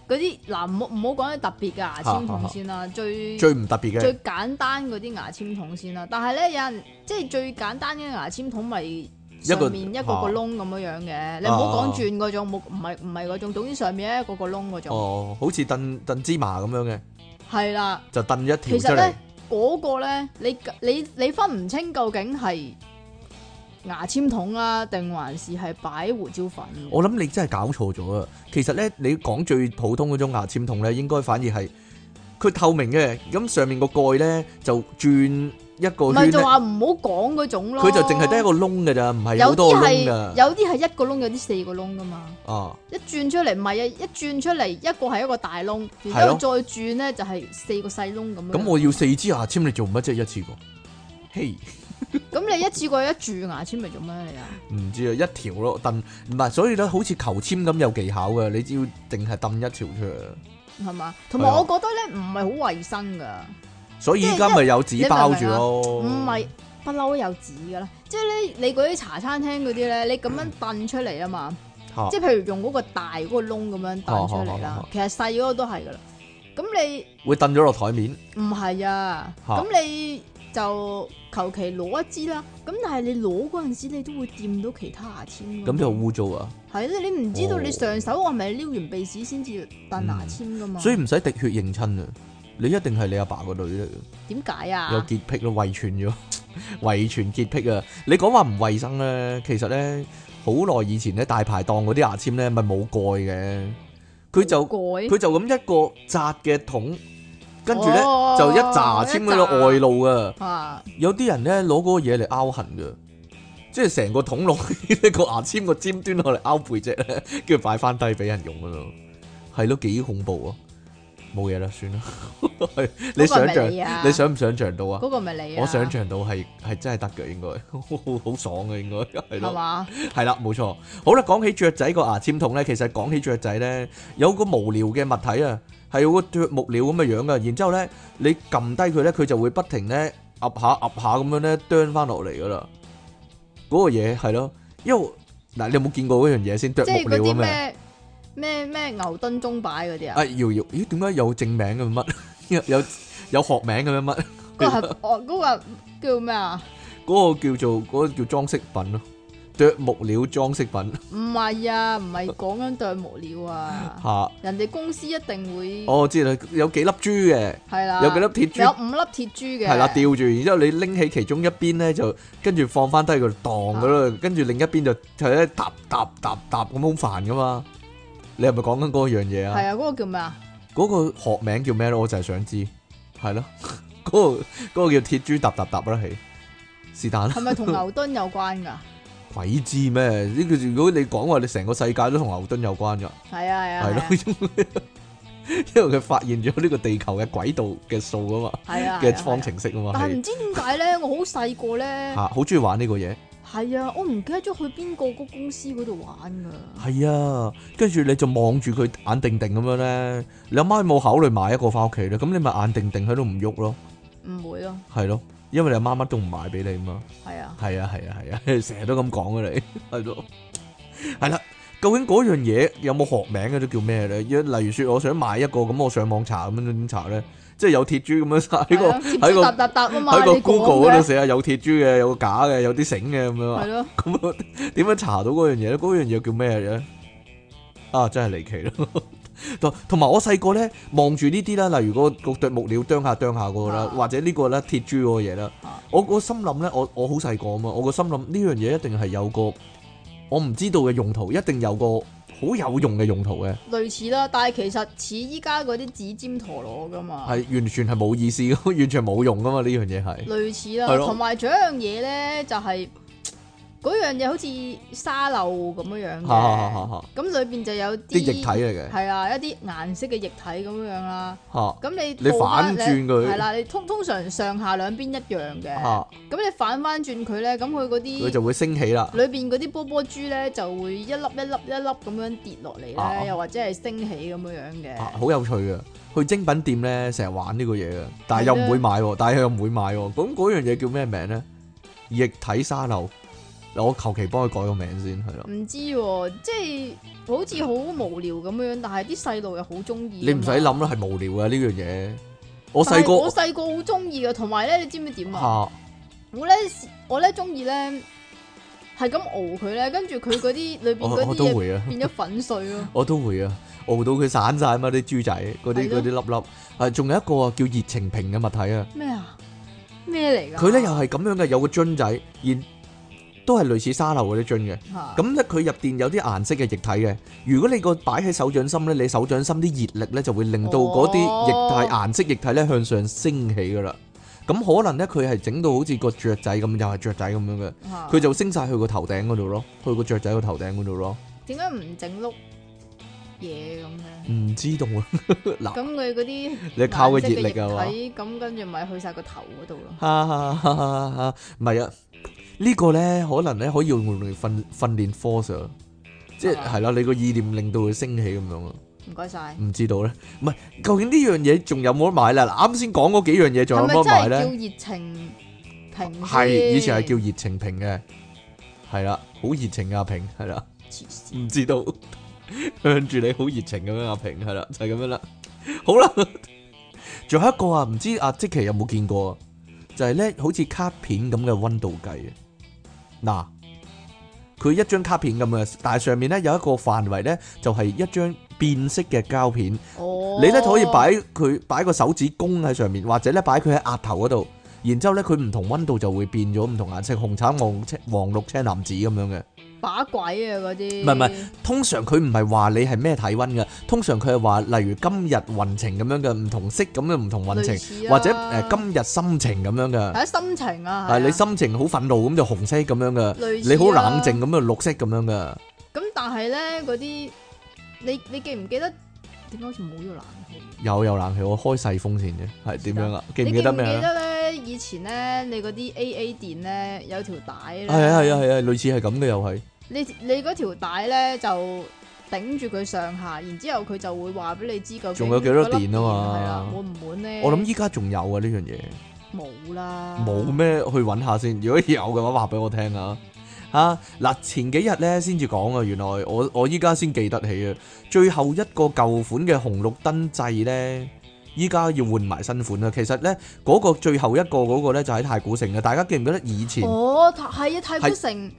Speaker 2: 嗰啲嗱，唔好唔好講啲特別嘅牙籤筒先啦，最
Speaker 1: 最唔特別嘅
Speaker 2: 最簡單嗰啲牙籤筒先啦。但係咧有人即係最簡單嘅牙籤筒咪上面一個個窿咁樣樣
Speaker 1: 啊
Speaker 2: 嘅，你唔好講轉嗰種，冇唔係唔係嗰種，總之上面一個個窿嗰種，
Speaker 1: 哦，好似燉燉芝麻咁樣嘅，
Speaker 2: 係啦。
Speaker 1: 就燉一條出
Speaker 2: 其實
Speaker 1: 嚟
Speaker 2: 咧。嗰個咧，你你你分唔清究竟係牙籤筒啦，定還是係擺胡椒粉啊嘅？
Speaker 1: 我諗你真係搞錯咗啊！其實咧，你講最普通嗰種牙籤筒咧，應該反而係佢透明嘅，咁上面個蓋咧就轉一個
Speaker 2: 唔
Speaker 1: 圈
Speaker 2: 係
Speaker 1: 咧
Speaker 2: 就，話唔好講嗰種咯。
Speaker 1: 佢就淨係得一個窿嘅咋，唔係好
Speaker 2: 有
Speaker 1: 多
Speaker 2: 啲
Speaker 1: 個
Speaker 2: 係
Speaker 1: 窿噶。
Speaker 2: 有啲係一個窿，有啲四個窿噶嘛。
Speaker 1: 啊，
Speaker 2: 一轉出嚟唔係啊，一轉出嚟一個係一個大窿，然
Speaker 1: 係
Speaker 2: 之後再轉咧就係四個細窿咁樣。
Speaker 1: 咁我要四支牙籤，你做乜啫？一次過，嘿，
Speaker 2: 咁你一次過一蛀牙籤咪做咩你啊？
Speaker 1: 唔知啊，一條咯，燉唔係，所以咧好似求籤咁有技巧嘅，你只要淨係燉一條出嚟。
Speaker 2: 係嘛？同埋
Speaker 1: 係啊
Speaker 2: 我覺得咧唔係好衞生噶，
Speaker 1: 所以依家咪有紙包住咯，
Speaker 2: 唔係不嬲都有紙噶啦。即係咧你嗰啲茶餐廳嗰啲咧，你咁
Speaker 1: 嗯
Speaker 2: 樣燉出嚟啊嘛。
Speaker 1: 嚇
Speaker 2: 即係譬如用嗰個大嗰個窿咁樣燉出嚟
Speaker 1: 哦哦哦哦
Speaker 2: 啦
Speaker 1: 哦，
Speaker 2: 其實細嗰個都係噶啦。咁你
Speaker 1: 會燉咗落台面，
Speaker 2: 唔係啊，
Speaker 1: 嚇
Speaker 2: 咁你就求其攞一支啦。咁但係你攞嗰陣時，你都會掂到其他牙籤㗎嘛。
Speaker 1: 咁就污糟啊！
Speaker 2: 係啦，你唔知道
Speaker 1: 哦
Speaker 2: 你上手係咪撩完鼻屎先至燉牙籤噶嘛？
Speaker 1: 嗯所以唔使滴血認親啊！你一定係你阿爸個女嚟嘅，
Speaker 2: 點解
Speaker 1: 有
Speaker 2: 啊？
Speaker 1: 潔癖咯，遺傳咗， 遺傳潔癖啊！你講話唔衞生咧，其實咧好耐以前咧大排檔嗰啲牙籤咧咪冇蓋嘅，佢就
Speaker 2: 改
Speaker 1: 佢就咁一個窄嘅桶，跟住咧
Speaker 2: 哦
Speaker 1: 就一扎牙籤喺度外露啊！
Speaker 2: 啊，
Speaker 1: 有啲人咧攞嗰個嘢嚟拗痕嘅，即係成個桶落去 個牙籤個尖端落嚟拗背脊咧，跟住擺翻低俾人用噶咯，係咯，幾恐怖啊！冇嘢啦，算啦。 係你
Speaker 2: 嗰個係
Speaker 1: 想
Speaker 2: 咪
Speaker 1: 象，
Speaker 2: 你啊
Speaker 1: 你想唔想象到啊？
Speaker 2: 嗰個咪你啊？
Speaker 1: 我想象到係係真係得嘅，應該 好爽嘅，應該係
Speaker 2: 係
Speaker 1: 咯，
Speaker 2: 嘛？
Speaker 1: 係啦，冇錯。好啦，講起雀仔個牙籤筒咧，其實講起雀仔咧，有個無聊嘅物體啊，係有個啄木鳥咁嘅樣嘅，然之後咧，你撳低佢咧，佢就會不停咧噏下噏下咁樣咧，啄翻落嚟噶啦。嗰個嘢係咯，因為嗱，你有冇見過嗰樣嘢先啄
Speaker 2: 即係
Speaker 1: 木
Speaker 2: 嗰
Speaker 1: 鳥啊咁嘅？
Speaker 2: 啲咩啊咩咩牛頓鐘擺嗰啲啊
Speaker 1: 啊，？瑤瑤，咦，點解有正名嘅乜？ 有有有學名嘅乜？
Speaker 2: 嗰個係哦，嗰個叫咩啊？
Speaker 1: 嗰個叫做嗰、個叫裝飾品咯，啄木鳥裝飾品
Speaker 2: 唔係啊，唔係講緊啄木 鳥啊，
Speaker 1: 嚇、
Speaker 2: 人哋公司一定會
Speaker 1: 我知啦，有幾粒珠嘅，
Speaker 2: 係啦，
Speaker 1: 哦有幾粒鐵
Speaker 2: 有
Speaker 1: 珠，
Speaker 2: 五粒鐵珠嘅，
Speaker 1: 係啦，吊住，然之後你拎起其中一邊咧，就跟住放翻低佢蕩嗰度，
Speaker 2: 啊
Speaker 1: 跟住另一邊就就咧搭搭搭搭咁好煩噶嘛。你係咪講緊嗰樣嘢
Speaker 2: 係
Speaker 1: 啊？
Speaker 2: 啊，嗰個叫咩啊？
Speaker 1: 嗰個學名叫咩咧？我就係想知，係咯， 嗰、個嗰個叫鐵珠搭搭搭啦，係是但啦。
Speaker 2: 係咪同牛頓有 關㗎？
Speaker 1: 鬼知咩？呢個如果你講話，你成個世界都同牛頓有關㗎。
Speaker 2: 係啊係啊，係 啊
Speaker 1: 係咯，因為佢發現咗呢個地球嘅軌道嘅數啊
Speaker 2: 係
Speaker 1: 嘛，
Speaker 2: 啊
Speaker 1: 嘅
Speaker 2: 係啊
Speaker 1: 方程式啊嘛，
Speaker 2: 但係
Speaker 1: 係
Speaker 2: 唔知點解咧，我好細個咧，
Speaker 1: 嚇好中意玩呢個嘢，
Speaker 2: 係啊，我唔記得咗去邊個嗰公司嗰度玩㗎。
Speaker 1: 係啊，跟住你就望住佢眼定定咁樣咧，你阿媽有冇考慮買一個翻屋企咧？咁你咪眼定定喺度唔喐咯，
Speaker 2: 唔會咯，
Speaker 1: 係咯，因為你阿媽乜都唔買俾你啊嘛，
Speaker 2: 係啊，
Speaker 1: 係啊係啊 係啊，成日都咁講嘅你，係咯，係啦。究竟嗰樣嘢有冇學名嘅都叫咩咧？一例如說，我想買一個咁，我上網查咁樣點查咧？即係有鐵珠咁樣喺個
Speaker 2: 係啊貼
Speaker 1: 喺
Speaker 2: 住
Speaker 1: 個
Speaker 2: 搭搭搭啊嘛，
Speaker 1: 喺個
Speaker 2: 你講
Speaker 1: Google 嗰度
Speaker 2: 嘅
Speaker 1: 寫啊，有鐵珠嘅，有個假嘅，有啲繩嘅咁樣
Speaker 2: 係
Speaker 1: 啊。
Speaker 2: 咯，
Speaker 1: 咁啊點樣查到嗰樣嘢咧？嗰樣嘢叫咩咧？啊，真係離奇咯！ 同同埋我細個咧望住呢啲啦，例如嗰個啄木鳥啄下啄下嗰個啦，
Speaker 2: 啊
Speaker 1: 或者呢個啦鐵珠嗰個嘢啦
Speaker 2: 啊，
Speaker 1: 我個心諗咧，我我好細個啊嘛，我個心諗呢樣嘢一定係有個我唔知道嘅用途，一定有個好有用嘅用途嘅，
Speaker 2: 類似啦，但係其實似依家嗰啲指尖陀螺㗎嘛。
Speaker 1: 係完全係冇意思嘅， 完全冇用噶嘛呢樣嘢係。
Speaker 2: 類似啦
Speaker 1: 係，咯
Speaker 2: 同埋仲有一樣嘢咧，就係、嗰樣嘢好似沙漏咁樣樣
Speaker 1: 嚇嚇嚇
Speaker 2: 嘅，
Speaker 1: 嚇
Speaker 2: 咁裏邊就有
Speaker 1: 啲
Speaker 2: 啲
Speaker 1: 液體嚟嘅
Speaker 2: 係啊，一啲顏色嘅液體咁樣樣啦。
Speaker 1: 嚇。
Speaker 2: 咁你
Speaker 1: 你
Speaker 2: 套返
Speaker 1: 反轉佢
Speaker 2: 係啦，你通通常上下兩邊一樣嘅，咁、
Speaker 1: 嚇
Speaker 2: 你反翻轉佢咧，咁佢嗰
Speaker 1: 佢
Speaker 2: 啲
Speaker 1: 就會升起啦。
Speaker 2: 裏邊嗰啲波波珠咧就會一粒一粒一粒咁樣跌落嚟咧，
Speaker 1: 啊
Speaker 2: 又或者係升起咁樣樣嘅。
Speaker 1: 啊，好有趣嘅。去精品店咧，成日玩呢個嘢嘅，但係又唔會買喎，但係又唔會買喎。咁嗰樣嘢叫咩名咧？液體沙漏。嗱我求其幫佢改個名先，係咯。
Speaker 2: 唔知喎，即係好似好無聊咁樣，但係啲細路又好中意。
Speaker 1: 你唔使諗，啦，係無聊嘅呢樣嘢。我
Speaker 2: 我
Speaker 1: 細
Speaker 2: 我
Speaker 1: 個
Speaker 2: 細個好中意嘅，同埋咧，你知唔知點啊？
Speaker 1: 嚇
Speaker 2: 我咧我咧中意咧係咁熬佢咧，跟住佢 嗰啲裏邊
Speaker 1: 我
Speaker 2: 嗰
Speaker 1: 我
Speaker 2: 啲
Speaker 1: 都
Speaker 2: 嘢
Speaker 1: 會啊，
Speaker 2: 變咗粉 碎咯。
Speaker 1: 我都會啊，熬到佢散晒嘛啲豬仔嗰啲
Speaker 2: 係
Speaker 1: 嗰
Speaker 2: 咯
Speaker 1: 啲粒粒。啊，仲有一個啊叫熱情瓶嘅物體啊。
Speaker 2: 咩啊？咩嚟㗎？
Speaker 1: 佢咧又係咁樣嘅，有個樽仔，然都係類似沙漏嗰啲樽嘅。
Speaker 2: 嚇
Speaker 1: 咁咧佢入邊有啲顏色嘅液體嘅。如果你個擺喺手掌心咧，你手掌心啲熱力咧就會令到嗰啲液體
Speaker 2: 哦
Speaker 1: 顏色液體咧向上升起噶啦。咁可能咧佢係整到好似個雀仔咁，又係雀仔咁樣嘅，
Speaker 2: 嚇
Speaker 1: 佢就升晒去個頭頂嗰度咯，去個雀仔個頭頂嗰度咯。
Speaker 2: 點解唔整碌嘢咁 咧？
Speaker 1: 唔知道啊，嗱，
Speaker 2: 咁佢嗰啲
Speaker 1: 你靠個熱
Speaker 2: 顏色
Speaker 1: 力啊嘛
Speaker 2: 嘅。液體，咁跟住咪去晒個頭嗰度咯。
Speaker 1: 哈哈哈哈哈！唔係啊，呢個咧可能咧可以用嚟訓訓練 force，啊即係
Speaker 2: 係嘛
Speaker 1: 係啦，你個意念令到佢升起咁樣啊，
Speaker 2: 唔該晒。
Speaker 1: 唔知道咧，唔係究竟呢樣嘢仲有冇得買啦？嗱，啱先講嗰幾樣嘢仲
Speaker 2: 係
Speaker 1: 有
Speaker 2: 咪
Speaker 1: 冇
Speaker 2: 真
Speaker 1: 得買
Speaker 2: 係
Speaker 1: 咧？
Speaker 2: 叫熱情平？
Speaker 1: 係以前係叫熱情瓶嘅，係啦，好熱情啊瓶，係啦，
Speaker 2: 黐線
Speaker 1: 唔知道 向住你好熱情咁樣啊瓶，係啦，就係咁樣啦，好啦，仲有一個啊，唔知阿即奇有冇見過啊？就係咧，好似卡片咁嘅温度計啊！嗱，佢一張卡片咁嘅，但係上面咧有一個範圍咧，就係一張變色嘅膠片。
Speaker 2: 哦，
Speaker 1: 你咧可以擺佢擺個手指公喺上面，或者咧擺佢喺額頭嗰度，然之後咧佢唔同温度就會變咗唔同顏色，紅橙黃青黃綠青藍紫咁樣嘅。
Speaker 2: 把鬼啊嗰啲，
Speaker 1: 唔係唔係通常佢唔係話你係咩體温嘅，通常佢係話例如今日運程咁樣嘅，唔同色咁嘅唔同運
Speaker 2: 類
Speaker 1: 程，
Speaker 2: 似啊
Speaker 1: 或者誒今日心情咁樣嘅。
Speaker 2: 係啊心情啊，係
Speaker 1: 係
Speaker 2: 啊
Speaker 1: 你心情好憤怒咁就紅色咁樣嘅，
Speaker 2: 類似啊
Speaker 1: 你好冷靜咁就綠色咁樣嘅。
Speaker 2: 咁，但係咧嗰啲你你記唔記得點解好似冇咗冷氣？
Speaker 1: 有有冷氣，我開細風扇啫。係點樣啊？記唔
Speaker 2: 你
Speaker 1: 記得
Speaker 2: 唔
Speaker 1: 咩
Speaker 2: 記
Speaker 1: 啊？
Speaker 2: 得咧？以前咧，你嗰啲 A A 電咧有條帶咧，
Speaker 1: 係啊係啊係啊，類似係咁嘅又係。
Speaker 2: 你你嗰條帶咧就頂住佢上下，然之後佢就會話俾你知究竟
Speaker 1: 仲有幾多
Speaker 2: 嗰粒
Speaker 1: 電啊嘛
Speaker 2: 係啦，滿唔滿咧？
Speaker 1: 我諗依家仲有啊呢樣嘢，
Speaker 2: 冇啦，
Speaker 1: 冇咩去揾下先。如果有嘅話，話俾我聽啊！嚇嗱，前幾日咧先至講啊，原來我我依家先記得起啊。最後一個舊款嘅紅綠燈掣咧，依家要換埋新款啦。啊其實咧嗰、個最後一個嗰個咧就喺太古城嘅，啊大家記唔記得以前
Speaker 2: 哦，係啊，太古城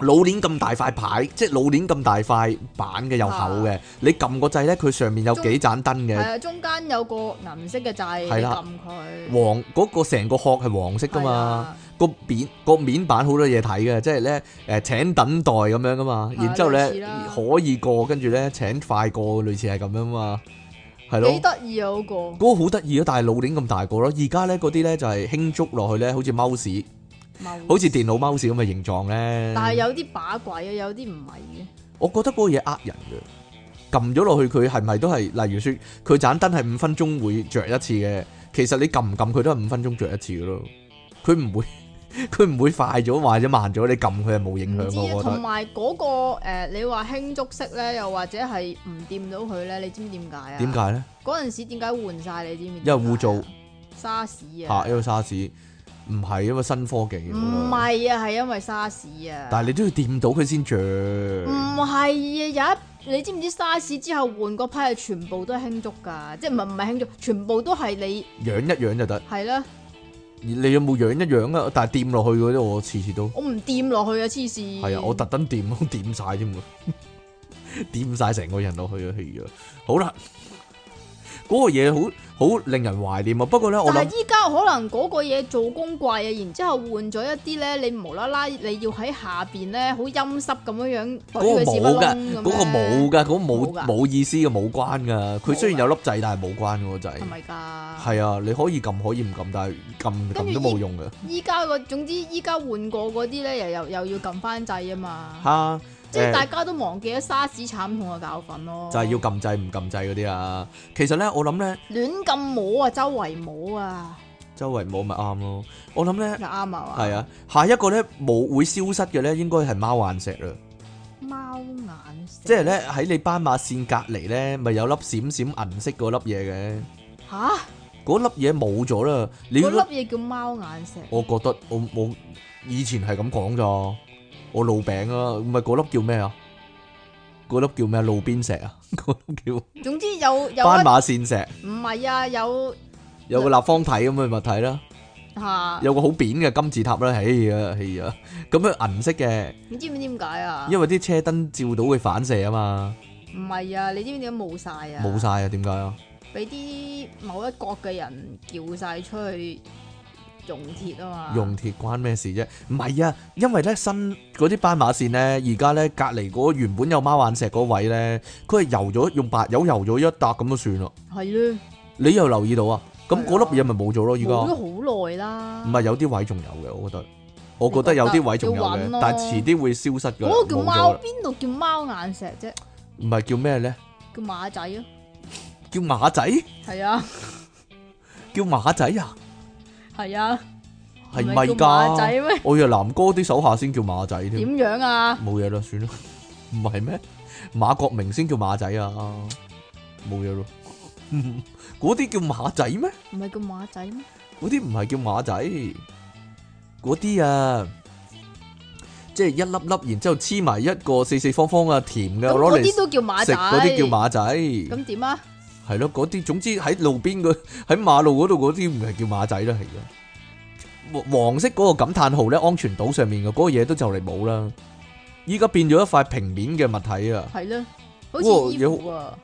Speaker 1: 老鏈咁大塊牌，即係老鏈咁大塊板嘅又厚嘅，你撳個掣咧，佢上面有幾盞燈
Speaker 2: 啊係
Speaker 1: 嘅，
Speaker 2: 啊，中間有個銀色嘅掣，
Speaker 1: 係
Speaker 2: 你
Speaker 1: 啦
Speaker 2: 撳佢，
Speaker 1: 黃嗰、個成個殼係黃色噶
Speaker 2: 係
Speaker 1: 嘛。
Speaker 2: 啊，
Speaker 1: 個面個面板好多嘢睇嘅，即係咧誒請等待咁樣噶嘛，
Speaker 2: 啊
Speaker 1: 然之後咧
Speaker 2: 類似啦
Speaker 1: 可以過，跟住咧請快過，類似係咁樣嘛，係咯。
Speaker 2: 幾得意啊嗰個，
Speaker 1: 嗰個好得意啊，但係老年咁大個咯。而家咧嗰啲咧就係輕觸落去咧，好似 mouse，
Speaker 2: 冇
Speaker 1: 好似電腦 mouse 咁嘅形狀咧。
Speaker 2: 但係有啲把鬼啊，有啲唔係嘅，
Speaker 1: 我覺得嗰個嘢呃人嘅，撳咗落去佢係咪都係，例如説佢盞燈係五分鐘會着一次嘅，其實你撳唔撳佢都係五分鐘着一次嘅咯，佢唔會 佢唔會快咗或者慢咗，你撳佢係冇影響
Speaker 2: 唔知
Speaker 1: 嘅，
Speaker 2: 啊
Speaker 1: 我覺
Speaker 2: 同
Speaker 1: 得。
Speaker 2: 埋嗰個誒，你話輕觸式咧，又或者係唔掂到佢咧，你知唔知點解啊？
Speaker 1: 點？解咧？
Speaker 2: 嗰陣時點解換晒你知唔知點解啊？
Speaker 1: 因為污糟
Speaker 2: 沙士啊
Speaker 1: 嚇，，因為沙士唔係因為新科技嘅喎，
Speaker 2: 唔係啊，係因為沙士啊，
Speaker 1: 但係你都要掂到佢先着。
Speaker 2: 唔係啊，有一你知唔知沙士之後換嗰批係全部都係輕觸㗎，即係唔係唔係輕觸，全部都係你
Speaker 1: 養一養就得。
Speaker 2: 係啦，
Speaker 1: 你有冇養一養啊？但係掂落去嗰啲，我次次都
Speaker 2: 我唔掂落去啊，黐線。
Speaker 1: 係啊，我特登掂， 我掂晒添喎，掂晒成個人落去啊，係啊。好啦，嗰個嘢好好令人懷念啊。不過咧，我
Speaker 2: 但
Speaker 1: 諗
Speaker 2: 係依家可能嗰個嘢做工貴啊，然之後換咗一啲咧，你無啦啦你要喺下邊咧好陰濕咁樣樣懟
Speaker 1: 嗰個
Speaker 2: 佢屎忽
Speaker 1: 冇噶，
Speaker 2: 窿
Speaker 1: 嗰
Speaker 2: 咁
Speaker 1: 個冇
Speaker 2: 咧
Speaker 1: 噶，嗰個冇
Speaker 2: 冇㗎
Speaker 1: 冇意思嘅，冇關噶。佢雖然
Speaker 2: 冇
Speaker 1: 有粒掣，但係冇關嘅個掣。
Speaker 2: 係咪㗎？
Speaker 1: 係啊，你可以撳，可以唔撳，但係撳
Speaker 2: 跟
Speaker 1: 撳
Speaker 2: 住
Speaker 1: 都冇用嘅。
Speaker 2: 依家個總之依家換過嗰啲咧，又又又要撳翻掣啊嘛，
Speaker 1: 嚇！
Speaker 2: 即係
Speaker 1: 誒
Speaker 2: 大家都忘記咗沙士慘痛嘅教訓咯。
Speaker 1: 就係要撳掣唔撳掣嗰啲啊。其實咧，我諗咧，
Speaker 2: 亂咁摸啊，周圍摸啊，
Speaker 1: 周圍冇咪啱咯。我諗咧，
Speaker 2: 就啱啊嘛。
Speaker 1: 係，啊，下一個咧冇會消失嘅咧，應該係貓眼石啦。
Speaker 2: 貓眼石
Speaker 1: 即係咧喺你斑馬線隔離咧，咪有粒閃閃銀色嗰粒嘢嘅。
Speaker 2: 吓，
Speaker 1: 嗰粒嘢冇咗啦。你
Speaker 2: 嗰粒嘢叫貓眼石，
Speaker 1: 我覺得我冇以前係咁講咋，我老餅啊，唔係嗰粒叫咩啊？嗰粒叫咩啊？ 路邊石啊，嗰粒
Speaker 2: 總之有有
Speaker 1: 叫斑
Speaker 2: 一
Speaker 1: 馬線石，
Speaker 2: 唔係啊，有
Speaker 1: 有個立方體咁嘅物體啦，
Speaker 2: 吓，
Speaker 1: 有個好扁嘅金字塔啦，唉呀唉呀，咁樣銀色嘅，
Speaker 2: 你知唔知點解啊？
Speaker 1: 因為啲車燈照到會反射啊嘛，
Speaker 2: 唔係啊，你知唔知點解冇晒啊？
Speaker 1: 冇，晒啊，點解啊？
Speaker 2: 俾啲某一國嘅人叫晒出去熔鐵啊嘛，
Speaker 1: 用鐵關咩事啫？唔係啊，因為咧新嗰啲斑馬線咧，而家咧隔離嗰個原本有貓眼石嗰位咧，佢係油咗用白油油咗一笪咁就算啦。
Speaker 2: 係咧，
Speaker 1: 你又留意到啊？咁
Speaker 2: 係啊
Speaker 1: 嗰粒嘢咪冇咗咯？依
Speaker 2: 冇
Speaker 1: 家
Speaker 2: 咗好耐啦。
Speaker 1: 唔係有啲位仲有嘅，我覺得，我覺得有啲位仲有
Speaker 2: 要揾
Speaker 1: 嘅
Speaker 2: 咯，
Speaker 1: 但係遲啲會消失嘅，
Speaker 2: 嗰個叫
Speaker 1: 冇
Speaker 2: 貓
Speaker 1: 咗啦。
Speaker 2: 邊度叫貓眼石啫？
Speaker 1: 唔係叫咩咧？
Speaker 2: 叫馬仔啊，
Speaker 1: 叫馬仔？
Speaker 2: 係啊，
Speaker 1: 叫馬仔啊？
Speaker 2: 係啊，
Speaker 1: 係
Speaker 2: 唔
Speaker 1: 咪
Speaker 2: 係叫馬仔
Speaker 1: 㗎？
Speaker 2: 咩？
Speaker 1: 我以為南哥啲手下先叫馬仔
Speaker 2: 點
Speaker 1: 添，
Speaker 2: 樣啊？
Speaker 1: 冇嘢啦，算啦， 唔係咩？馬國明先叫馬仔啊，冇嘢咯。嗰啲叫馬仔咩？
Speaker 2: 唔係叫馬仔咩？
Speaker 1: 嗰啲唔係叫馬仔，嗰啲啊，即係一粒粒，然之後黐埋一個四四方方啊，甜嘅
Speaker 2: 咁
Speaker 1: 攞
Speaker 2: 嗰
Speaker 1: 嚟
Speaker 2: 啲都叫馬
Speaker 1: 食
Speaker 2: 仔，
Speaker 1: 嗰啲叫馬仔，
Speaker 2: 咁點啊？
Speaker 1: 係咯，嗰啲總之喺路邊嗰喺馬路嗰度嗰啲唔係叫馬仔啦，係嘅。黃黃色嗰個感嘆號咧，安全島上面嘅嗰個嘢都就嚟冇啦，依家變咗一塊平面嘅物體啊，
Speaker 2: 係咧，好
Speaker 1: 哇
Speaker 2: 似衣服啊！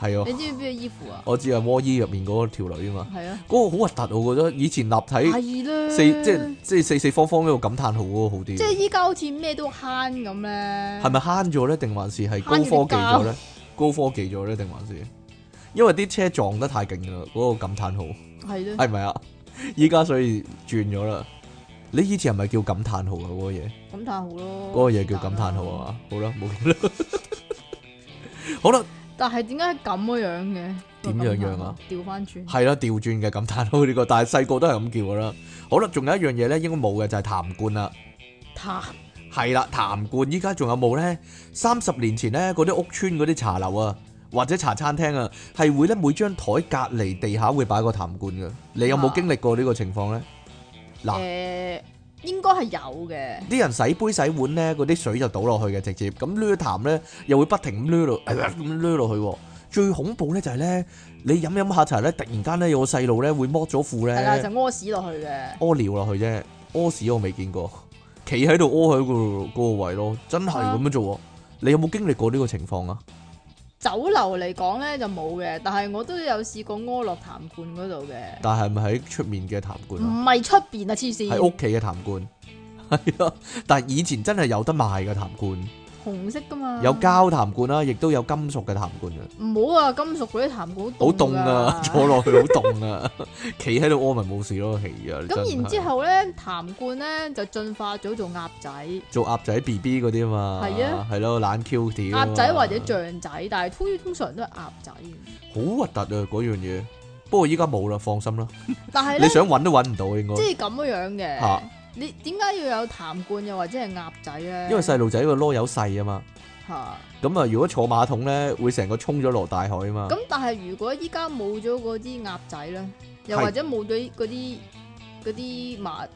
Speaker 1: 係
Speaker 2: 你
Speaker 1: 啊，
Speaker 2: 知唔知邊個衣服啊？
Speaker 1: 我知啊，窩衣入面嗰條女啊嘛，
Speaker 2: 係啊，
Speaker 1: 嗰、個好核突，我覺得以前立體。
Speaker 2: 係咧，
Speaker 1: 四即係即係四四方方嗰個感嘆號嗰個好啲，
Speaker 2: 即係依家好似咩都慳咁咧，
Speaker 1: 係咪慳咗咧？定還是係高
Speaker 2: 慳咗
Speaker 1: 科
Speaker 2: 啲啊
Speaker 1: 技咗咧？高科技咗咧？定還是因為啲車撞得太勁啦？嗰、個感嘆號
Speaker 2: 係咧，
Speaker 1: 係咪啊？依家所以轉咗啦。你以前係咪叫感嘆號啊？嗰、個嘢，
Speaker 2: 感嘆號咯。
Speaker 1: 嗰、個嘢叫感嘆號啊？嘛？好啦，冇嘢啦。 好啦，
Speaker 2: 但係點解咁樣樣嘅？
Speaker 1: 點樣樣啊？
Speaker 2: 調翻轉
Speaker 1: 係啦，調轉嘅感嘆號呢個，但係細個都係咁叫噶啦。好啦，仲有一樣嘢咧，應該冇嘅就係痰罐啦。
Speaker 2: 痰
Speaker 1: 係啦，痰罐依家仲有冇呢？三十年前呢，嗰啲屋村嗰啲茶樓啊，或者茶餐廳啊，係會咧每張台隔離地下會擺個痰罐嘅。你有冇
Speaker 2: 啊
Speaker 1: 經歷過呢個情況呢？嗱，
Speaker 2: 誒，應該係有嘅，
Speaker 1: 啲人洗杯洗碗呢，嗰啲水就倒落去嘅，直接咁攣痰呢，又會不停咁攣落， 咁攣落去喎。最恐怖呢就係呢，你飲飲下茶呢，突然間呢，有個細路呢會剝咗褲
Speaker 2: 係啦，就
Speaker 1: 呢，
Speaker 2: 屙屎落去嘅，
Speaker 1: 屙尿落去啫，屙屎我未見過，企喺度屙喺嗰個位咯，真係
Speaker 2: 啊
Speaker 1: 咁樣做喎。你有冇經歷過呢個情況啊？
Speaker 2: 酒樓嚟講咧就冇嘅，但係我都有試過屙落痰罐嗰度嘅，
Speaker 1: 但係咪喺出面嘅痰罐啊？
Speaker 2: 唔係出邊啊黐
Speaker 1: 喺
Speaker 2: 線，
Speaker 1: 屋企嘅痰罐係啊！但係以前真係有得賣嘅痰罐，
Speaker 2: 紅色噶嘛，
Speaker 1: 有，膠痰罐啦，亦都有金屬嘅痰罐啊！
Speaker 2: 唔好啊，金屬嗰啲痰罐
Speaker 1: 好
Speaker 2: 凍
Speaker 1: 凍啊，
Speaker 2: 㗎
Speaker 1: 坐落去好凍啊， 企喺度屙咪冇事咯，係啊！
Speaker 2: 咁然之
Speaker 1: 後
Speaker 2: 後咧，痰罐咧就進化咗做鴨仔，
Speaker 1: 做鴨仔 B B 嗰啲啊嘛，
Speaker 2: 係啊，
Speaker 1: 係咯，懶 Q 啲啊嘛
Speaker 2: 鴨仔或者象仔，但係通通常都係鴨仔嘅。
Speaker 1: 好核突啊嗰樣嘢。不過依家冇啦，放心啦，
Speaker 2: 但係
Speaker 1: 你
Speaker 2: 咧，
Speaker 1: 想揾都揾唔到應該
Speaker 2: 即，係咁樣嘅，
Speaker 1: 嚇
Speaker 2: 你點解要有痰罐又或者係鴨仔咧？
Speaker 1: 因為細路仔個籮柚細啊嘛，
Speaker 2: 嚇
Speaker 1: 咁啊如果坐馬桶咧，會成個沖咗落大海啊嘛。
Speaker 2: 咁，但係如果依家冇咗嗰啲鴨仔咧，又
Speaker 1: 係
Speaker 2: 或者冇咗嗰啲嗰啲麻誒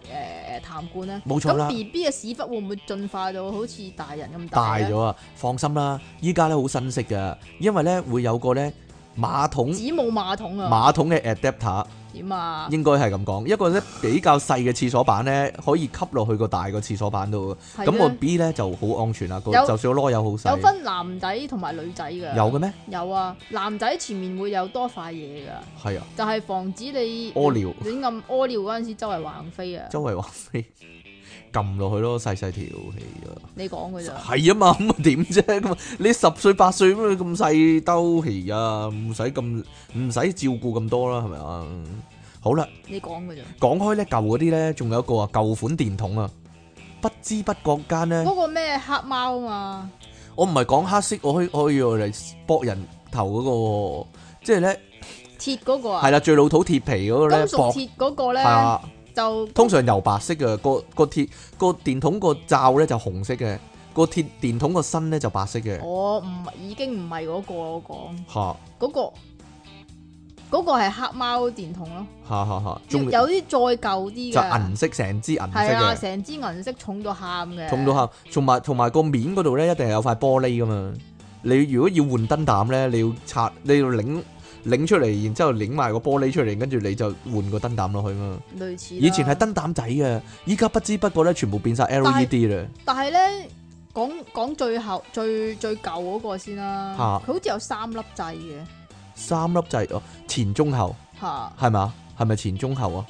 Speaker 2: 痰罐咧，
Speaker 1: 冇錯啦
Speaker 2: 咁 B B 嘅屎忽會唔會進化到好似大人咁
Speaker 1: 大
Speaker 2: 咧
Speaker 1: 咗啊！放心啦，依家咧好新式噶，因為咧會有個咧馬桶
Speaker 2: 子母馬桶啊？
Speaker 1: 馬桶嘅 adapter，
Speaker 2: 點啊？
Speaker 1: 應該係咁講，一個咧比較細嘅廁所板咧可以吸落去個大個廁所板度，
Speaker 2: 係
Speaker 1: 咁個
Speaker 2: 咧，
Speaker 1: B 咧就好安全啦。個
Speaker 2: 有
Speaker 1: 就算個籮柚好
Speaker 2: 有
Speaker 1: 細，
Speaker 2: 分男仔同埋女仔㗎。
Speaker 1: 有嘅咩？
Speaker 2: 有啊，男仔前面會有多塊嘢噶，
Speaker 1: 係啊，
Speaker 2: 就係、防止你
Speaker 1: 屙尿
Speaker 2: 亂咁屙尿嗰陣時周圍橫飛啊！
Speaker 1: 周圍話飛撳落去咯，細細條氣啊！
Speaker 2: 你講噶咋？
Speaker 1: 係啊嘛， 咁啊點啫？咁啊，你十歲八歲咁咁細兜氣啊，唔使咁唔使照顧咁多啦，係咪啊？好啦。
Speaker 2: 你講噶咋？
Speaker 1: 講開咧舊嗰啲咧，仲有一個啊舊款電筒啊，不知不覺間咧，
Speaker 2: 嗰個咩黑貓啊嘛，
Speaker 1: 我唔係講黑色，我可以我可以用嚟搏人頭嗰、個喎，即係咧
Speaker 2: 鐵嗰個啊
Speaker 1: 係，啦，最老土鐵皮嗰個
Speaker 2: 金
Speaker 1: 咧
Speaker 2: 屬
Speaker 1: 薄
Speaker 2: 鐵嗰個咧
Speaker 1: 係啊，
Speaker 2: 就
Speaker 1: 通常油白色嘅個個鐵個電筒個罩咧就紅色嘅，個鐵電筒個身咧就白色嘅，
Speaker 2: 哦我唔已經唔係嗰個我講
Speaker 1: 嚇
Speaker 2: 嗰個嗰個係黑貓電筒咯，
Speaker 1: 吓吓吓，
Speaker 2: 有
Speaker 1: 仲就
Speaker 2: 啲再舊啲嘅，
Speaker 1: 銀色成支銀色
Speaker 2: 係啊，
Speaker 1: 嘅，
Speaker 2: 成支銀色重到喊嘅，
Speaker 1: 重到喊，同埋同埋個面嗰度咧一定係有塊玻璃噶嘛。你如果要換燈膽咧，你要拆，你要擰擰出嚟，然之後擰埋個玻璃出嚟，跟住你就換個燈膽落去嘛。
Speaker 2: 類似啦。
Speaker 1: 以前係燈膽仔嘅，依家不知不覺咧全部變晒 LED 啦。
Speaker 2: 但係咧講講最後最最舊嗰個先啦，
Speaker 1: 嚇
Speaker 2: 佢好似有三粒掣嘅
Speaker 1: 三粒掣哦，前中後
Speaker 2: 嚇。
Speaker 1: 係咪啊？係咪前中後啊？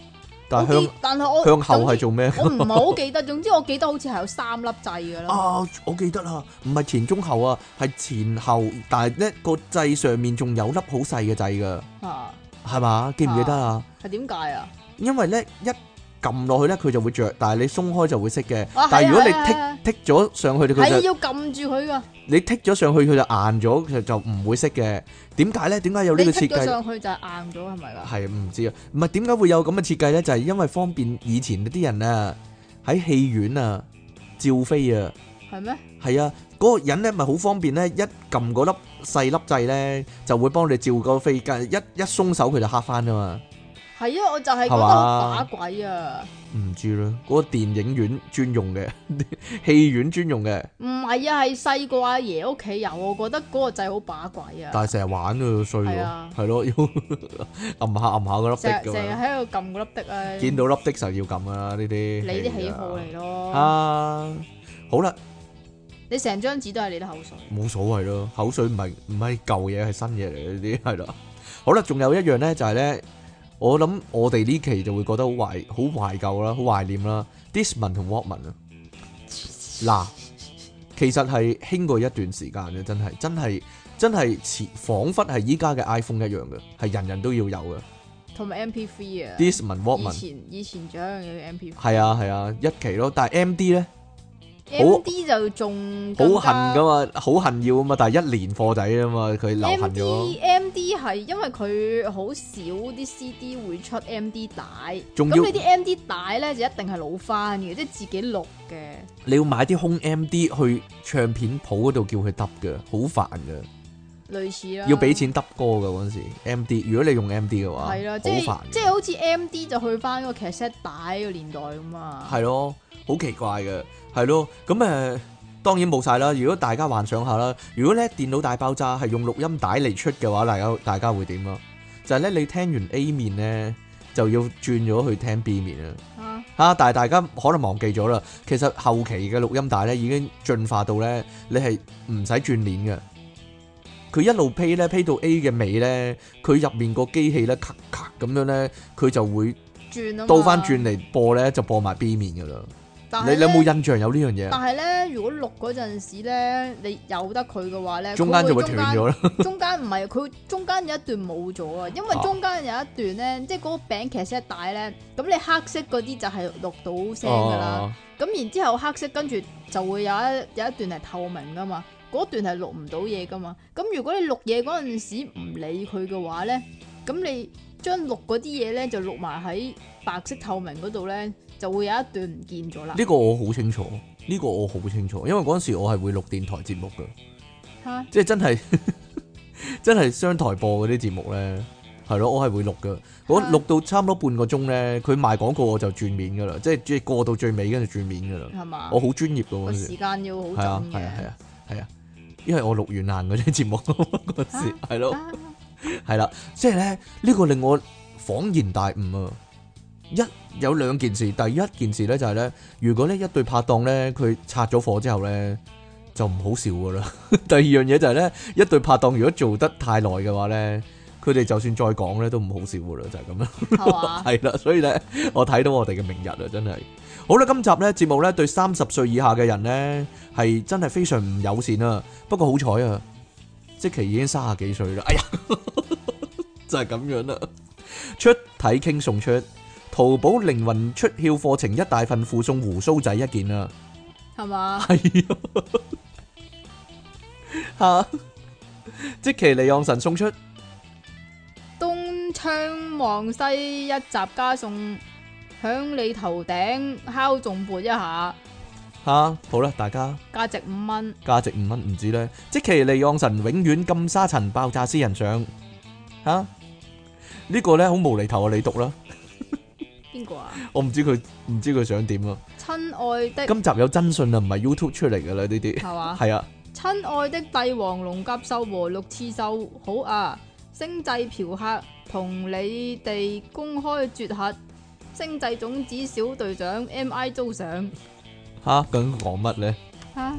Speaker 1: 但
Speaker 2: 我
Speaker 1: 係向
Speaker 2: 記但係我
Speaker 1: 向後係
Speaker 2: 總之
Speaker 1: 做咩？
Speaker 2: 我唔係好記得，總之我記得好似係有三粒掣嘅啦。
Speaker 1: 啊，我記得啦，唔係前中後啊，係前後，但係呢個掣上面仲有粒好細嘅掣噶，
Speaker 2: 嚇
Speaker 1: 係嘛？記唔記得啊？
Speaker 2: 啊係點解啊？
Speaker 1: 因為呢，一撳落去呢，佢就會着，但係你鬆開就會熄嘅。
Speaker 2: 啊
Speaker 1: 但係
Speaker 2: 係啊
Speaker 1: 如果你
Speaker 2: 係啊係
Speaker 1: 剔
Speaker 2: 啊
Speaker 1: 剔咗上去，佢
Speaker 2: 係啊
Speaker 1: 就
Speaker 2: 要撳住佢噶，
Speaker 1: 你剔咗上去，佢就硬咗，就就唔會熄嘅。點解呢？點解有呢
Speaker 2: 你
Speaker 1: 個
Speaker 2: 剔
Speaker 1: 設
Speaker 2: 咗
Speaker 1: 計？
Speaker 2: 上去就係硬咗，係咪㗎？
Speaker 1: 係唔知啊，唔係點解會有咁嘅設計呢？就係、因為方便以前啲人啊，喺戲院啊照飛啊，
Speaker 2: 係咩？
Speaker 1: 係啊，嗰、個人呢咪好方便呢，一撳嗰粒細粒掣呢，就會幫你照個飛機，一一鬆手佢就黑翻啊嘛，
Speaker 2: 係啊，我就係
Speaker 1: 係
Speaker 2: 覺得
Speaker 1: 嘛
Speaker 2: 好把鬼啊！
Speaker 1: 唔知啦，嗰、個電影院專用嘅，戲院專用嘅，
Speaker 2: 唔係啊，係細個阿爺屋企有，我覺得嗰個掣好把鬼啊！
Speaker 1: 但係成日玩啊衰
Speaker 2: 係
Speaker 1: 咯
Speaker 2: 啊，
Speaker 1: 係咯，要 撳下撳下嗰粒的咁
Speaker 2: 成日成日
Speaker 1: 樣，
Speaker 2: 喺度撳嗰粒的啊！
Speaker 1: 見到粒的就要撳噶啦，呢啲
Speaker 2: 你啲喜好
Speaker 1: 係
Speaker 2: 嚟咯，
Speaker 1: 啊，好啦。
Speaker 2: 你成張紙都係你啲口水。
Speaker 1: 冇所謂咯，口水唔係唔係舊嘢，係新嘢嚟嘅呢啲 係啦。好啦，仲有一樣咧，就係咧，我諗我哋呢期就會覺得好懷好懷舊啦，好懷念啦。Discman 同 Walkman 啊，嗱，其實係興過一段時間嘅，真係真係真係似彷彿係依家嘅 iPhone 一樣嘅，係人人都要有嘅。
Speaker 2: 同埋 MP3 啊，
Speaker 1: Discman
Speaker 2: 以
Speaker 1: Walkman
Speaker 2: 前以前仲有一樣嘢 MP3。
Speaker 1: 係啊係啊，一期咯，但係 MD 咧
Speaker 2: M D 就仲
Speaker 1: 好恨噶嘛，好恨要啊嘛，但係一年貨仔啊嘛，佢流
Speaker 2: ，M
Speaker 1: 行咗。
Speaker 2: D M D 係因為佢好少啲 C D 會出 M D 帶，
Speaker 1: 仲
Speaker 2: 咁
Speaker 1: 要
Speaker 2: 你啲 M D 帶咧就一定係老翻嘅，即係自己錄嘅。
Speaker 1: 你要買啲空 M D 去唱片鋪嗰度叫佢揼嘅，好煩嘅，
Speaker 2: 類似啦，
Speaker 1: 要俾錢揼歌嘅嗰陣時 M D。如果你用 M D 嘅話，
Speaker 2: 係啦，即
Speaker 1: 好
Speaker 2: 係
Speaker 1: 煩嘅，
Speaker 2: 即係好似 M D 就去翻嗰個 cassette 帶個年代咁啊。
Speaker 1: 係咯，好奇怪嘅，係咯。咁誒、呃，當然冇晒啦。如果大家幻想下啦，如果咧電腦大爆炸係用錄音帶嚟出嘅話，大家大家會點啊？就係、呢，咧，你聽完 A 面咧，就要轉咗去聽 B 面啊。
Speaker 2: 啊
Speaker 1: 啊！但係大家可能忘記咗啦，其實後期嘅錄音帶咧已經進化到咧，你係唔使轉鏈嘅。佢一路 play 咧 play 到 A 嘅尾咧，佢入面個機器咧咔咔咁樣咧，佢就會
Speaker 2: 轉啊，
Speaker 1: 倒翻轉。嚟播咧，就播埋 B 面噶啦。
Speaker 2: 但
Speaker 1: 你
Speaker 2: 係
Speaker 1: 你有
Speaker 2: 咧
Speaker 1: 冇印象有呢樣嘢？
Speaker 2: 但係咧，如果錄嗰陣時咧，你由得佢嘅話咧，
Speaker 1: 中間就會
Speaker 2: 會
Speaker 1: 斷咗啦。
Speaker 2: 中間唔係佢中間有一段冇咗啊，因為
Speaker 1: 啊
Speaker 2: 中間有一段咧，即係嗰個餅其實一帶咧，咁你黑色嗰啲就係錄 到聲噶啦，
Speaker 1: 哦，
Speaker 2: 咁、然之後黑色跟住就會有一有一段係透明噶嘛，嗰段係錄唔到嘢噶嘛，咁如果你錄嘢嗰陣時唔理佢嘅話咧，咁你將錄嗰啲嘢咧就錄埋喺白色透明嗰度咧，就會有一段唔見咗啦，
Speaker 1: 呢個我好清楚，呢個我好清楚，因為嗰陣時我係會錄電台節目嘅。
Speaker 2: 嚇
Speaker 1: 即係真係 真係商台播嗰啲節目咧，係咯，我係會錄噶。我
Speaker 2: 啊
Speaker 1: 錄到差唔多半個鐘咧，佢賣廣告我就轉面噶啦，即係即係過到最尾跟住轉面噶啦。
Speaker 2: 係嘛
Speaker 1: 我？好專業噶嗰
Speaker 2: 個
Speaker 1: 陣時，
Speaker 2: 時間啊要好
Speaker 1: 哦係啊
Speaker 2: 準
Speaker 1: 係啊係
Speaker 2: 嘅。
Speaker 1: 啊係啊，因為我錄完爛嗰啲節目嗰陣時係咯
Speaker 2: 啊
Speaker 1: 係啦，即係咧呢個令我恍然大悟啊！一有兩件事，第一件事咧就係咧，如果呢一對拍檔咧佢拆咗火之後咧，就唔好笑噶啦。 第二樣嘢就係咧，一對拍檔如果做得太耐嘅話咧，佢哋就算再講咧都唔好笑噶啦，就係咁啦。
Speaker 2: 啊係嘛？
Speaker 1: 係啊啦，所以咧，我睇到我哋嘅明日啊，真係好啦。今集咧節目咧對三十歲以下嘅人咧係真係非常唔友善啊。不過好彩啊，即其已經三十幾歲啦。哎呀， 就係咁樣啦。出體傾送出淘寶靈魂出竅課程一大份附送胡鬚仔一件啊。
Speaker 2: 係嘛？
Speaker 1: 系啊，吓！即其利昂神送出
Speaker 2: 東窗望西一集加送，響你頭頂敲重撥一下，
Speaker 1: 吓，好啦，大家。
Speaker 2: 價值五蚊。
Speaker 1: 價值五蚊唔止咧，即其利昂神永遠禁沙塵爆炸私人相吓、呢個咧好無厘頭啊！你讀啦，
Speaker 2: 邊個啊？
Speaker 1: 我唔知佢唔知佢想點啊。
Speaker 2: 親愛的
Speaker 1: 今集有真信啊，唔係 YouTube 出嚟噶啦呢啲，
Speaker 2: 係嘛？
Speaker 1: 係啊，
Speaker 2: 親愛的帝王龍甲獸和六刺獸，好啊！星際嫖客同你哋公開絕核，星際種子小隊長 M.I. 遭上
Speaker 1: 吓究竟講乜咧？
Speaker 2: 啊！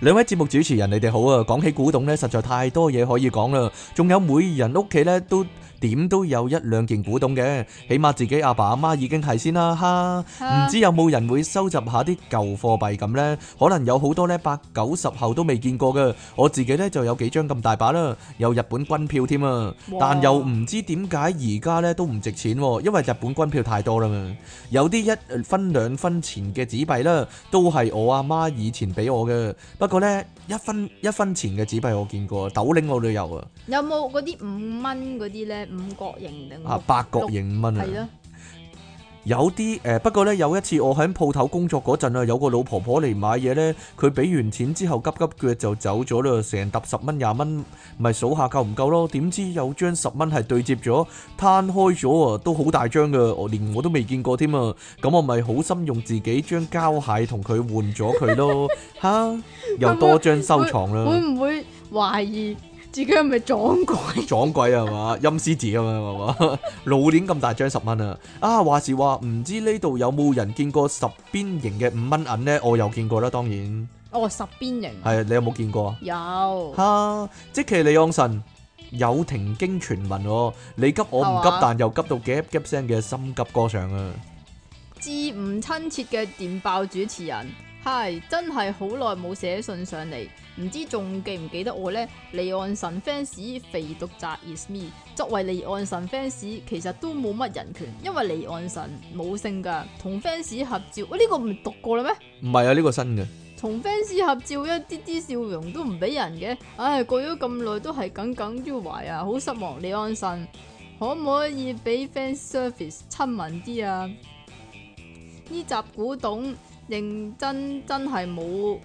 Speaker 1: 兩位節目主持人，你哋好啊！講起古董呢，實在太多嘢可以講啦。仲有每人屋企呢，都點都有一兩件古董嘅，起碼自己阿爸阿媽已經係先啦，哈！
Speaker 2: 啊
Speaker 1: 唔知有冇人會收集下啲舊貨幣咁呢？可能有好多呢，八九十後都未見過嘅。我自己呢，就有幾張咁大把啦，有日本軍票添啊！
Speaker 2: 哇
Speaker 1: 但又唔知點解而家咧都唔值錢喎，因為日本軍票太多啦嘛。有啲一呃分兩分錢嘅紙幣啦，都係我阿媽以前俾我嘅。不過呢，一分一分錢嘅紙幣我見過，斗零我都有啊，
Speaker 2: 有冇嗰啲五蚊嗰啲咧？五角形定
Speaker 1: 啊八角形五蚊
Speaker 2: 係
Speaker 1: 啊。
Speaker 2: 咯，
Speaker 1: 有啲誒、呃不過呢，有一次我喺鋪頭工作嗰陣啊，有個老婆婆嚟買嘢呢，佢俾完錢之後急急腳就走咗啦，成沓十蚊廿蚊，咪數下夠唔夠咯？點知有張十蚊係對接咗，攤開咗啊，都好大張噶，我連我都未見過添啊！咁我咪好心用自己張膠蟹同佢換咗佢 咯，吓又多張收藏
Speaker 2: 會
Speaker 1: 啦，
Speaker 2: 唔會懷疑自己係咪撞鬼？
Speaker 1: 撞鬼啊嘛，陰獅子啊嘛， 係嘛，老年咁大張十蚊啊！啊話時話，唔知呢度有冇人見過十邊形嘅五蚊銀呢？我有見過啦，當然
Speaker 2: 哦，十邊形
Speaker 1: 係你有冇見過啊？
Speaker 2: 有
Speaker 1: 哈！即其利昂神有停經傳聞喎，你急我唔急
Speaker 2: 係嘛，
Speaker 1: 但又急到夾夾聲嘅心急歌上啊！
Speaker 2: 至唔親切嘅電爆主持人，係真係好耐冇寫信上嚟，唔知仲記唔記得我呢？離岸神 fans 肥毒宅 is me。作為離岸神 fans，其實都冇乜人權，因為離岸神冇性㗎。同 fans 合照，喂、呢、個唔係讀過啦咩？
Speaker 1: 唔係啊，呢個新嘅
Speaker 2: 同 fans 合照一啲啲笑容都唔俾人嘅，唉，過咗咁耐都係耿耿於懷啊，好失望。李安神可唔可以俾 fans service 親民啲啊？呢集古董認真真係冇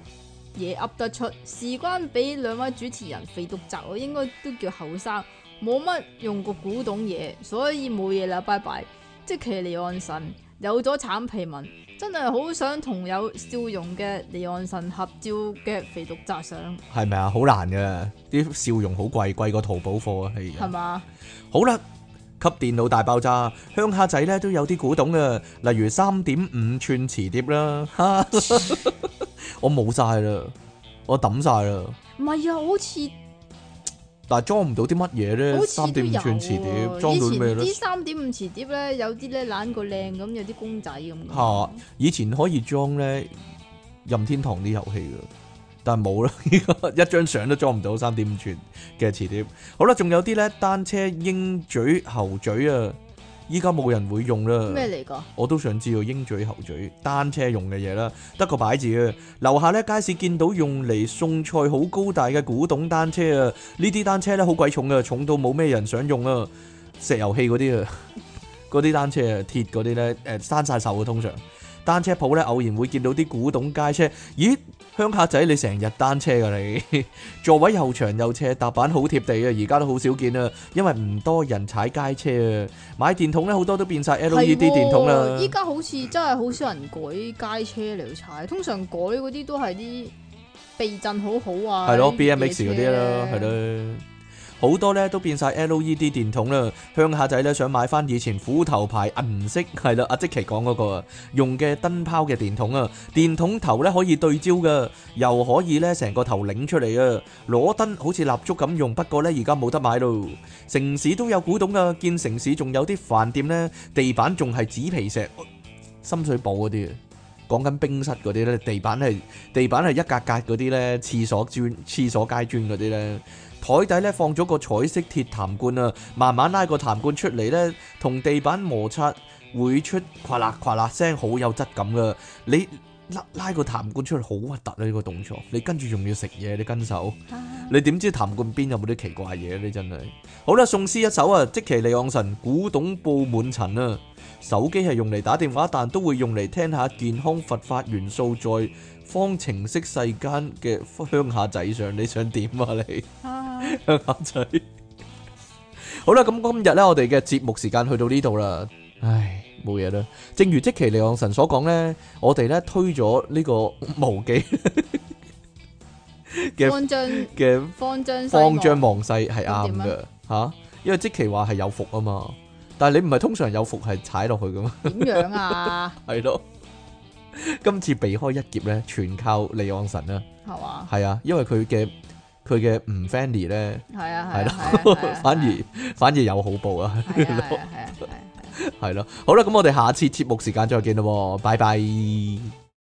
Speaker 2: 嘢噏得出，事關俾兩位主持人肥毒宅，我應該都叫後生，冇乜用過古董嘢，所以冇嘢啦，拜拜。即其離岸神有咗橙皮紋，真係好想同有笑容嘅離岸神合照嘅肥毒宅相，
Speaker 1: 係咪啊？好難嘅，啲笑容好貴，貴過淘寶貨啊！係啊
Speaker 2: 係嘛？
Speaker 1: 好啦，給電腦大爆炸，鄉下仔咧都有啲古董嘅，例如三點五寸磁碟啦， 哈我冇晒啦，我抌晒啦，
Speaker 2: 唔係啊，好似
Speaker 1: 但係裝唔到啲乜嘢咧？
Speaker 2: 好
Speaker 1: 三
Speaker 2: 似都
Speaker 1: 點五
Speaker 2: 有
Speaker 1: 寸磁碟
Speaker 2: 喎
Speaker 1: 裝
Speaker 2: 以
Speaker 1: 到
Speaker 2: 前
Speaker 1: 咩咧
Speaker 2: 啲？三點五磁碟咧，有啲咧懶過靚咁，有啲公仔咁。
Speaker 1: 嚇以前可以裝咧任天堂啲遊戲嘅，但係冇啦， 而家一張相都裝唔到三點五寸嘅磁碟。好啦，仲有啲咧單車鷹嘴猴嘴啊，依家冇人會用啦。
Speaker 2: 咩嚟㗎？
Speaker 1: 我都想知道鷹嘴猴嘴單車用嘅嘢啦，得個擺字嘅。樓下呢，街市見到用嚟送菜好高大嘅古董單車啊，呢啲單車呢，好鬼重啊，重到冇咩人想用啊。石油氣嗰啲啊， 嗰啲單車啊，鐵嗰啲呢，誒生晒手啊，通常單車鋪呢，偶然會見到啲古董街車，咦？鄉下仔你成日單車㗎你， 座位又長又斜，踏板好貼地啊！而家都好少見啊，因為唔多人踩街車啊。買電筒呢，好多都變晒 LED
Speaker 2: 係喎
Speaker 1: E 電筒啊啦。
Speaker 2: 依家好似真係好少人改街車嚟踩，通常改嗰啲都係啲避震好好啊。
Speaker 1: 係咯
Speaker 2: 啲
Speaker 1: ，B M
Speaker 2: 夜
Speaker 1: X
Speaker 2: 車
Speaker 1: 嗰啲啦，係。咯，好多咧都變晒 L E D 電筒啦。鄉下仔咧想買翻以前虎頭牌銀色，係啦，阿即奇講嗰個啊，用嘅燈泡嘅電筒啊，電筒頭咧可以對焦噶，又可以咧成個頭擰出嚟啊，攞燈好似蠟燭咁用，不過咧而家冇得買咯。城市都有古董噶，見城市仲有啲飯店咧，地板仲係紙皮石，深水埗嗰啲啊。講緊冰室嗰啲咧，地板係地板係一格格嗰啲咧，廁所磚、廁所街磚嗰啲咧，台底咧放咗個彩色鐵痰罐啊，慢慢拉個痰罐出嚟咧，同地板摩擦會出咵啦咵啦聲，好有質感噶。你拉拉個痰罐出嚟好核突啊！呢個動作，你跟住仲要食嘢，你跟手。
Speaker 2: 啊
Speaker 1: 你 點知痰罐邊有冇啲奇怪嘢呢？真係好啦，宋詩一首啊，即其利昂神古董布滿塵啊！手機係用嚟打電話，但都會用嚟聽下健康佛法元素在方程式世間嘅鄉下仔上，你想點啊你？
Speaker 2: 啊
Speaker 1: 鄉下仔，好啦，咁今日咧，我哋嘅節目時間去到呢度啦。唉，冇嘢啦。正如即其利昂神所講咧，我哋咧推咗呢個無記嘅
Speaker 2: 方丈
Speaker 1: 嘅
Speaker 2: 方丈西
Speaker 1: 方
Speaker 2: 望
Speaker 1: 丈望世係啱
Speaker 2: 咁點啊
Speaker 1: 嘅吓，因為即其話係有伏啊嘛。但係你唔係通常有伏係踩落去噶嘛？
Speaker 2: 點樣啊？
Speaker 1: 係咯。今次避開一劫咧，全靠利昂神啦。
Speaker 2: 係嘛？
Speaker 1: 係啊，因為佢嘅佢嘅唔 friendly 咧，
Speaker 2: 係啊
Speaker 1: 係
Speaker 2: 係啊係
Speaker 1: 咯
Speaker 2: 啊係啊，
Speaker 1: 反而反而有好報啊。
Speaker 2: 係啊係啊係啊係啊。
Speaker 1: 系咯，好啦，咁我哋下次節目時間再見咯喎，拜拜。